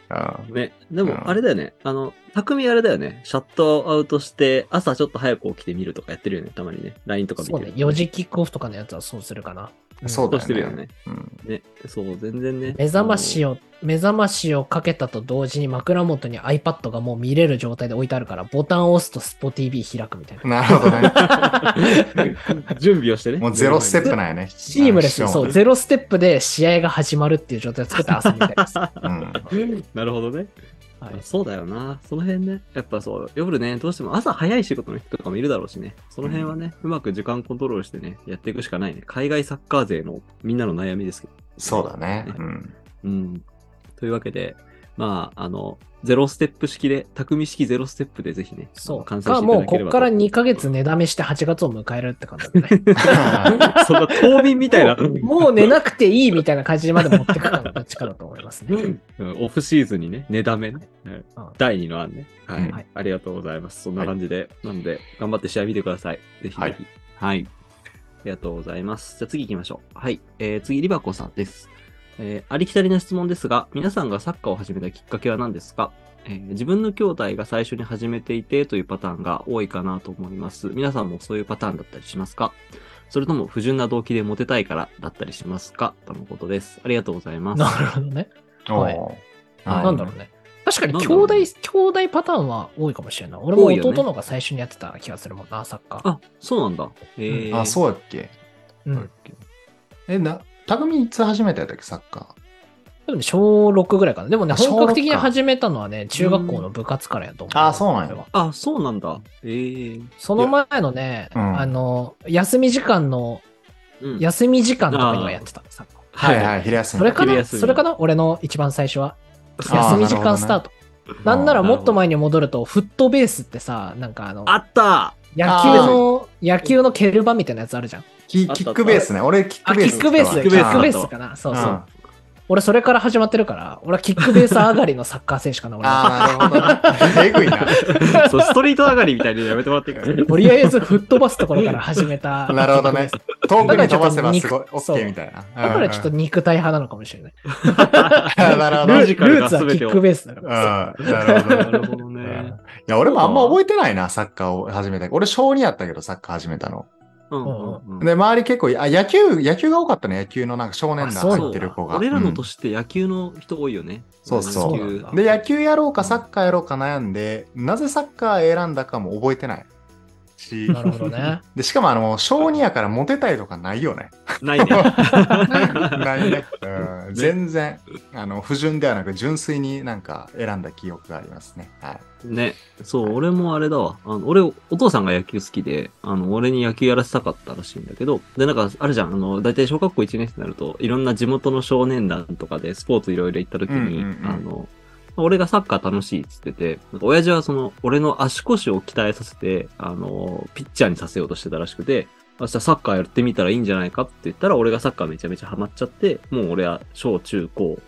Speaker 1: うん
Speaker 3: ね。で
Speaker 1: う
Speaker 3: も、
Speaker 1: ん
Speaker 3: あれだよね。あの、匠あれだよね。シャットアウトして、朝ちょっと早く起きて見るとかやってるよね。たまにね。LINE とか見て
Speaker 2: そう
Speaker 3: る。
Speaker 2: ね。4時キックオフとかのやつはそうするかな。ん
Speaker 1: そう
Speaker 3: そ
Speaker 1: だ
Speaker 3: うしてるよね。
Speaker 1: うん
Speaker 3: ね。そう、全然ね。
Speaker 2: 目覚まし
Speaker 3: よ。
Speaker 2: を、目覚ましをかけたと同時に枕元に iPad がもう見れる状態で置いてあるから、ボタンを押すと SPOTV 開くみたいな。
Speaker 1: なるほどね。
Speaker 3: 準備をしてね。
Speaker 1: もうゼロステップなんやね。
Speaker 2: シームレスに、
Speaker 1: あの
Speaker 2: そう、ゼロステップで試合が始まるっていう状態を作った朝みたい です。は
Speaker 1: うん。
Speaker 3: なるほどね、
Speaker 2: い、
Speaker 3: そうだよな。その辺ね。やっぱそう、夜ね、どうしても朝早い仕事の人とかもいるだろうしね。その辺はね、うまく時間コントロールしてね、やっていくしかないね。海外サッカー勢のみんなの悩みですけど。
Speaker 1: そうだね。 うん。
Speaker 3: うん。というわけで、まあ、あの、ゼロステップ式で、匠式ゼロステップでぜひね、
Speaker 2: そう。
Speaker 3: 完成
Speaker 2: が、
Speaker 3: していた
Speaker 2: もう
Speaker 3: だけ
Speaker 2: こ
Speaker 3: れ
Speaker 2: っ
Speaker 3: ばと
Speaker 2: から2ヶ月寝だめして8月を迎えるって感じだね。
Speaker 3: そんな冬眠みたいな。
Speaker 2: もうもう寝なくていいみたいな感じまで持ってくかのどっちかだと思いますね。
Speaker 3: うんオフシーズンにね、値だめね。はい
Speaker 2: うん
Speaker 3: 第2の案ね、はい
Speaker 1: うん
Speaker 2: はい
Speaker 3: ありがとうございます。そんな感じで、なので、頑張って試合見てください。ぜひぜひ。は
Speaker 1: はいい。
Speaker 3: ありがとうございます。じゃあ次行きましょう。はい。えー、次、リバコさんです。えーありきたりな質問ですが、皆さんがサッカーを始めたきっかけは何ですか、えー自分の兄弟が最初に始めていてというパターンが多いかなと思います。皆さんもそういうパターンだったりしますかそれとも不純な動機でモテたいからだったりしますかとのことです。ありがとうございます。
Speaker 2: なるほどね。はい
Speaker 1: おー
Speaker 3: はい
Speaker 2: なんだろうね。確かに
Speaker 3: なんだ
Speaker 2: 兄
Speaker 3: ろう
Speaker 2: 弟、
Speaker 3: ね
Speaker 2: 兄弟パターンは多いかもしれない。俺も
Speaker 3: 多いよね
Speaker 2: 弟の方が最初にやってた気がするもんな、サッカー。
Speaker 3: あ、そうなんだ。えー、
Speaker 1: あ、そうやっけ。
Speaker 2: うん。
Speaker 1: え、な、匠いつ初めてやったっけ、サッカ
Speaker 2: でも小6ぐらいかな。でもね、
Speaker 1: あ小
Speaker 2: 本
Speaker 1: 六
Speaker 2: 格的に始めたのはね、中学校の部活からやと思う。
Speaker 1: うんあそうなんや
Speaker 2: 俺は
Speaker 3: あ、そうなんだ。えー、
Speaker 2: その前のね、
Speaker 1: いやうん
Speaker 2: あの、休み時間の、
Speaker 3: うん
Speaker 2: 休み時間とかにはやってた。サッカー
Speaker 1: ー。はいはい、昼休み。
Speaker 2: それか
Speaker 3: 昼
Speaker 2: な
Speaker 3: 休み
Speaker 2: それかな俺の一番最初は。
Speaker 1: あ
Speaker 2: 休み時間スタート。
Speaker 1: なるほど
Speaker 2: な
Speaker 1: ね
Speaker 2: んならもっと前に戻ると、フットベースってさ、なんかあの、
Speaker 3: あった
Speaker 2: 野球の、野球の蹴る場みたいなやつあるじゃん。
Speaker 1: キ
Speaker 3: あった
Speaker 1: キックベースね。俺、キッ
Speaker 2: あ、
Speaker 1: ク
Speaker 2: キ
Speaker 1: ベース
Speaker 2: ックベース、
Speaker 1: だ
Speaker 2: キ
Speaker 1: わ。
Speaker 2: ック
Speaker 3: キックベ
Speaker 2: ベ
Speaker 3: ー
Speaker 2: ー
Speaker 3: ス
Speaker 2: スかな。そううんそう。俺、それから始まってるから、俺はキックベース上がりのサッカー選手かな、俺は。
Speaker 1: ああ、なるほ どね。えぐいな。
Speaker 3: そう、ストリート上がりみたいにやめてもらっていいかな
Speaker 2: とりあえず、吹っ飛ばすところから始め た。
Speaker 1: なるほどね。遠くに飛ばせばすごい、
Speaker 2: だからちょっと
Speaker 1: OK みたいな。
Speaker 2: だからちょっと肉体派なのかもしれない。
Speaker 1: と、なるほど。
Speaker 3: マ
Speaker 1: う
Speaker 2: ル
Speaker 3: ジ
Speaker 2: ル
Speaker 3: カル
Speaker 2: ー
Speaker 3: が
Speaker 2: ツは
Speaker 3: 全
Speaker 2: キ
Speaker 3: てを
Speaker 2: ックベースだから。
Speaker 1: ん、なるほど
Speaker 3: な
Speaker 1: ね。
Speaker 3: るほど
Speaker 1: う
Speaker 3: ね
Speaker 1: ん。いや、俺もあんま覚えてないな、サッカーを始めた。俺、小2やったけど、サッカー始めたの。
Speaker 3: うんうんうん
Speaker 1: で、周り結構、あ、野球、野球が多かったね、野球のなんか少年
Speaker 2: あ
Speaker 1: 団
Speaker 2: そうなんだ
Speaker 1: 入ってる子が。
Speaker 3: 俺らの
Speaker 1: うん
Speaker 3: 年って野球の人多いよね。
Speaker 1: そうそう
Speaker 3: 野球
Speaker 2: そう
Speaker 1: で、野球やろうかサッカーやろうか悩んで、なぜサッカー選んだかも覚えてない。し、
Speaker 2: なるほどね。
Speaker 1: で、しかもあの、小2やからモテたいとか ないよ ね。
Speaker 3: ないね。
Speaker 1: ないね。うん全然、あの、不純ではなく、純粋になんか選んだ記憶がありますね。はい。
Speaker 3: ね。そう、俺もあれだわ。あの俺、お父さんが野球好きで、あの、俺に野球やらせたかったらしいんだけど、で、なんか、あるじゃん、あの、大体小学校1年生になると、いろんな地元の少年団とかでスポーツいろいろ行った時に、
Speaker 1: うんうんうん
Speaker 3: あの、俺がサッカー楽しいっつってて、なんか親父はその、俺の足腰を鍛えさせて、あの、ピッチャーにさせようとしてたらしくて、明日サッカーやってみたらいいんじゃないかって言ったら、俺がサッカーめちゃめちゃハマっちゃって、もう俺は小中高、
Speaker 1: うん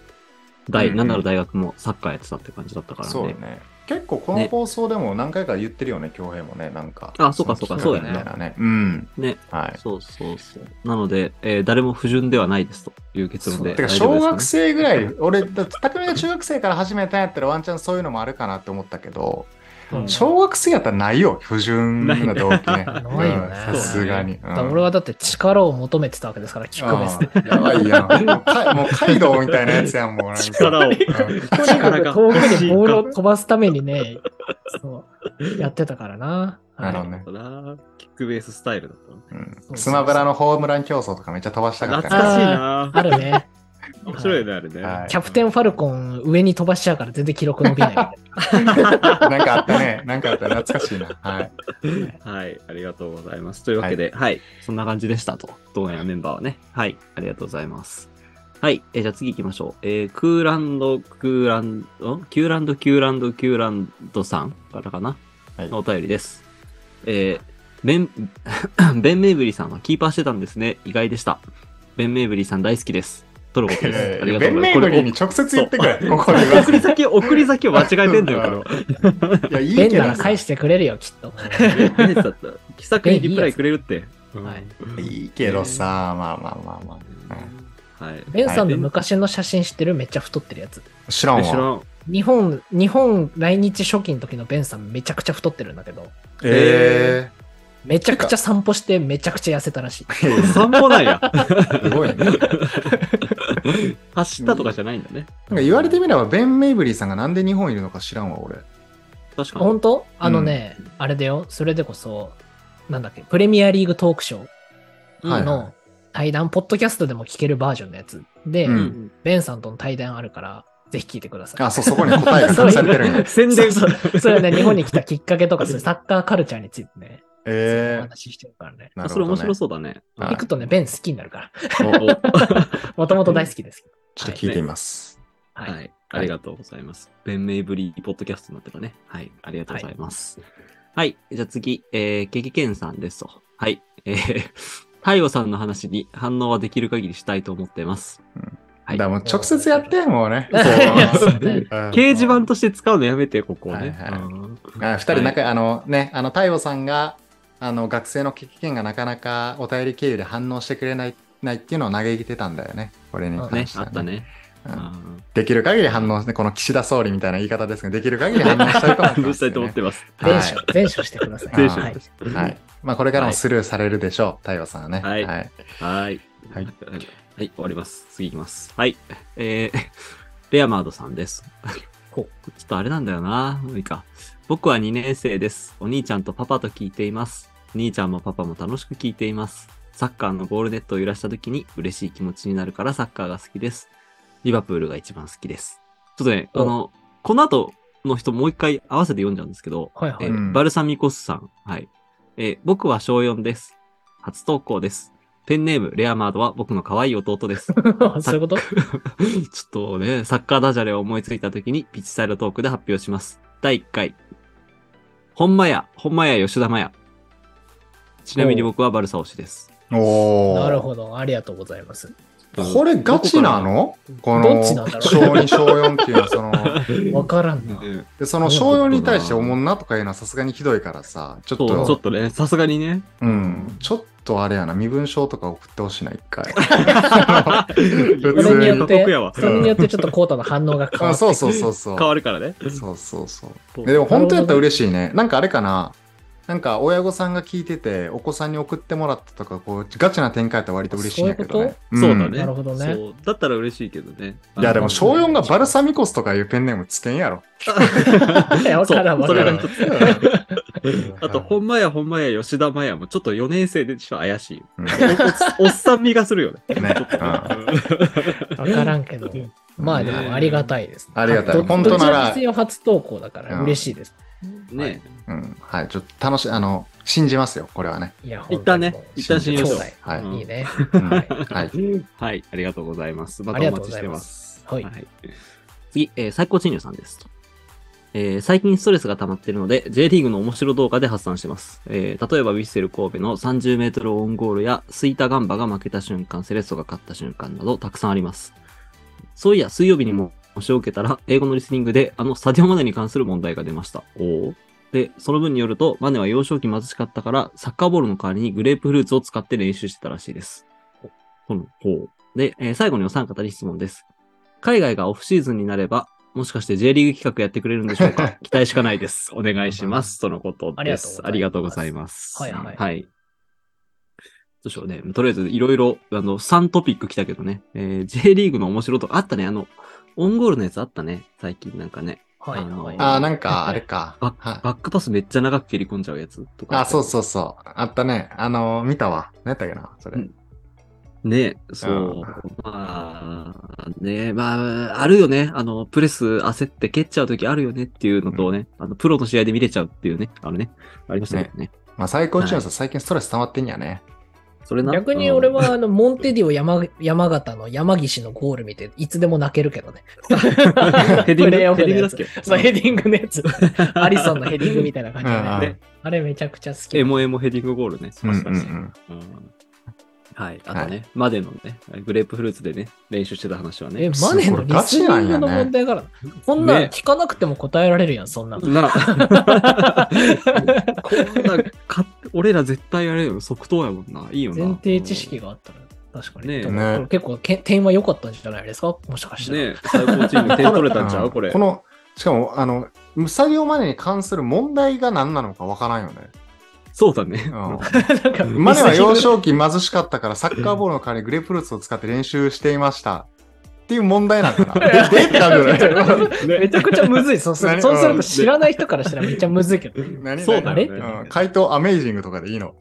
Speaker 3: 大、
Speaker 1: うん
Speaker 3: なんなら大学もサッカーやってたって感じだったからね。
Speaker 1: そうね。結構この放送でも何回か言ってるよね、恭平もね、なんか。
Speaker 3: あそうかそうか
Speaker 1: の企
Speaker 2: そうだね
Speaker 1: 画みたいなね。うん。
Speaker 3: ね。
Speaker 1: はい。
Speaker 3: そうそうそう。なので、えー誰も不純ではないですという結論
Speaker 1: そう
Speaker 3: で。
Speaker 1: てか
Speaker 3: 大丈夫
Speaker 1: 小
Speaker 3: ですかね
Speaker 1: 学生ぐらい、俺、だ匠が中学生から始めたんやったらワンチャンそういうのもあるかなって思ったけど、
Speaker 2: うん
Speaker 1: 小学生やったらないよ、不純な動機ね。
Speaker 2: ないないよね
Speaker 1: うんさすがに。
Speaker 2: だから俺はだって力を求めてたわけですから、キックベースで。
Speaker 1: うんやばいやん。もうかもうカイドウみたいなやつやん、もうなんか。
Speaker 3: 力を。
Speaker 1: うん
Speaker 2: とにかく遠くにボールを飛ばすためにね、そう、やってたからな。
Speaker 1: な
Speaker 2: は
Speaker 1: いるほどね。
Speaker 3: なキックベーススタイルだったの
Speaker 1: うんスマブラのホームラン競争とかめっちゃ飛ばしたかっ
Speaker 3: 懐
Speaker 1: た
Speaker 3: か
Speaker 1: ね。
Speaker 3: しいな
Speaker 2: あるね。
Speaker 5: 面白いね、あれね。
Speaker 1: はい
Speaker 2: キャプテンファルコン上に飛ばしちゃうから全然記録伸 びないみたいな。
Speaker 1: なんかあったね。なんかあった。懐かしいな。はい。
Speaker 5: はい、ありがとうございます。というわけで、はい、
Speaker 3: そんな感じでしたと。どうやらメンバーはね。はい。ありがとうございます。はい。えーじゃあ次行きましょう。えー、クーランド、クーランド、んキューランド、キューランド、キューランドさんからかな。
Speaker 1: はい
Speaker 3: のお便りです。えー、ベン、 ベン・メイブリーさんはキーパーしてたんですね。意外でした。ベン・メイブリーさん大好きです。とのことです。ありがと
Speaker 1: ベ
Speaker 3: うご
Speaker 1: ン・
Speaker 3: ざ
Speaker 1: メイ
Speaker 3: います。
Speaker 1: ブリーに直接言ってくれ。ここで言わ
Speaker 3: 送
Speaker 1: ずに
Speaker 3: り先、送り先を間違えてんだ よ、これ。
Speaker 1: いや、いい
Speaker 2: ベン
Speaker 1: け
Speaker 2: な
Speaker 1: ど
Speaker 2: ら
Speaker 1: さ
Speaker 2: 返してくれるよ、きっと。
Speaker 5: 何だった気さくにリプライくれるって。
Speaker 3: はい。
Speaker 1: いいけどさ、まあまあまあま
Speaker 5: はい。
Speaker 2: ベンさんの昔の写真知ってるめっちゃ太ってるやつ。
Speaker 1: あ。知らん
Speaker 5: 知ら
Speaker 1: わ。
Speaker 5: ん。
Speaker 2: 日本、日本来日初期の時のベンさんめちゃくちゃ太ってるんだけど、
Speaker 1: え
Speaker 2: めちゃくちゃ散歩してめちゃくちゃ痩せたらしい。
Speaker 3: 散歩なんや。
Speaker 1: ー、 すごいね。なんか
Speaker 3: 走ったとかじゃないんだね。
Speaker 1: 言われてみれば、ベン・メイブリーさんがなんで日本いるのか知らんわ、俺。
Speaker 3: 確かに。
Speaker 2: 本当あのね、あれだよ、それでこそ、なんだっけ、プレミアリーグトークショ
Speaker 3: うん
Speaker 1: はい
Speaker 2: ーの対談、ポッドキャストでも聞けるバージョンのやつで、
Speaker 1: う
Speaker 3: うんん。
Speaker 2: ベンさんとの対談あるから、ぜひ聞いてください。
Speaker 1: あ、そう、そこに答え が隠されてるんや。
Speaker 3: 宣
Speaker 2: そ
Speaker 3: 伝
Speaker 2: うそうそれはね、日本に来たきっか けとか、そういうサッカーカルチャーについてね、お
Speaker 1: えー、
Speaker 2: 話ししてるからね。
Speaker 1: なる
Speaker 3: そ
Speaker 1: ほ
Speaker 3: れ
Speaker 1: ど、ね。
Speaker 3: 面白そうだね。
Speaker 1: はい
Speaker 2: 行くとね、ベン好きになるから。
Speaker 3: おお
Speaker 2: もともと大好きですけど。
Speaker 1: ちょっと聞いてみます。
Speaker 2: はい。
Speaker 3: はい。ありがとうございます。弁明ぶりポッドキャストになってるね。はい。ありがとうございます。はい。じゃあ次、えー、ケケケンさんですと。はい。えー、太陽さんの話に反応はできる限りしたいと思ってます。はい
Speaker 1: だからもう直接やって、もう ね。
Speaker 2: いやそうね
Speaker 1: 掲
Speaker 3: 掲示板として使うのやめて、ここをね。
Speaker 1: はいはい
Speaker 3: うん
Speaker 1: あ二人仲、あのね、あの、太陽さんが、あの、学生の危機見がなかなかお便り経由で反応してくれない、ないっていうのを嘆いてたんだよね。これに
Speaker 3: ね
Speaker 1: 関し、て
Speaker 3: あ
Speaker 1: は
Speaker 3: ったね。
Speaker 1: うん
Speaker 3: うん
Speaker 1: できる限り反応して、この岸田総理みたいな言い方ですが、できる限り反応したいと思って
Speaker 3: 反
Speaker 1: ま
Speaker 3: 応し
Speaker 1: す
Speaker 3: た
Speaker 1: よ
Speaker 3: い
Speaker 1: ね、
Speaker 3: と思ってます。
Speaker 1: はい
Speaker 2: 全書、全書してください。
Speaker 1: 全
Speaker 3: 書
Speaker 2: はい。
Speaker 1: はい。まあ、これからもスルーされるでしょう、太陽さんはね。
Speaker 5: はい
Speaker 1: はい。
Speaker 3: はい。
Speaker 1: はい
Speaker 3: はい、終わります。次いきます。はい。えー、 レアマードさんです。ちょ
Speaker 2: ほ
Speaker 3: っとあれなんだよな。もういいか。僕は2年生です。お兄ちゃんとパパと聞いています。お兄ちゃんもパパも楽しく聞いています。サッカーのゴールネットを揺らした時に嬉しい気持ちになるからサッカーが好きです。リバプールが一番好きです。ちょっとね、あ
Speaker 2: お
Speaker 3: の、この後の人もう一回合わせて読んじゃうんですけど、
Speaker 2: はいはい
Speaker 3: えー
Speaker 1: うん
Speaker 3: バルサミコスさん。はい。えー僕は小4です。初投稿です。ペンネーム、レアマードは僕の可愛い弟 です。ちょ
Speaker 2: そういうこと
Speaker 3: っとね、サッカーダジャレを思いついた時に、ピッチサイドトークで発表します。第1回。ほんまや、ほんまや、吉田麻也。ちなみに僕はバルサ推しです。
Speaker 1: おー
Speaker 2: なるほど。ありがとうございます。
Speaker 1: これガチなのこ
Speaker 2: ど
Speaker 1: の、
Speaker 2: っち
Speaker 1: 小
Speaker 2: なんだろう
Speaker 1: 2、小4っていうのは、そ の、
Speaker 2: わからんな。
Speaker 5: うん
Speaker 1: でその小4に対しておもんなとかいうのはさすがにひどいからさ、ちょっ
Speaker 3: そう
Speaker 1: と、
Speaker 5: ちょっとね、さすがに ね。
Speaker 1: うん、ちょっとあれやな、身分証とか送ってほしいな、一 回。
Speaker 5: 普
Speaker 1: これに
Speaker 2: よって
Speaker 5: やわ。
Speaker 2: それによってちょっとコータの反応が変わ
Speaker 1: あ
Speaker 2: って
Speaker 1: そうそうそうそ
Speaker 5: 変わ
Speaker 1: う。
Speaker 5: るからね。
Speaker 1: そうそうそう。ででも本当やったら嬉しいね。なんかあれかな、なんか親御さんが聞いてて、お子さんに送ってもらったとか、こうガチな展開やったら割と嬉しいんやけどね。
Speaker 5: そうだ
Speaker 1: ん
Speaker 5: ね。
Speaker 2: なるほどね
Speaker 5: そう。だったら嬉しいけどね。
Speaker 1: いやでも小4がバルサミコスとかいうペンネームつけんやろ。
Speaker 2: いやわからんわ
Speaker 5: そ
Speaker 2: か
Speaker 5: れ
Speaker 2: ら
Speaker 5: が
Speaker 2: ん。
Speaker 5: 一つ。
Speaker 1: うん
Speaker 5: あと、ほんまやほんまや吉田麻也もちょっと4年生でちょっと怪しい。
Speaker 1: うん
Speaker 5: おおっさん味がするよね。
Speaker 1: ね、うん
Speaker 2: わからんけど。まあでもありがたいですね。
Speaker 1: ありがたい
Speaker 2: ど
Speaker 1: 本当なら
Speaker 2: どちにせよ初投稿だから嬉しいです。
Speaker 3: ね、
Speaker 1: うん。はい、ちょっと楽しい、あの、信じますよ、これはね。
Speaker 2: いや、
Speaker 3: 一旦ね
Speaker 2: 本当にもう
Speaker 3: 一旦信用しよ
Speaker 2: そ
Speaker 3: う
Speaker 2: うだよ
Speaker 1: はい。
Speaker 3: うん
Speaker 2: いいね。
Speaker 1: うん
Speaker 2: はい
Speaker 1: はい。
Speaker 3: はい、ありがとうございます。
Speaker 2: あ
Speaker 3: また
Speaker 2: り
Speaker 3: お
Speaker 2: がとうご
Speaker 3: 待ちし
Speaker 2: ざい
Speaker 3: て
Speaker 2: ま
Speaker 3: ます。
Speaker 2: す。はい。
Speaker 3: はい。次、えー最高チームさんです。えー最近ストレスが溜まっているので、J リーグの面白動画で発散してます。えー例えば、ウィッセル神戸の30メートルオウンゴールや、スイタガンバが負けた瞬間、セレッソが勝った瞬間など、たくさんあります。そういや、水曜日にも、もし受けたら、英語のリスニングで、あの、スタディオマネに関する問題が出ました。おお。で、その分によると、マネは幼少期貧しかったから、サッカーボールの代わりにグレープフルーツを使って練習してたらしいです。ほのほう。で、えー最後にお三方に質問です。海外がオフシーズンになれば、もしかして J リーグ企画やってくれるんでしょう か期待しかないです。お願いします。とのことです。あ
Speaker 2: あ
Speaker 3: り
Speaker 2: り
Speaker 3: が
Speaker 2: が
Speaker 3: と
Speaker 2: と
Speaker 3: う
Speaker 2: う
Speaker 3: ご
Speaker 2: ご
Speaker 3: ざ
Speaker 2: ざ
Speaker 3: い
Speaker 2: い
Speaker 3: ます。
Speaker 2: はいはい
Speaker 3: はい。どうしようね。とりあえず、いろいろ、あの、3トピック来たけどね。えー J リーグの面白いとこあったね。あの、オンゴールのやつあったね。最近なんかね。
Speaker 2: はいはい。
Speaker 1: あー、なんか、あれか。
Speaker 3: バ
Speaker 1: はい
Speaker 3: ッバックパスめっちゃ長く蹴り込んじゃうやつとか。
Speaker 1: あ、そうそうそう。あったね。あの、見たわ。何やったっけな、それ。
Speaker 3: ね、そう。まあ、ね、まあ、あるよね。あの、プレス焦って蹴っちゃうときあるよねっていうのとね、あの、プロの試合で見れちゃうっていうね、あのね、ありましたけどね。
Speaker 1: まあ、最高一のさ、最近ストレス溜まってんやね。
Speaker 3: それな。
Speaker 2: 逆に 俺は、あの、モンテディオ山山形の山岸のゴール見て、いつでも泣けるけどね。
Speaker 3: うん、 ヘディン
Speaker 2: プレーオ
Speaker 3: グ、
Speaker 2: フの
Speaker 3: ヘディング
Speaker 2: や
Speaker 3: だ
Speaker 2: つ
Speaker 3: っけ
Speaker 2: そう、ヘディングのやつ。アリソンのヘディングみたいな感じだね。
Speaker 1: うんうん
Speaker 2: あれめちゃくちゃ好き。
Speaker 3: エモエモヘディングゴールね。
Speaker 1: うんうんう
Speaker 3: うん
Speaker 1: ん。
Speaker 3: はい。あとね、までのね、グレープフルーツでね、練習してた話は
Speaker 2: え
Speaker 3: ね。、
Speaker 2: マネのリスニングの問題から、こんなん
Speaker 3: ね
Speaker 2: 聞かなくても答えられるやん、そ んなの。
Speaker 3: な、こんなか、俺ら絶対やれよ。即答やもんな。いいよな。
Speaker 2: 前提知識があったら、確かに。
Speaker 3: ねえ
Speaker 2: でもこれ結構け、点は良かったんじゃないですかもしかして。
Speaker 5: ね最高チーム点取れたんちゃ うこれ
Speaker 1: こ。の、しかも、あの、ムサビオマネに関する問題が何なのかわからんよね。
Speaker 3: そうだ ね。
Speaker 1: う
Speaker 2: なんか、
Speaker 1: ん、マネは幼少期貧しかったからサッカーボールの代わりにグレープフルーツを使って練習していました。っていう問題なんかな。 ででって感じだよね
Speaker 2: めちゃくちゃむずい。そうする
Speaker 1: 何
Speaker 2: そうすると知らない人からしたらめっちゃむずいけど。
Speaker 1: 何
Speaker 5: そうだ
Speaker 2: ね
Speaker 1: うん回答アメイジングとかでいいの。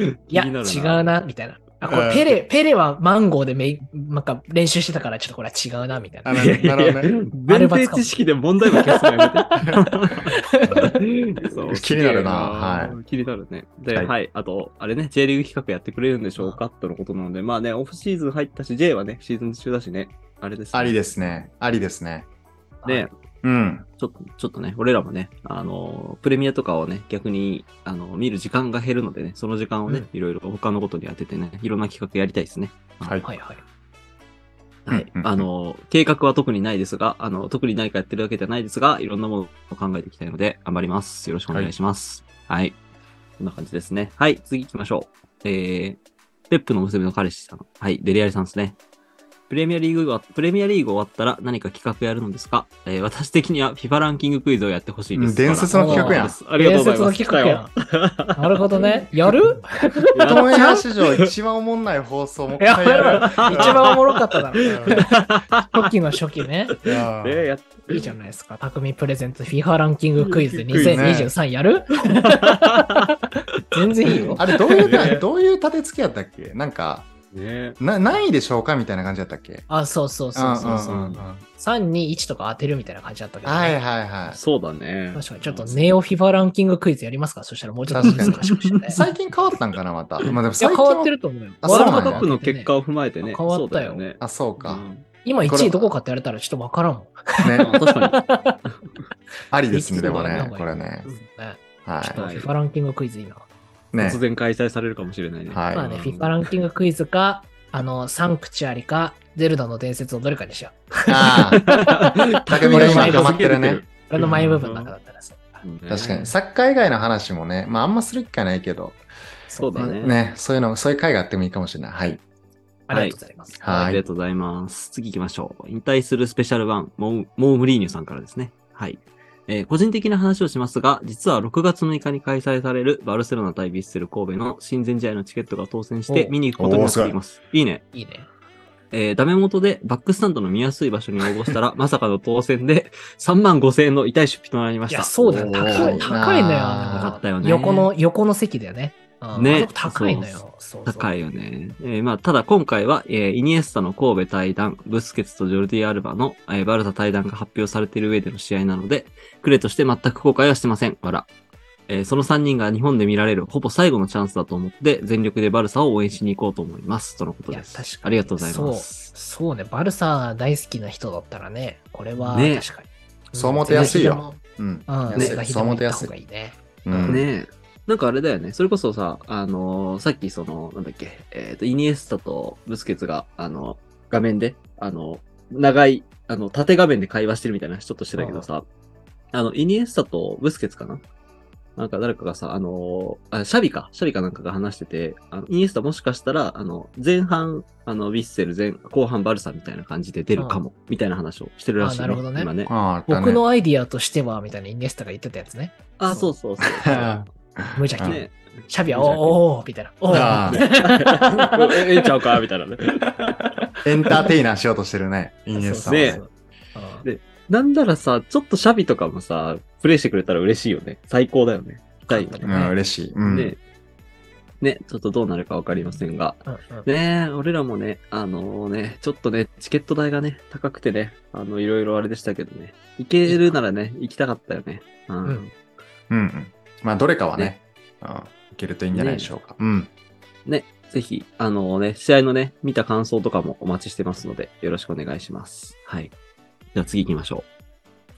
Speaker 1: うん
Speaker 2: いや、
Speaker 3: 気になる
Speaker 2: 違
Speaker 3: な
Speaker 2: うな、みたいな。あこ
Speaker 1: う
Speaker 2: れ
Speaker 1: ん
Speaker 2: ペレ、ペレはマンゴーでめいなんか練習してたから、ちょっとこれは違うな、みたい
Speaker 1: あ
Speaker 2: な。
Speaker 1: の
Speaker 5: いやい
Speaker 1: な
Speaker 5: やい
Speaker 1: るほ
Speaker 5: や
Speaker 1: どね。
Speaker 5: 前提知識で問題は消すのやめてそう。
Speaker 1: 気になるな
Speaker 5: はい。気になるね。で、
Speaker 1: は
Speaker 5: はいい、あと、あれね、J リーグ企画やってくれるんでしょうかとのことなので、まあね、オフシーズン入ったし、J はね、シーズン中だしね、あれです、ね。
Speaker 1: ありですね。ありですね。
Speaker 3: ね
Speaker 5: ね。
Speaker 1: うん。
Speaker 3: ちょっと、ちょっとね、俺らもね、あの、プレミアとかをね、逆に、あの、見る時間が減るのでね、その時間をね、
Speaker 2: うん
Speaker 3: いろいろ他のことに当ててね、いろんな企画やりたいですね。
Speaker 1: はい。
Speaker 2: はいはい。
Speaker 1: うん
Speaker 3: はい
Speaker 1: うんう。ん
Speaker 3: あの、計画は特にないですが、あの、特に何かやってるわけじゃないですが、いろんなものを考えていきたいので、頑張ります。よろしくお願いします。はい。こんな感じですね。はい、次行きましょう。えー、ペップの娘の彼氏さん。はい、デリアリさんですね。プレミアリーグが、プレミアリーグ終わったら何か企画やるのですか、えー私的には FIFA ランキングクイズをやってほしいで
Speaker 1: うん
Speaker 3: す。
Speaker 1: 伝説の企画やん。
Speaker 5: ありがとうございます。
Speaker 2: 伝説の企画やん。なるほどね。やる
Speaker 1: トモヤ史上一番おもんない放送もう一
Speaker 2: や
Speaker 1: 回やる
Speaker 2: ろ。一番おもろかっただろ。初期の初期ね。
Speaker 1: いや
Speaker 5: ね
Speaker 1: ー
Speaker 5: やっ
Speaker 2: いいじゃないですか。匠プレゼンツ FIFA ランキングクイ
Speaker 5: ク
Speaker 2: ズ
Speaker 5: イズね
Speaker 2: 2023やる 全然いいよ。
Speaker 1: あれどういう、 どういう立て付けやったっけなんか、
Speaker 5: ね
Speaker 1: な何位でしょうかみたいな感じやったっけ
Speaker 2: あ、そうそうそうそうそう。
Speaker 1: んんんん
Speaker 2: 3、2、1とか当てるみたいな感じだったけど、ね。
Speaker 1: はいはいはい。
Speaker 5: そうだね。
Speaker 2: 確かに、ちょっとネオ FIFA ランキングクイズやりますかそしたらもうちょっと難しくしてね。
Speaker 1: 最近変わったんかなまた。まあでも
Speaker 2: いや、
Speaker 1: 最
Speaker 2: 変
Speaker 1: 近は
Speaker 2: わってると思うよ。
Speaker 1: あ
Speaker 5: ワ
Speaker 1: そう
Speaker 5: ー
Speaker 1: な
Speaker 5: ル
Speaker 1: ん
Speaker 5: ド
Speaker 1: や
Speaker 5: カップの結果を踏まえてね。
Speaker 2: 変わったよ
Speaker 5: そうだね。
Speaker 1: あ、そうか。
Speaker 5: うん
Speaker 2: 今1位どこかって言われたらちょっとわからんもん。
Speaker 1: ね。
Speaker 5: あ確か
Speaker 1: ありですね、でも
Speaker 2: なん
Speaker 1: ね
Speaker 2: か。
Speaker 1: これね
Speaker 2: う。んね
Speaker 1: は
Speaker 2: ちょっと
Speaker 5: はい
Speaker 2: FIFA ランキングクイズいいな。
Speaker 1: い。
Speaker 5: に。
Speaker 1: ね
Speaker 5: 突。然開催されるかもしれないね。
Speaker 1: はい
Speaker 2: まあね、FIFA ランキングクイズか、あの、サンクチュアリか、ゼルダの伝説をどれかにしよう。
Speaker 1: あ あ。匠が今ハマってるね。
Speaker 2: 俺の前部分の中だったらさ。
Speaker 5: うん
Speaker 1: 確かに。。サッカー以外の話もね、まああんまする機会ないけど、
Speaker 5: そうだね。
Speaker 1: ね、そういうの、そういう会があってもいいかもしれない。はい。
Speaker 2: ありがとうございます。
Speaker 1: は
Speaker 3: ありが
Speaker 1: い。
Speaker 3: とうございます。次行きましょう。引退するスペシャル版、モウモウムリーニュさんからですね。はい。えー個人的な話をしますが、実は6月6日に開催されるバルセロナ対ビッセル神戸の親善試合のチケットが当選して
Speaker 2: お
Speaker 3: 見に行くことになっています。いいね。
Speaker 2: いいね。
Speaker 3: えーダメ元でバックスタンドの見やすい場所に応募したら、まさかの当選で3万5千円の痛い出費となりま
Speaker 2: い
Speaker 3: し
Speaker 2: や、
Speaker 3: た。
Speaker 2: そうだよ。
Speaker 1: おー
Speaker 2: 高
Speaker 1: いい
Speaker 2: い、
Speaker 1: な
Speaker 2: 高いのよ。
Speaker 1: 高
Speaker 3: かったよね
Speaker 2: 横の、横の席だよね。うん
Speaker 3: ね
Speaker 2: あそこ高いのよ。そうそう
Speaker 3: 高いよね。えーまあ、ただ今回は、えーイニエスタの神戸対談、ブスケツとジョルディ・アルバの、えーバルサ対談が発表されている上での試合なので、クレとして全く後悔はしてません。わら。えーその3人が日本で見られるほぼ最後のチャンスだと思って、全力でバルサを応援しに行こうと思います。とのこと
Speaker 2: い
Speaker 3: で
Speaker 2: や、
Speaker 3: す。
Speaker 2: 確かに。
Speaker 3: ありがとうございます。
Speaker 2: そう。そうね、バルサ大好きな人だったらね、これは
Speaker 3: ね
Speaker 2: 確かに。
Speaker 1: そう思ってやすいよ
Speaker 2: うん。
Speaker 1: うん。
Speaker 2: うん、
Speaker 1: ね
Speaker 2: ぜひ
Speaker 1: そう思ってやすい
Speaker 2: 行った方がいいね。
Speaker 1: うん
Speaker 3: ねえ。なんかあれだよね。それこそさ、あのーさっきその、なんだっけ、えっ、と、イニエスタとブスケツが、あの、画面で、あの、長い、あの、縦画面で会話してるみたいな人としてたけどさ、あの、イニエスタとブスケツかななんか誰かがさ、あのーあ、シャビか、シャビかなんかが話してて、あのイニエスタもしかしたら、あの、前半、あの、ヴィッセル前、後半バルサみたいな感じで出るかも、みたいな話をしてるらしい、ね。
Speaker 2: あなるほどね
Speaker 3: 今ね。
Speaker 1: ああ、だね
Speaker 2: 僕のアイディアとしては、みたいなイニエスタが言ってたやつね。
Speaker 3: あ、そうそうそう
Speaker 2: 無邪気。
Speaker 3: ね
Speaker 2: シャビは、おーおー、みたいな。お
Speaker 1: あ
Speaker 2: ー
Speaker 5: え ええんちゃうかみたいなね。
Speaker 1: エンターテイナーしようとしてるね、イニエスタ
Speaker 2: そ
Speaker 1: は
Speaker 2: う
Speaker 1: ね
Speaker 2: そうそううん
Speaker 3: なんならさ、ちょっとシャビとかもさ、プレイしてくれたら嬉しいよね。最高だよね。痛いよね。
Speaker 1: うん、嬉しい。うん。
Speaker 3: ねね、ちょっとどうなるかわかりませんが、
Speaker 2: うんうん
Speaker 3: ねえ、俺らもね、あのね、ちょっとね、チケット代がね、高くてね、あの、いろいろあれでしたけどね、行けるならね、行きたかったよね。うん。
Speaker 2: うん
Speaker 1: うんうん。まあ、どれかはね、
Speaker 3: ね
Speaker 1: うん、いけるといいんじゃないでしょうか。うん。
Speaker 3: ね、ぜひ、あのね、試合のね、見た感想とかもお待ちしてますので、よろしくお願いします。はい。じゃあ次行きましょう。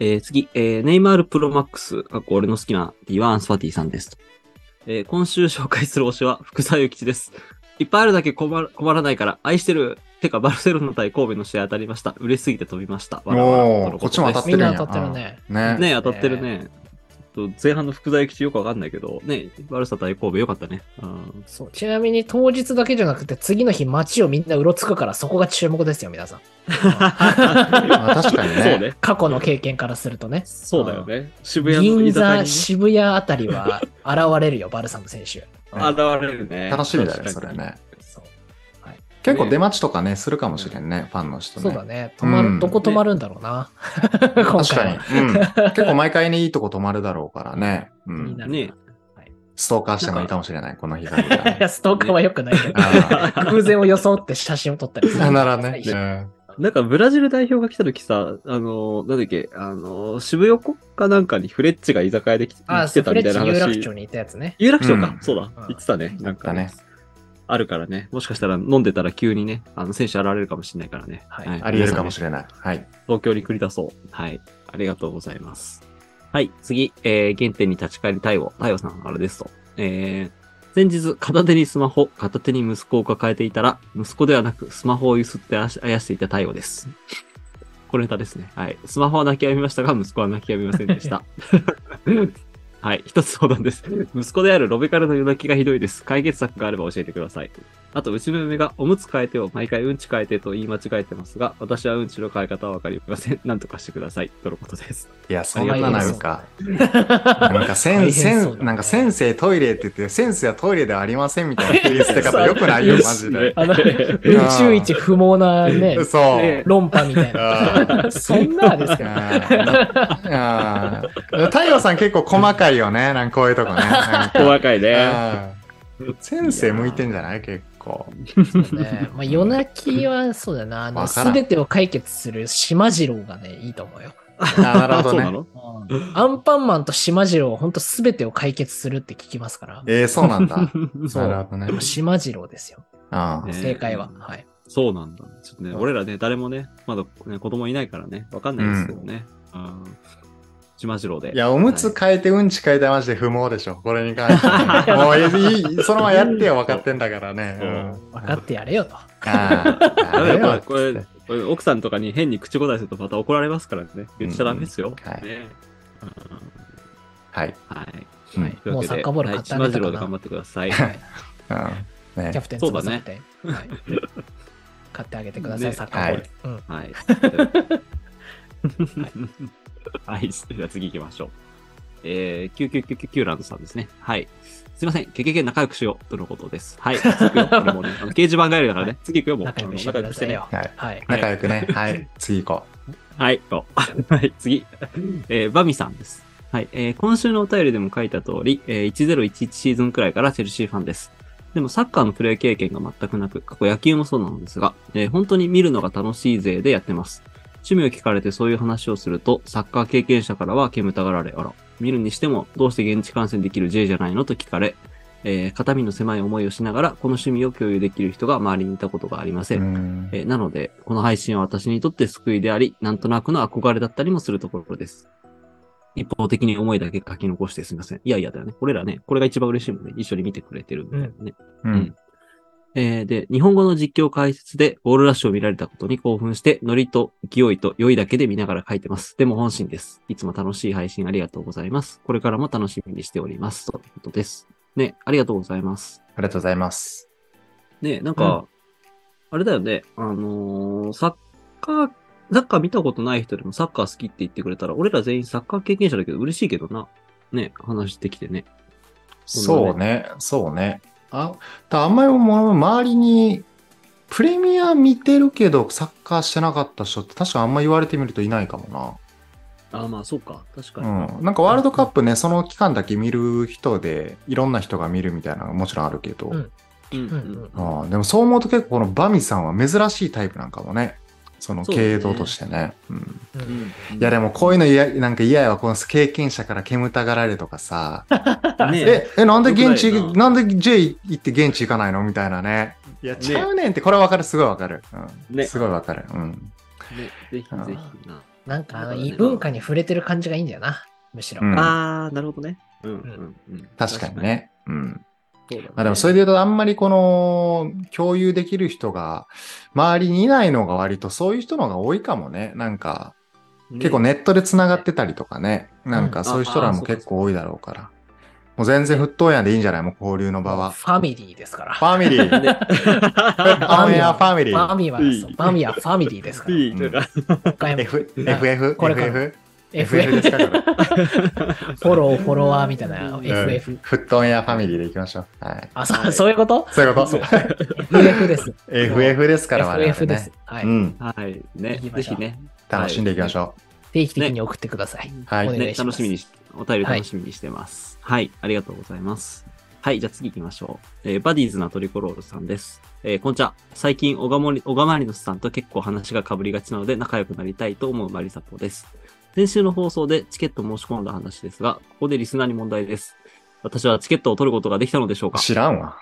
Speaker 3: えー次、えーネイマールプロマックス、かっこ俺の好きなディワン・スパティさんです。えー今週紹介する推しは福沢諭吉です。いっぱいあるだけ困る困らないから、愛してる。てか、バルセロナ対神戸の試合当たりました。嬉しすぎて飛びました。わらわら
Speaker 1: おー
Speaker 3: とのとです
Speaker 1: こっちも当たって
Speaker 2: み
Speaker 1: る
Speaker 2: ん
Speaker 1: んや
Speaker 2: な当たってるね。
Speaker 1: ね
Speaker 3: ね、当たってるね。ちょっと前半の福沢諭吉よくわかんないけど、ね、バルサ対神戸よかったね。うん
Speaker 2: そうちなみに当日だけじゃなくて次の日街をみんなうろつくからそこが注目ですよ皆さ ん。
Speaker 1: まあ確かにね
Speaker 3: そうね。
Speaker 2: 過去の経験からするとね。
Speaker 3: そうだよね。渋谷の居
Speaker 2: 銀
Speaker 3: 酒屋
Speaker 2: 座、
Speaker 3: に
Speaker 2: 渋谷あたりは現れるよ、バルサム選手。
Speaker 3: 現れるね。
Speaker 1: 楽しみだね、そ
Speaker 3: 確
Speaker 1: れ
Speaker 3: かに。
Speaker 1: ね。
Speaker 2: そう
Speaker 1: 結構出待ちとかね、するかもしれんね、ファンの人ね。
Speaker 2: そうだね。泊まる、
Speaker 1: うん
Speaker 2: どこ泊まるんだろうな。今
Speaker 1: 確か
Speaker 2: 回
Speaker 1: に
Speaker 2: は。。
Speaker 1: うん。結構毎回ね、いいとこ泊まるだろうからね。う
Speaker 2: 気に
Speaker 1: ん
Speaker 2: な。る
Speaker 3: ね
Speaker 1: ストーカーしてもいいかもしれない、この日が。
Speaker 2: い や、ストーカーは良くないけど。
Speaker 1: あ
Speaker 2: 偶然を装って写真を撮ったりす
Speaker 1: ー
Speaker 2: る。
Speaker 1: さよなら ね。
Speaker 2: 最初
Speaker 3: なんか、ブラジル代表が来た時さ、あの、なんだっけ、あの、渋谷かなんかにフレッチが居酒屋で来て
Speaker 2: あ、
Speaker 3: 来
Speaker 2: ス
Speaker 3: てた
Speaker 2: フ
Speaker 3: み
Speaker 2: レ
Speaker 3: た
Speaker 2: ッ
Speaker 3: いな
Speaker 2: チ有楽
Speaker 3: 話
Speaker 2: 町。にいたやつね。
Speaker 3: 有楽町
Speaker 1: う
Speaker 3: か
Speaker 1: ん。
Speaker 3: そうだ
Speaker 2: うん。
Speaker 3: 言ってたね。なんか
Speaker 1: だね
Speaker 3: ね。あるからね。もしかしたら飲んでたら急にね、あの、選手現れるかもしれないからね。
Speaker 2: はい
Speaker 3: はい
Speaker 1: ありえるかもしれない。はい。
Speaker 3: 東京に繰り出そう。はい。ありがとうございます。はい。次、えー、原点に立ち返り対応。対応さんからですと。えー、先日、片手にスマホ、片手に息子を抱えていたら、息子ではなく、スマホをゆすってあしあやしていた対応です。これネタですね。はい。スマホは泣きやみましたが、息子は泣きやみませんでした。 はい。一つ相談です。息子であるロベカルの夜泣きがひどいです。解決策があれば教えてください。あと、うちの嫁がおむつ変えてを毎回うんち変えてと言い間違えてますが、私はうんちの変え方はわかりません。なんとかしてください。とのことです。
Speaker 1: いや、そんななんか、なんか、
Speaker 2: 大
Speaker 1: 先
Speaker 2: 変そうだね
Speaker 1: 生、なんか先生トイレって言って、先生はトイレではありませんみたいな切り捨て方よく ないよ、マジで。
Speaker 2: あの、宇宙一不毛な ね、
Speaker 1: そう。
Speaker 2: 論破みたい
Speaker 1: あ
Speaker 2: な。そんなですか
Speaker 1: ああ太陽さん結構細かいよね、なんかこういうとこね。なんか
Speaker 5: 細かいね。
Speaker 1: うん先生向いてんじゃない結構。
Speaker 2: ね。まあ、夜泣きはそうだな。あの、
Speaker 1: わから
Speaker 2: す
Speaker 1: ん
Speaker 2: べてを解決する島次郎がね、いいと思うよ。
Speaker 1: あなるほど
Speaker 3: そうな
Speaker 1: ね。
Speaker 3: の
Speaker 2: アンパンマンと島次郎は本当すべてを解決するって聞きますから。
Speaker 1: えー、そうなんだ。
Speaker 2: そう
Speaker 1: なるほどね。
Speaker 2: 島次郎ですよ。
Speaker 1: あ
Speaker 3: ね
Speaker 2: 正解は。はい。
Speaker 3: そうなんだ。ちょっとね、
Speaker 1: うん
Speaker 3: 俺らね、誰もね、まだ、ね、子供いないからね、わかんないですけどね。うん。島次郎で。
Speaker 1: いや、おむつ変えてうんち変えたらマジで不毛でしょ、これに関しては。もういいいい、そのままやってよ、分かってんだからね。うん
Speaker 2: 分かってやれよと。
Speaker 1: ああ
Speaker 3: ダメ
Speaker 1: やれ
Speaker 3: だ
Speaker 1: よ
Speaker 3: よ、これ、これこれ奥さんとかに変に口答えするとまた怒られますからね。言っちゃダメです
Speaker 1: う
Speaker 3: よ。
Speaker 1: んはい
Speaker 3: ねうん
Speaker 1: はい。
Speaker 3: はい。
Speaker 1: うん
Speaker 2: はい
Speaker 3: とい
Speaker 2: もう
Speaker 3: わけで
Speaker 2: サッカーボール買ってあ
Speaker 3: はい
Speaker 2: げ
Speaker 3: 島次
Speaker 2: た
Speaker 3: 郎
Speaker 2: か
Speaker 3: で頑張
Speaker 2: な
Speaker 3: っ。てくださ い。
Speaker 2: はい
Speaker 1: うんね
Speaker 2: キャプテン
Speaker 3: そうだね
Speaker 2: 翼みたいに。はい買ってあげてください、
Speaker 3: ね
Speaker 2: サッカーボー
Speaker 1: は
Speaker 2: ル。うん
Speaker 3: はい。はい、では次行きましょう。えー、99999ランドさんですね。はい。すいません、結局仲良くしよう、とのことです。はい。次行くよ、これもね、あの掲示板帰りだからね、次行くよ、もう。
Speaker 2: 仲良くして
Speaker 3: あの
Speaker 2: ください。よ。
Speaker 1: はい
Speaker 2: はい。
Speaker 1: 仲良くね。はい。次行こ
Speaker 3: はい、と はい、次。えーバミさんです。はい、えー今週のお便りでも書いた通り、えー1011シーズンくらいからチェルシーファンです。でもサッカーのプレー経験が全くなく、過去野球もそうなのですが、えー本当に見るのが楽しい勢でやってます。趣味を聞かれてそういう話をすると、サッカー経験者からは煙たがられ、あら、見るにしてもどうして現地観戦できる J じゃないのと聞かれ、えー肩身の狭い思いをしながら、この趣味を共有できる人が周りにいたことがありま
Speaker 1: う。
Speaker 3: せん
Speaker 1: う。ん
Speaker 3: えーなので、この配信は私にとって救いであり、なんとなくの憧れだったりもするところです。一方的に思いだけ書き残してすみません。いやいやだよね。俺らね、これが一番嬉しいもんね。一緒に見てくれてるんだよね。
Speaker 1: うん。
Speaker 3: えーで、日本語の実況解説でゴールラッシュを見られたことに興奮して、ノリと勢いと良いだけで見ながら書いてます。でも本心です。いつも楽しい配信ありがとうございます。これからも楽しみにしております。ということです。ね、ありがとうございます。
Speaker 1: ありがとうございます。
Speaker 3: ねなんか、あれだよね、あのーサッカー、サッカー見たことない人でもサッカー好きって言ってくれたら、俺ら全員サッカー経験者だけど嬉しいけどな。ね、話してきてね。
Speaker 1: そうね。そうね。あ、たあんまりもう周りに、プレミア見てるけど、サッカーしてなかった人って確かあんま言われてみるといないかもな。
Speaker 3: ああ、まあそうか。確か
Speaker 1: う
Speaker 3: に。
Speaker 1: ん、なんかワールドカップね、その期間だけ見る人で、いろんな人が見るみたいなのがもちろんあるけど、
Speaker 2: うん
Speaker 3: う
Speaker 2: う
Speaker 3: ん
Speaker 2: んうん
Speaker 1: ああでもそう思うと結構このバミさんは珍しいタイプなんかもね、その
Speaker 3: そうですね
Speaker 1: 経動としてね。うん
Speaker 2: うん
Speaker 1: いやでもこういうの嫌なんか嫌やわ、この経験者から煙たがられるとかさ、え、え、なんで現地、
Speaker 3: よくない
Speaker 1: なんで J 行って現地行かないのみたいなね。いや、ちゃうねんって、これはわかる、すごいわかる。うん
Speaker 3: ね
Speaker 1: すごいわかる。うん。
Speaker 3: ね、ぜひぜ
Speaker 1: あー
Speaker 3: ひな。
Speaker 2: なんかあの異文化に触れてる感じがいいんだよな、むしろ。
Speaker 1: うん
Speaker 3: ああ、なるほどね。うんうんうん。
Speaker 1: 確かに。ね。うん。
Speaker 3: そうだね
Speaker 1: まあでもそれで言うと、あんまりこの、共有できる人が、周りにいないのが割とそういう人の方が多いかもね。なんか、結構ネットで繋がってたりとかね。なんかそういう人らも結構多いだろうから。もう全然沸騰やんでいいんじゃないもう交流の場は。
Speaker 2: ファミリーですから。
Speaker 1: ファミリー。
Speaker 3: ね。
Speaker 1: オンエアファミリ
Speaker 2: ファ
Speaker 1: ー。
Speaker 2: ミは、
Speaker 5: いい
Speaker 2: そうファミはファミリーですから。
Speaker 5: いいだから
Speaker 2: 岡山
Speaker 1: F、FF、
Speaker 2: これから
Speaker 1: FF、FF で
Speaker 2: FF
Speaker 1: すかこれ。
Speaker 2: フォロー、フォロワーみたいな、FF。
Speaker 1: フットオンエアファミリーでいきましょう。はい。
Speaker 2: あ、そうそうい うこと
Speaker 1: そういうこと。
Speaker 2: ?FF です。
Speaker 1: FF ですから、我々
Speaker 2: FF
Speaker 1: ね。。
Speaker 2: です。はいう
Speaker 1: ん。
Speaker 3: はい。ね、
Speaker 2: 行きま
Speaker 3: ぜ
Speaker 2: しょう
Speaker 3: ひね。
Speaker 1: 楽しんでいきましょ
Speaker 2: 定期的に送ってください。
Speaker 1: う。はい。
Speaker 2: お願い
Speaker 3: ね、
Speaker 2: します
Speaker 3: 楽しみにし、お便り楽しみにしてます。はい、ありがとうございます。はい、じゃあ次行きましょう。えーバディーズなトリコロールさんです。えーこんちは。最近、小川森小川マリノスさんと結構話が被りがちなので仲良くなりたいと思うマリサポです。先週の放送でチケット申し込んだ話ですが、ここでリスナーに問題です。私はチケットを取ることができたのでしょうか
Speaker 1: 知らんわ。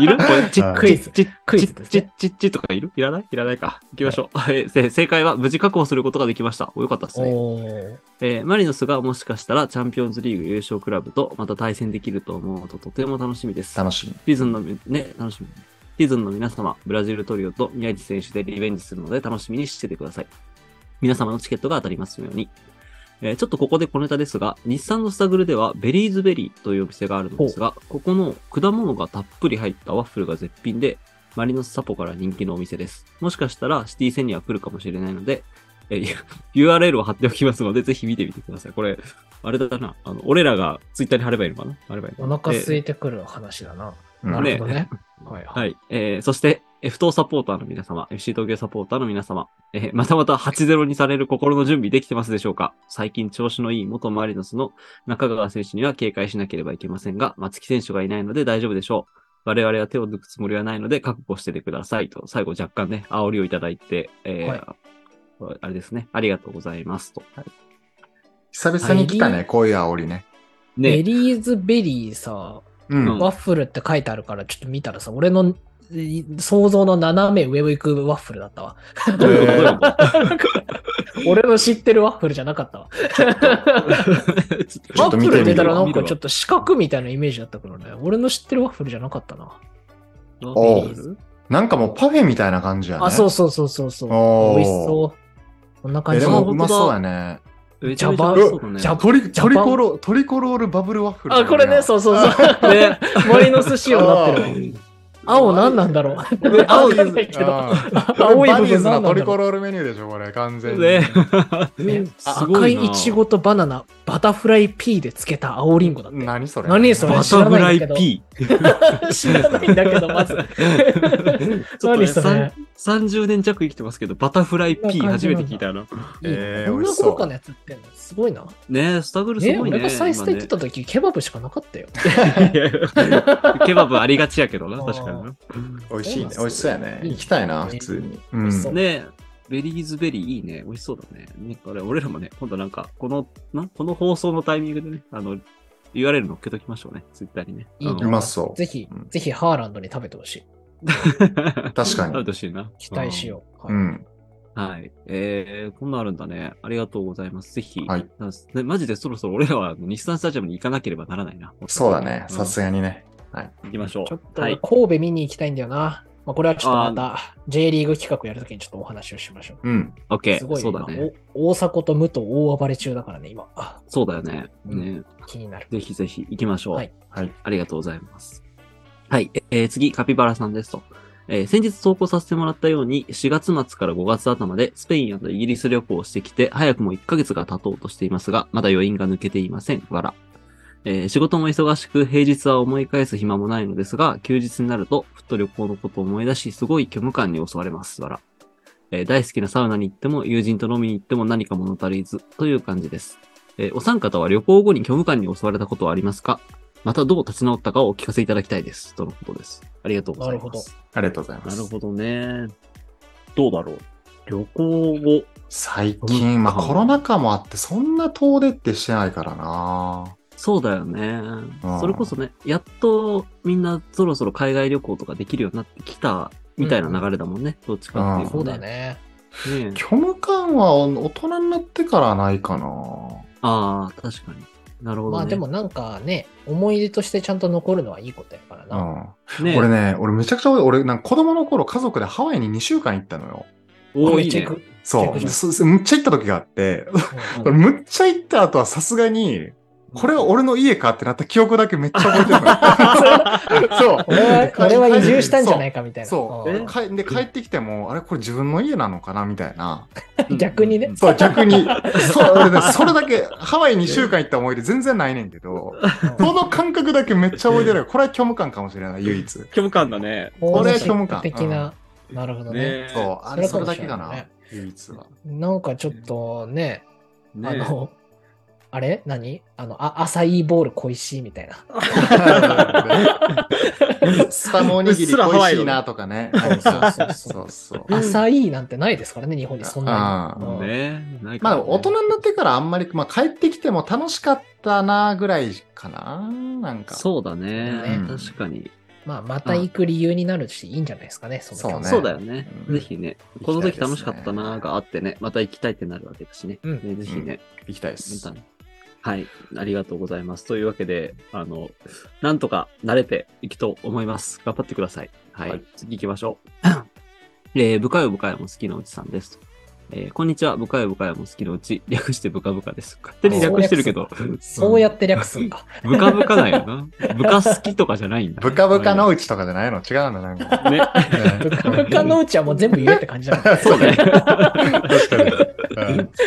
Speaker 3: いる これ、チ
Speaker 1: あー
Speaker 3: ックイズ。チッ
Speaker 2: クイズです
Speaker 3: チ
Speaker 2: ね
Speaker 3: ッチッチッとかいるいらないいらないか。行きましょう。えせ正解は無事確保することができました。およかったですね。
Speaker 2: おー
Speaker 3: えーマリノスがもしかしたらチャンピオンズリーグ優勝クラブとまた対戦できると思うととても楽しみです。
Speaker 1: 楽しみ。
Speaker 3: シーズンのみ、ね、楽しみ。シーズンの皆様、ブラジルトリオと宮地選手でリベンジするので楽しみにしててください。皆様のチケットが当たりますように。えーちょっとここで小ネタですが、日産のスタグルではベリーズベリーというお店があるのですが、ここの果物がたっぷり入ったワッフルが絶品で、マリノスサポから人気のお店です。もしかしたらシティ戦には来るかもしれないので、えー URL を貼っておきますので、ぜひ見てみてください。これ、あれだな。あの、俺らがツイッターに貼ればいいのかな貼ればいいの
Speaker 2: お
Speaker 3: かな
Speaker 2: 腹
Speaker 3: えー
Speaker 2: 空いてくる話だな。
Speaker 1: うん
Speaker 2: なるほどね。はいは。
Speaker 3: はいい。えー、そして、F 等サポーターの皆様、FC 東京サポーターの皆様、えー、またまた8-0にされる心の準備できてますでしょうか最近調子のいい元マリノスの中川選手には警戒しなければいけませんが、松木選手がいないので大丈夫でしょう。我々は手を抜くつもりはないので覚悟しててくださいと、最後若干ね、煽りをいただいて、えーあれですね、ありがとうございますと。
Speaker 1: 久々に来たね、こういう煽りね。
Speaker 2: ベ
Speaker 3: ね、
Speaker 2: リーズベリーさ、
Speaker 1: うん。
Speaker 2: ワッフルって書いてあるから、ちょっと見たらさ、俺のい想像の斜め上を行くワッフルだったわ。
Speaker 3: どういうことどう いうこ
Speaker 2: 俺の知ってるワッフルじゃなかったわ。
Speaker 1: ちょ
Speaker 2: ワ
Speaker 3: とちょっと
Speaker 1: っと
Speaker 2: ッ
Speaker 1: 見
Speaker 2: フ
Speaker 1: てみる
Speaker 2: ル出たらなんか
Speaker 3: 見
Speaker 2: ちょ
Speaker 3: るわ
Speaker 2: っと四角みたいなイメージだったからね。俺の知ってるワッフルじゃなかったな。
Speaker 1: おう
Speaker 3: ベリーズ
Speaker 1: なんかもうパフェみたいな感じやね。
Speaker 2: あ、そうそうそうそうそう。
Speaker 1: おー
Speaker 2: 美味しそう。こんな
Speaker 1: え
Speaker 2: 感
Speaker 1: で
Speaker 2: じ
Speaker 1: も
Speaker 2: の。
Speaker 1: うまそうやね。
Speaker 3: めちゃめち
Speaker 2: ジャ
Speaker 3: ゃ
Speaker 2: パン
Speaker 3: 美味しそうだね
Speaker 2: ジャパ
Speaker 1: トリトリコロトリコロールバブルワッフル。
Speaker 2: あ、これね、そうそうそう。ね、 マリノス仕様になってるわ。青何なんだろう。 青じゃないけど。
Speaker 1: 青
Speaker 2: 青
Speaker 1: い
Speaker 2: い
Speaker 1: 部分の
Speaker 2: 部分何
Speaker 1: ト
Speaker 2: なんだろう
Speaker 1: リコロールメニューでしょ、これ、完全に。
Speaker 3: ねすご
Speaker 2: 赤
Speaker 3: い
Speaker 2: い
Speaker 3: な
Speaker 2: イチゴとバナナ、バタフライピーでつけた青リンゴだって。
Speaker 1: 何それ
Speaker 2: 何それ
Speaker 3: バタフライ P。
Speaker 2: 知らないんだけど、 まず。
Speaker 3: ちょっと
Speaker 2: 何
Speaker 3: ね、
Speaker 2: それ
Speaker 3: さん30年弱生きてますけど、バタフライ
Speaker 2: そんな
Speaker 3: P
Speaker 2: 感
Speaker 3: 初
Speaker 2: じ
Speaker 3: め
Speaker 2: なんだ
Speaker 3: て聞いたな。
Speaker 1: えー
Speaker 2: こん
Speaker 1: 美
Speaker 2: な
Speaker 1: 味しそう
Speaker 2: 豪華なやつってんのすごいな。
Speaker 3: ねえ、スタグルす
Speaker 2: ね、
Speaker 3: ごい
Speaker 2: 俺
Speaker 3: ね。
Speaker 2: がサイスタ行ってた時、ケバブしかなかったよ。
Speaker 3: 今ね ケバブありがちやけどな、確かにな。
Speaker 1: 美味しいね。
Speaker 2: そ
Speaker 1: 美
Speaker 2: うなん
Speaker 1: 味
Speaker 2: で
Speaker 1: し
Speaker 2: す
Speaker 1: そう
Speaker 2: よ
Speaker 1: やね。
Speaker 2: いい
Speaker 1: 行きたいな、普通に。う
Speaker 2: 美
Speaker 1: ん
Speaker 2: 味しそう
Speaker 3: ねえ、ベリーズベリーいいね。美味しそうだね。ねこれ俺らもね、今度なんか、この、なこの放送のタイミングでね、あの、URL 乗っけときましょうね、ツイッターにね。
Speaker 2: いいな
Speaker 1: うまそう。
Speaker 2: ぜひ
Speaker 1: うん、
Speaker 2: ぜひハーランドに食べてほしい。
Speaker 1: 確かに
Speaker 3: 確 食べてほしいな。
Speaker 2: 期待しよう。
Speaker 1: う
Speaker 2: はい
Speaker 1: ん。
Speaker 3: はい。えー、こんなんあるんだね。ありがとうございます。ぜひ。
Speaker 1: はい
Speaker 3: なんすね、マジでそろそろ俺らはあの日産スタジアムに行かなければならないな。
Speaker 1: そうだね。
Speaker 3: うん
Speaker 1: さすがにね。
Speaker 3: 行きましょう。
Speaker 2: ちょっと
Speaker 3: は
Speaker 2: 俺
Speaker 3: い。
Speaker 2: 神戸見に行きたいんだよな。まあ、これはちょっとまた J リーグ企画やるときにちょっとお話をしましょう。
Speaker 1: うん。
Speaker 3: オッケ
Speaker 2: すご
Speaker 3: ー。
Speaker 2: い
Speaker 3: そう
Speaker 2: 今、
Speaker 3: だね。
Speaker 2: お大迫と武藤大暴れ中だからね、今。あ
Speaker 3: そうだよね。
Speaker 2: うん
Speaker 3: ね
Speaker 2: 気になる。
Speaker 3: ぜひぜひ行きましょう。
Speaker 2: はい
Speaker 1: はい。
Speaker 3: ありがとうございます。はい。えー次、カピバラさんですと。えー先日投稿させてもらったように、4月末から5月頭でスペインイギリス旅行をしてきて、早くも1ヶ月が経とうとしていますが、まだ余韻が抜けていません。わら。えー仕事も忙しく、平日は思い返す暇もないのですが、休日になると、ふっと旅行のことを思い出し、すごい虚無感に襲われます。わら。えー大好きなサウナに行っても、友人と飲みに行っても何か物足りずという感じです。えーお三方は旅行後に虚無感に襲われたことはありますかまたどう立ち直ったかをお聞かせいただきたいです。とのことです。ありがとうございます。
Speaker 1: ありがとうございます。
Speaker 3: なるほどね。どうだろう。旅行後。
Speaker 1: 最近、まあ
Speaker 3: うん
Speaker 1: コロナ禍もあって、そんな遠出ってしてないからな。
Speaker 3: そうだよね
Speaker 1: うん。
Speaker 3: それこそね、やっとみんなそろそろ海外旅行とかできるようになってきたみたいな流れだもんね。どっちかっていうと、
Speaker 2: そうだ。ね。
Speaker 3: ね
Speaker 1: 虚無感は大人になってからはないかな。
Speaker 3: ああ、確かに。なるほど、ね。
Speaker 2: まあでもなんかね、思い出としてちゃんと残るのはいいことやから
Speaker 1: う
Speaker 2: な。
Speaker 1: ん。
Speaker 3: ね、
Speaker 1: 俺ね、俺めちゃくちゃ、俺、なんか子供の頃家族でハワイに2週間行ったのよ。
Speaker 3: 多
Speaker 2: め
Speaker 3: い
Speaker 2: っちゃ
Speaker 3: ね
Speaker 2: 行。く
Speaker 1: そ
Speaker 2: め
Speaker 1: う。
Speaker 2: ちゃくちゃ
Speaker 1: すすむっちゃ行った時があって、
Speaker 2: うん
Speaker 1: 俺 むっちゃ行った後はさすがに、これは俺の家かってなった記憶だけめっちゃ覚えてるの そう。
Speaker 2: 俺は俺は移住したんじゃないかみたいな。
Speaker 1: そう
Speaker 2: うん
Speaker 1: でかえで帰ってきても、あれこれ自分の家なのかなみたいな。
Speaker 2: 逆にね。
Speaker 1: そう、逆 に。そう、俺ね、それだけ、ハワイ2週間行った思い出全然ないねんけど、その感覚だけめっちゃ覚えてる。これは虚無感かもしれない、唯一。そ
Speaker 5: 虚無感だね。
Speaker 1: これは虚無
Speaker 2: 法
Speaker 1: 感
Speaker 2: 的な。なるほどね。
Speaker 5: ね
Speaker 1: う、あれ、
Speaker 2: そ
Speaker 1: それ
Speaker 2: れかも
Speaker 1: だ
Speaker 2: し
Speaker 1: け
Speaker 2: れな
Speaker 1: だ
Speaker 2: い
Speaker 1: な
Speaker 2: ね、
Speaker 1: 唯一は。
Speaker 2: なんかちょっとね、
Speaker 5: ね
Speaker 2: あの、あれ何あのあ、アサイーボール恋しいみたいな。
Speaker 1: スパムおにぎり恋しいなとかね。
Speaker 2: うっすらハワイの
Speaker 1: そうそうそう。
Speaker 2: アサイーなんてないですからね、日本にそんなに
Speaker 1: う
Speaker 2: うん。
Speaker 5: ねない
Speaker 1: ま
Speaker 5: からね
Speaker 1: あ、大人になってからあんまり、まあ、帰ってきても楽しかったなぐらいかな。なんか。
Speaker 3: そうだね。
Speaker 1: ね
Speaker 3: 確かに。
Speaker 2: まあ、また行く理由になるし、いいんじゃないですかね、その
Speaker 1: そうね
Speaker 3: そうだよね。
Speaker 1: うん
Speaker 3: ぜひね、
Speaker 1: 行きたいですね
Speaker 3: この時楽しかったなーがあってね、また行きたいってなるわけだしね。
Speaker 2: うん
Speaker 3: ねぜひね、
Speaker 1: 行きたいで
Speaker 3: ますた。ねはい、ありがとうございます。というわけで、あの、なんとか慣れていくと思います。頑張ってください。はい、
Speaker 1: はい
Speaker 3: 次行きましょう。 えー、部下よ部下よも好きなうちさんです。えーこんにちは、部下よ部下よも好きなうち、略して部下部下です。勝手に略してるけど、
Speaker 2: そ うやって略すんか。
Speaker 3: 部下部下だよな。部下好きとかじゃ ないんだ。
Speaker 1: ブカブカのうちとかじゃないの違うんだ、なんか。
Speaker 5: ね。
Speaker 1: ね
Speaker 2: 部下 部下のうちはもう全部言えって感じだ もん。
Speaker 3: そう ね。
Speaker 1: 確かに。うん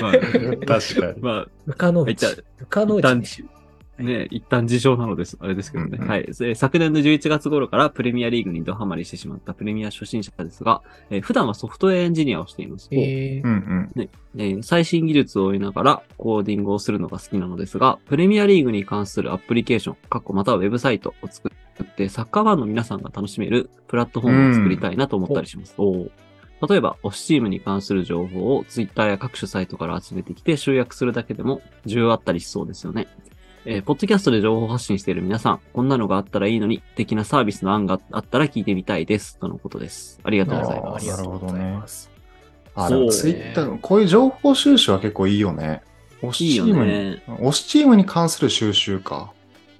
Speaker 3: まあ
Speaker 1: 確かに。
Speaker 3: まあ、
Speaker 2: 部下のうち
Speaker 3: はいじゃ。
Speaker 2: 部下の
Speaker 3: 一
Speaker 2: うち
Speaker 3: 旦
Speaker 2: ね。
Speaker 3: じ、ね、一旦自称なのです。あれですけど
Speaker 1: う
Speaker 3: ね。
Speaker 1: んうん
Speaker 3: はい。え昨年の11月頃からプレミアリーグにドハマりしてしまったプレミア初心者ですが、えー普段はソフトウェアエンジニアをしています。
Speaker 2: え
Speaker 1: う
Speaker 2: ー
Speaker 1: んうん。
Speaker 3: えー最新技術を追いながらコーディングをするのが好きなのですが、プレミアリーグに関するアプリケーション、かっこまたはウェブサイトを作って、サッカーファンの皆さんが楽しめるプラットフォームを作りたいなと思ったりします。おー例えば、推しチームに関する情報を Twitter や各種サイトから集めてきて集約するだけでも重要あったりしそうですよね。えーポッドキャストで情報発信している皆さん、こんなのがあったらいいのに、的なサービスの案があったら聞いてみたいです。とのことです。ありがとうございま
Speaker 2: あ
Speaker 3: す。
Speaker 2: りが
Speaker 1: な
Speaker 2: と
Speaker 1: る
Speaker 2: う
Speaker 1: ほ
Speaker 2: ご
Speaker 1: ど
Speaker 2: ざい
Speaker 1: ね
Speaker 2: ま。
Speaker 1: あ、でも
Speaker 5: そ
Speaker 1: ツ
Speaker 5: う
Speaker 1: イ
Speaker 5: ね
Speaker 1: ッター、こういう情報収集は結構いいよね。推
Speaker 3: いい
Speaker 1: しチ
Speaker 3: よ
Speaker 1: ームに、
Speaker 3: ね。
Speaker 1: 推しチームに関する収集か。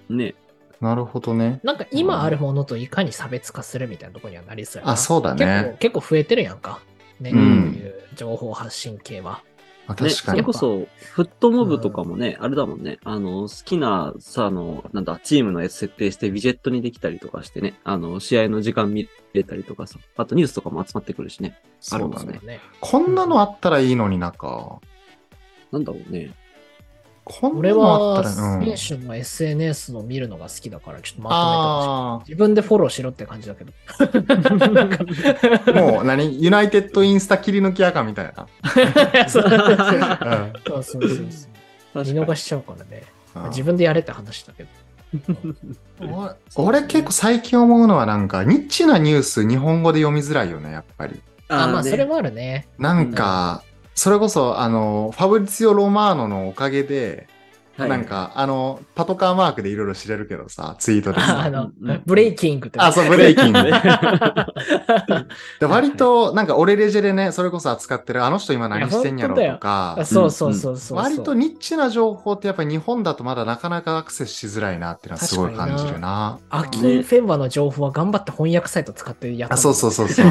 Speaker 3: ね。
Speaker 1: なるほどね。
Speaker 2: なんか今あるものといかに差別化するみたいなところにはなりそうやな
Speaker 1: あ、そうだ
Speaker 2: 結構
Speaker 1: ね。
Speaker 2: 結構増えてるやんか。ね、
Speaker 1: うん
Speaker 2: こういう情報発信系は。
Speaker 1: あ
Speaker 3: ね、
Speaker 1: 確か
Speaker 3: それ
Speaker 1: に。
Speaker 3: こそ、フットモブとかもね、あれだもんね、あの、好きな、さ、あの、なんだ、チームのやつ設定して、ビジェットにできたりとかしてね、あの、試合の時間見れたりとかさ、あとニュースとかも集まってくるしね、ある
Speaker 1: そ
Speaker 3: ん
Speaker 1: う
Speaker 3: で
Speaker 1: だ
Speaker 3: す
Speaker 1: ね
Speaker 3: ね。。
Speaker 1: こんなのあったらいいのになんか。
Speaker 3: なんだろう ね。
Speaker 1: こんな
Speaker 2: 俺
Speaker 1: のあ
Speaker 2: は
Speaker 1: ったら、うん。
Speaker 2: 選手の SNS の見るのが好きだから、ちょっとまとめて
Speaker 1: あ
Speaker 2: ほしい。自分でフォローしろって感じだけ ど。
Speaker 1: あ、もう何ユナイテッドインスタ切り抜きやかみた いな。
Speaker 2: そう
Speaker 1: う
Speaker 3: 確
Speaker 1: ん
Speaker 2: そうそうそうそう。
Speaker 3: か
Speaker 2: 見
Speaker 3: に
Speaker 2: 逃しちゃうからね。
Speaker 1: うん
Speaker 2: 自分でやれって話だけど。
Speaker 1: 俺俺結構最近思うのはなんかニッチなニュース日本語で読みづらいよねやっぱり
Speaker 2: あ、まあ、
Speaker 3: ね
Speaker 2: それもあるね。
Speaker 1: なんか、それこそあのファブリツィオ・ロマーノのおかげで、
Speaker 3: はい
Speaker 1: なんかあのパトカーマークでいろいろ知れるけどさツイートで
Speaker 2: あ
Speaker 1: さ
Speaker 2: の
Speaker 3: うん、
Speaker 2: ブレイキングってね。
Speaker 1: あそうブレイキング
Speaker 3: ね
Speaker 1: で割となんか俺レジェでねそれこそ扱ってるあの人今何してんやろと
Speaker 2: あ
Speaker 1: か
Speaker 2: そうそうそうそうそう。
Speaker 1: 割とニッチな情報ってやっぱ日本だとまだなかなかアクセスしづらいなっていうのはすごい感じるな
Speaker 2: アキンフェンバの情報は頑張って翻訳サイト使ってやった。
Speaker 1: あそうそううそうそう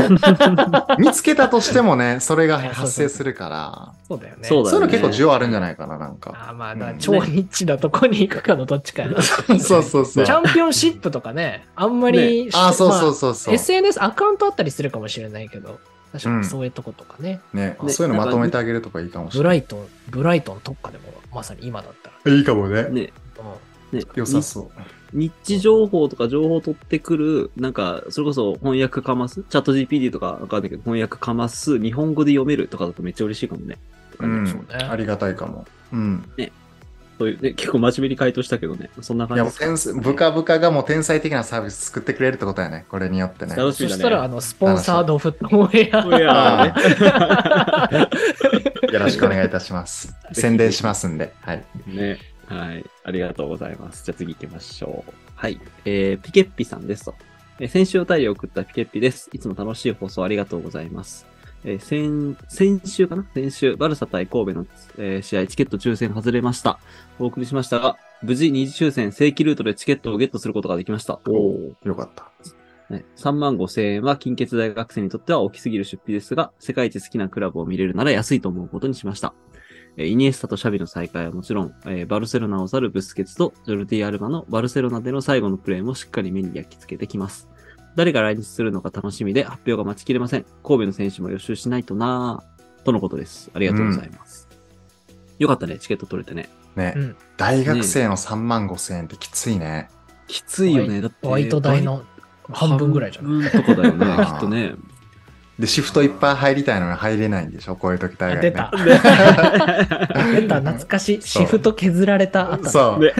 Speaker 1: 見つけたとしてもねそれが発生するから
Speaker 2: そうだよね。
Speaker 3: そうだ
Speaker 1: そういうの
Speaker 3: ね
Speaker 1: 結構需要あるんじゃないかな、なんか。
Speaker 2: あーまあ、だから
Speaker 1: うん
Speaker 2: 超ニッチなとこに行くかのどっちかやな。チ
Speaker 1: そうそうそう。
Speaker 2: ャンピオンシップとかね、あんまり、
Speaker 1: あ、そうそう
Speaker 2: ま
Speaker 1: そう
Speaker 2: あ
Speaker 1: そう。
Speaker 2: SNS アカウントあったりするかもしれないけど、確かにそういうとことかね。
Speaker 1: ね、
Speaker 3: ね
Speaker 1: そういうのまとめてあげるとかいいかもし
Speaker 2: ブ
Speaker 1: れな
Speaker 2: ラ
Speaker 1: い。
Speaker 2: イトン、ブライトン特化でもまさに今だったら。
Speaker 1: いいかもね。
Speaker 3: ね、
Speaker 2: うん
Speaker 3: ね、
Speaker 1: 良さそう。
Speaker 3: ニッチ情報とか情報を取ってくる、なんか、それこそ翻訳かます、チャット GPD とかわかんないけど、翻訳かます、日本語で読めるとかだとめっちゃ嬉しいかもね。
Speaker 1: うん、ありがたいかも。うん、
Speaker 3: そういう、ね、結構真面目に回答したけどね、そんない感じ
Speaker 1: や
Speaker 3: で
Speaker 1: もう
Speaker 3: す。
Speaker 1: 天才部下部下がもう天才的なサービス作ってくれるってことやね、これによってね。
Speaker 5: 楽し
Speaker 2: そ
Speaker 5: みだ
Speaker 2: し
Speaker 5: ね。
Speaker 2: たら、あの、スポンサーのフットウェア。
Speaker 5: いや
Speaker 1: よろしくお願いいたし ます。宣伝しますんで。はい。
Speaker 5: ー ね。ね。
Speaker 3: はい。ありがとうございます。じゃあ次行きましょう。はい。えー、ピケッピさんですと。えー先週お便りを送ったピケッピです。いつも楽しい放送ありがとうございます。えー先、先週かな先週、バルサ対神戸の、えー試合、チケット抽選外れました。お送りしましたが、無事二次抽選正規ルートでチケットをゲットすることができました。
Speaker 1: よかった。
Speaker 3: ね、3万5千円は近鉄大学生にとっては大きすぎる出費ですが、世界一好きなクラブを見れるなら安いと思うことにしました。えーイニエスタとシャビの再会はもちろん、えーバルセロナを去るブスケツとジョルディ・アルバのバルセロナでの最後のプレーもしっかり目に焼き付けてきます。誰が来日するのか楽しみで発表が待ちきれません。神戸の選手も予習しないとなぁ、とのことです。ありがとうございます。よかったね、チケット取れてね。
Speaker 1: ね、
Speaker 2: うん
Speaker 1: 大学生の3万5千円ってきついね。
Speaker 3: きついよね、だって。
Speaker 2: バイト代の半分ぐらいじゃない
Speaker 3: いとかだよね、きっ とね。
Speaker 1: で、シフトいっぱい入りたいのに入れないんでしょ、こういう時大
Speaker 2: あ
Speaker 1: 概、ね。
Speaker 2: 出た。出た、懐かしい。
Speaker 1: そう
Speaker 2: シフト削られた後。
Speaker 1: そう。
Speaker 5: ね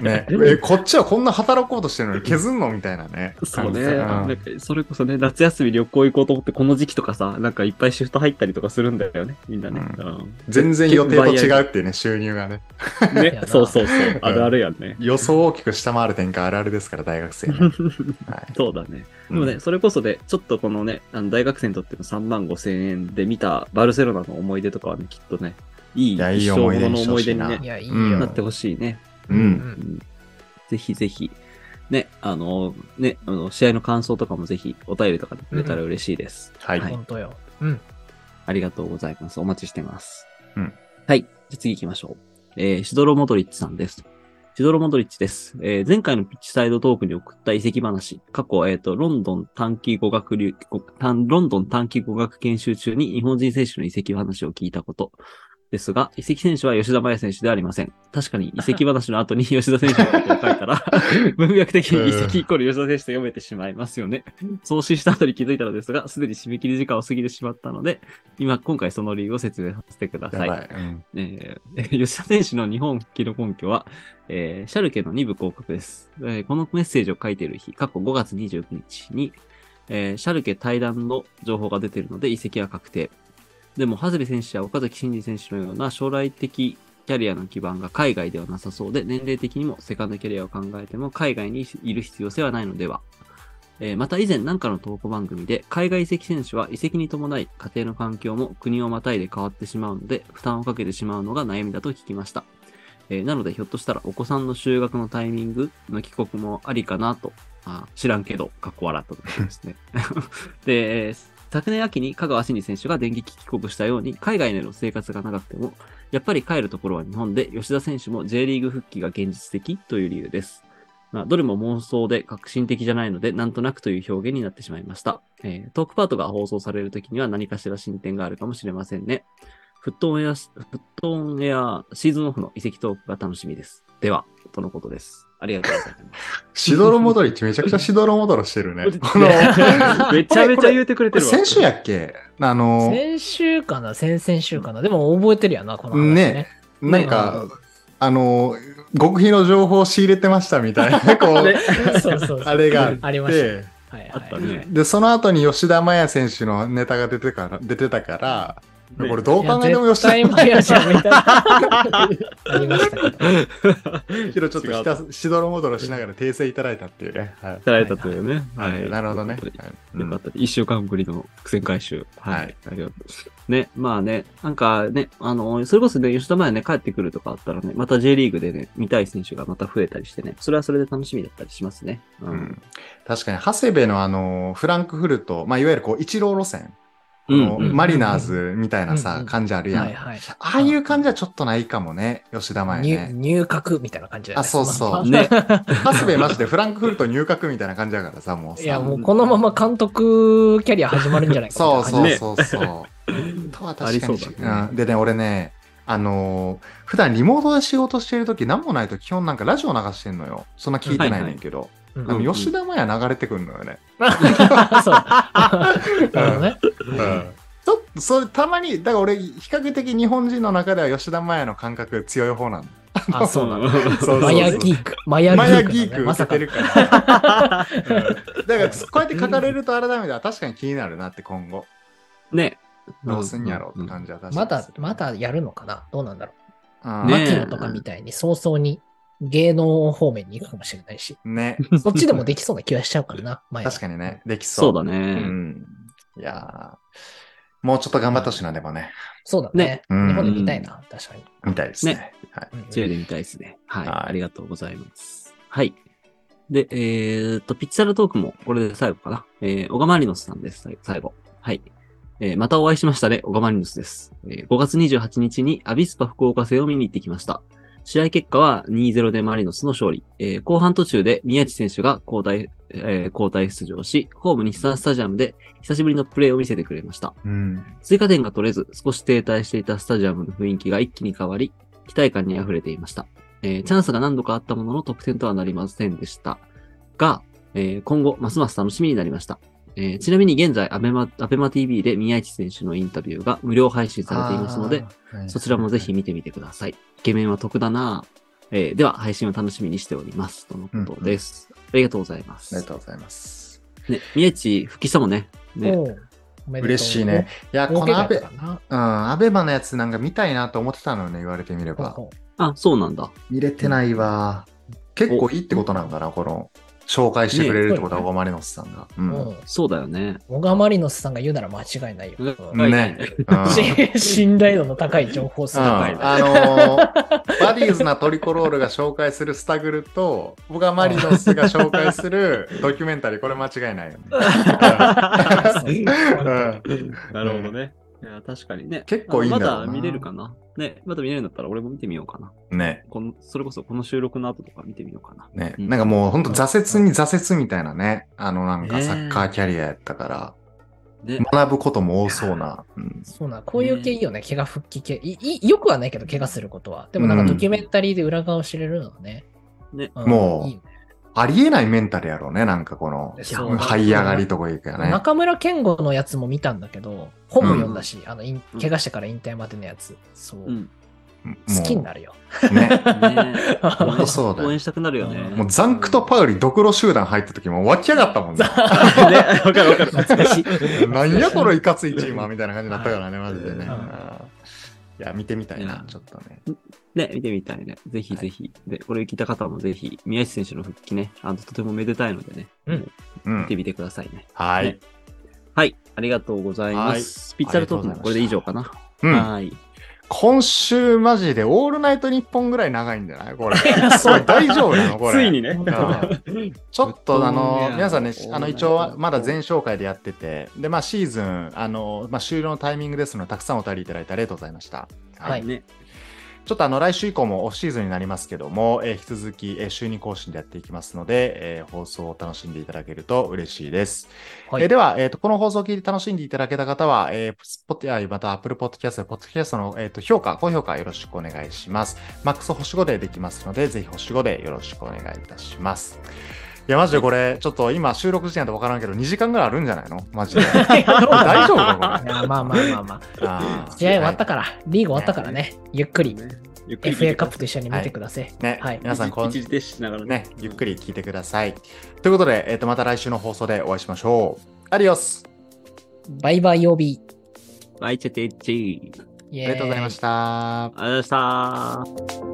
Speaker 1: ねえ、こっちはこんな働こうとしてるのに削んのみたいなね。
Speaker 5: そうね。
Speaker 1: 感
Speaker 5: なん
Speaker 1: じで
Speaker 5: かそれこそね、夏休み旅行行こうと思って、この時期とかさ、なんかいっぱいシフト入ったりとかするんだよね、みんなね。
Speaker 1: う
Speaker 5: うん
Speaker 1: 全然予定と違うっていうね、収入がね。
Speaker 2: いや
Speaker 5: ね
Speaker 2: な、
Speaker 5: そうそうそう。あるあるやんね。
Speaker 1: 予想を大きく下回る展開あるあるですから、大学 生ね。はい
Speaker 5: そうだね。
Speaker 1: う
Speaker 5: で
Speaker 1: ん
Speaker 5: もね、それこそね、ちょっとこのね、あの大学生にとっての3万5千円で見たバルセロナの思い出とかはね、きっとね、いい
Speaker 1: いやいい
Speaker 5: 一生ものの思
Speaker 1: 思い
Speaker 5: い
Speaker 1: 出
Speaker 5: 出
Speaker 1: に
Speaker 5: にね
Speaker 1: してほしいない
Speaker 2: や、いいよ。
Speaker 1: うん
Speaker 5: なってほしいね。
Speaker 1: う。
Speaker 2: うんん
Speaker 5: ぜひぜひ。
Speaker 3: ね、あの、ね、あの、試合の感想とかもぜひお便りとかでくれたら嬉しいです。
Speaker 1: はい。
Speaker 2: 本当よ。うん。
Speaker 3: ありがとうございます。お待ちしてます。
Speaker 1: うん
Speaker 3: はい。じゃあ次行きましょう。えー、シドロ・モドリッチさんです。シドロ・モドリッチです。えー、前回のピッチサイドトークに送った遺跡話、過去、えっ、と、ロンドン短期語学留ご短ロンドン短期語学研修中に日本人選手の遺跡話を聞いたこと。ですが、遺跡選手は吉田麻也選手ではありません。確かに遺跡話の後に吉田選手のことを書い たら、文学的に遺跡イコール吉田選手と読めてしまいますよね。送信した後に気づいたのですが、すでに締め切り時間を過ぎてしまったので、今、今回その理由を説明させてくだ
Speaker 1: やば
Speaker 3: さい。
Speaker 1: い。うん
Speaker 3: えー 吉田選手の日本復帰の根拠は、えーシャルケの2部降格です、えーこのメッセージを書いている日、過去5月29日に、えーシャルケ対談の情報が出ているので移籍は確定。でも、長谷部選手や岡崎慎二選手のような将来的キャリアの基盤が海外ではなさそうで、年齢的にもセカンドキャリアを考えても海外にいる必要性はないのでは。えーまた以前何かの投稿番組で、海外移籍選手は移籍に伴い家庭の環境も国をまたいで変わってしまうので、負担をかけてしまうのが悩みだと聞きました。えーなので、ひょっとしたらお子さんの就学のタイミングの帰国もありかなと、あ知らんけど、かっこ笑ったところですね。 で、えー昨年秋に香川真司選手が電撃帰国したように、海外での生活が長くても、やっぱり帰るところは日本で、吉田選手も J リーグ復帰が現実的という理由です。まあ、どれも妄想で革新的じゃないので、なんとなくという表現になってしまいました。えートークパートが放送されるときには何かしら進展があるかもしれませんね。フットオンエア、フットオンエアシーズンオフの移籍トークが楽しみです。では、とのことです。ありがとうございます。
Speaker 1: しどろもどりってめちゃくちゃしどろもどろしてる ね。この、
Speaker 5: めちゃめちゃ言うてくれ
Speaker 1: こ
Speaker 5: て
Speaker 1: れ
Speaker 5: るわ。
Speaker 1: 先週やっけあの、
Speaker 2: 先週かな、先々週かな。でも覚えてるやな、この
Speaker 1: ね
Speaker 2: 話ね。
Speaker 1: なんか、あの、極秘の情報を仕入れてましたみたいな、こう、
Speaker 2: そうそうそう。
Speaker 1: あれがあっ
Speaker 2: ありました。
Speaker 1: て、
Speaker 2: はい
Speaker 3: あ
Speaker 2: は
Speaker 3: っ
Speaker 2: い
Speaker 3: たね。
Speaker 1: で、その後に吉田麻也選手のネタが出てから、出てたから、これどう
Speaker 2: いや
Speaker 1: 考えても吉田麻
Speaker 2: 絶対マヤじゃんみた いな。ありましたけど。
Speaker 1: 也ちょっとひたしどろもどろしながら訂正いただいたっていうね。はい
Speaker 5: いただいたというね。
Speaker 1: はい、なるほどね。
Speaker 3: というこ
Speaker 1: はい
Speaker 3: とでよかった。一週間ぶりの苦戦回収。
Speaker 1: は
Speaker 3: はいい。ありがとうございます。ね、まあね、なんかね、あの、それこそね、吉田麻也ね、帰ってくるとかあったらね、また J リーグでね、見たい選手がまた増えたりしてね、それはそれで楽しみだったりしますね。う
Speaker 1: う。ん確かに、長谷部のあの、フランクフルト、まあ、いわゆるこう、一郎路線、
Speaker 3: う
Speaker 1: あの
Speaker 3: ん。
Speaker 1: マリナーズみたいな
Speaker 2: うんう
Speaker 1: さ
Speaker 2: ん、
Speaker 1: 感じあるや
Speaker 2: はい
Speaker 1: ん。あ
Speaker 2: はい。
Speaker 1: あいう感じはちょっとないかもね、吉田麻也
Speaker 2: 入
Speaker 1: ね。
Speaker 2: 入閣みたいな感じだよね
Speaker 1: あそうそう
Speaker 2: の
Speaker 3: ね。
Speaker 1: 長谷部マジでフランクフルト入閣みたいな感じだからさ、もうさ。
Speaker 2: いや、もうこのまま監督キャリア始まるんじゃないか
Speaker 1: そう
Speaker 2: みたいな
Speaker 1: そ
Speaker 2: 感
Speaker 1: う
Speaker 2: じ
Speaker 1: そうそう。とは
Speaker 3: あ
Speaker 1: 確
Speaker 3: り
Speaker 1: か
Speaker 3: そ
Speaker 1: に
Speaker 3: うだね
Speaker 1: うんでね、俺ね、あのー普段リモートで仕事してるとき、なんもないと基本なんかラジオ流してんのよ。そんな聞いてないねんけど。
Speaker 2: うん
Speaker 1: でも吉田麻也流れてくんのよね。
Speaker 2: そう。 なるほどね。
Speaker 1: ちょっと、それたまに、だから俺、比較的日本人の中では吉田麻也の感覚強い方なの。
Speaker 2: あ、そうなの。
Speaker 1: そうそうそう
Speaker 2: マヤギーク。マヤ
Speaker 1: マヤ
Speaker 2: ギ
Speaker 1: ギ
Speaker 2: ー
Speaker 1: ー
Speaker 2: ク、ね。
Speaker 1: ク
Speaker 2: ま
Speaker 1: 受
Speaker 2: さ
Speaker 1: けて。
Speaker 2: か
Speaker 1: るから。うんだから、こうやって書かれると改めて、あ確かに気になるなって今後。
Speaker 3: ね。
Speaker 1: どうすんやろうって感じは確か
Speaker 2: ま
Speaker 1: に
Speaker 2: だ
Speaker 1: す、る
Speaker 2: まだやるのかなどうなんだろ
Speaker 1: うん
Speaker 2: う。
Speaker 3: ね
Speaker 2: 牧野とかみたいに早々に芸能方面に行くかもしれないし、
Speaker 1: ね。
Speaker 2: そっちでもできそうな気はしちゃうから な、前
Speaker 1: 確かにね。できそ。
Speaker 3: そううだ
Speaker 1: う
Speaker 3: ね。
Speaker 1: ん。いやーもうちょっと頑張ってほしいな、でもね。
Speaker 2: そうだね。
Speaker 1: ねうん
Speaker 2: 日本で見たいな、確かに。
Speaker 1: みたいですね
Speaker 3: ね。
Speaker 1: はい。
Speaker 2: うん
Speaker 3: チェで見たいですね。はい。
Speaker 1: はい
Speaker 3: ありがとうございます。はい。で、えー、っと、ピッチャルトークもこれで最後かな。えー、小川マリノスさんです。最最後。はい。えー、またお会いしましたね。小川マリノスです。えー、5月28日にアビスパ福岡戦を見に行ってきました。試合結果は2-0でマリノスの勝利。えー後半途中で宮地選手が交代、えー交代出場し、ホーム日産スタジアムで久しぶりのプレーを見せてくれました。
Speaker 1: うん。
Speaker 3: 追加点が取れず、少し停滞していたスタジアムの雰囲気が一気に変わり、期待感に溢れていました。えーチャンスが何度かあったものの得点とはなりませんでした。が、えー今後、ますます楽しみになりました。えーちなみに現在、アベマ、アベマ TV で宮市選手のインタビューが無料配信されていますので、
Speaker 1: あー、はい
Speaker 3: そちらもぜひ。見てみてください。イケメンは得だなぁえーでは、配信を楽しみにしております。とのことです。ありがとうございま
Speaker 1: ありが
Speaker 3: す。
Speaker 1: とうございます。
Speaker 3: ね、宮市復帰したもんね。ね。
Speaker 2: おうおめでとう
Speaker 1: 嬉しいね。。いや、
Speaker 2: 大
Speaker 1: こ
Speaker 2: 怪
Speaker 1: の
Speaker 2: 我
Speaker 1: ア
Speaker 2: やった
Speaker 1: ベ
Speaker 2: か、な
Speaker 1: うん、アベマのやつなんか見たいなと思ってたのよね、言われてみれば。
Speaker 2: ほうほ
Speaker 3: あ、そうなんだ。
Speaker 1: 見れてないわ。結構いいってことなんだな、この、紹介してくれるってことは、
Speaker 2: ね
Speaker 1: オガマリノスさんが。う。
Speaker 2: うんう
Speaker 1: うん
Speaker 2: ん
Speaker 3: そうだよね。
Speaker 2: 小川マリノスさんが言うなら間違いないよ。
Speaker 3: うん
Speaker 2: うん
Speaker 1: ね。うん
Speaker 2: し信頼度の高い情報数
Speaker 1: うん
Speaker 2: だから
Speaker 1: あのーバディーズなトリコロールが紹介するスタグルと、僕がマリノスが紹介するドキュメンタリー、これ間違いないよね。うん
Speaker 5: なるほどね。いや確かにね。
Speaker 1: 結構いいんだろうな
Speaker 5: あのまだ見れるかな。ね、まだ見れるんだったら俺も見てみようかな。
Speaker 1: うんね、
Speaker 5: このそれこそこの収録の後とか見てみようかな。
Speaker 1: ね。
Speaker 5: うん
Speaker 1: なんかもう本当挫折に挫折みたいなね、あのなんか
Speaker 3: ね
Speaker 1: サッカーキャリアやったから、
Speaker 3: ね
Speaker 1: 学ぶことも多そうな。うん
Speaker 2: そうなん、こういう系いいよね、怪我復帰系。いいよくはないけど、怪我することは。でもなんかドキュメンタリーで裏側を知れるのはね。
Speaker 3: ね
Speaker 2: うん
Speaker 1: もう
Speaker 2: いいよね
Speaker 1: ありえないメンタルやろうね、なんかこの、
Speaker 2: そう
Speaker 1: 這い上がりとかいくよね。
Speaker 2: 中村健吾のやつも見たんだけど、本も読んだし、あのイン怪我してから引退までのやつ。そう。
Speaker 3: うん。
Speaker 2: 好きになるよ。
Speaker 1: る。ね。
Speaker 3: ね え
Speaker 1: ほんとそうだよ
Speaker 3: 応援したくなるよね。
Speaker 1: もうザンクとパウリ、ドクロ集団入った時も湧き上がったもんね。
Speaker 5: ね、わかるわかる。
Speaker 3: 懐かしい。
Speaker 1: なんやこのいかついチームはみたいな感じになったからね、マジでね。
Speaker 2: うん
Speaker 1: いや、見てみたいな
Speaker 3: う、ん
Speaker 1: ちょっとね。
Speaker 3: ね、見てみたいね。ぜひぜひ。で、これ聞いた方もぜひ、宮市選手の復帰ね、あの、とてもめでたいのでね、
Speaker 1: う
Speaker 3: 見て
Speaker 1: ん。
Speaker 3: みてくださいね。
Speaker 1: は
Speaker 3: ね
Speaker 1: い。
Speaker 3: はい、ありがとうございます。ピッチャルトークもこれで以上かな。
Speaker 1: うん。
Speaker 3: はい。
Speaker 1: 今週マジでオールナイト日本ぐらい長いんじゃないこれ。これ大丈夫なのこれ。
Speaker 5: ついにね。
Speaker 1: うん ちょっとあ
Speaker 5: ぶっ飛ん
Speaker 1: の
Speaker 5: で
Speaker 1: 皆さんね
Speaker 5: あ、の
Speaker 1: あの一応まだ全紹介でやってて、でまあシーズンあのまあ終了のタイミングですので、たくさんお便りいただいてありがとうございました。
Speaker 2: は
Speaker 1: はい
Speaker 2: い。
Speaker 5: ね。
Speaker 1: ちょっとあの来週以降もオフシーズンになりますけども、えー引き続き、えー週2更新でやっていきますので、えー放送を楽しんでいただけると嬉しいです。
Speaker 2: はい
Speaker 1: えーでは、えーと、この放送を聞いて楽しんでいただけた方は、えー、スポティアイまた Apple Podcast、Podcast の、えー、と評価、高評価よろしくお願いします。MAX 星5でできますので、ぜひ星5でよろしくお願いいたします。いや、マジでこれ、ちょっと今収録時点でわからんけど、2時間ぐらいあるんじゃないのマ ジで。大
Speaker 2: 大
Speaker 1: 丈
Speaker 2: 丈
Speaker 1: 夫かこ
Speaker 2: い
Speaker 1: れ
Speaker 2: やまあまあまあま
Speaker 1: あ
Speaker 2: あ。
Speaker 1: ー。
Speaker 2: 試合終わったから、リーグ終わったからね、ゆっくり
Speaker 5: ゆっくり見
Speaker 2: FA
Speaker 5: てく
Speaker 2: カ
Speaker 5: ださ
Speaker 2: ップと一緒に見てください。
Speaker 1: ね、
Speaker 2: はい
Speaker 1: 皆さん、
Speaker 5: い。一時停止しながら
Speaker 1: ね、ゆっくり聞いてください。ということで、えっとまた来週の放送でお会いしましょう。アディオス
Speaker 2: バイバイ曜日。
Speaker 3: バイチェテッチ。
Speaker 2: あ
Speaker 1: あ
Speaker 2: り
Speaker 1: りがとうございました。
Speaker 3: ありがとうございました。
Speaker 5: あ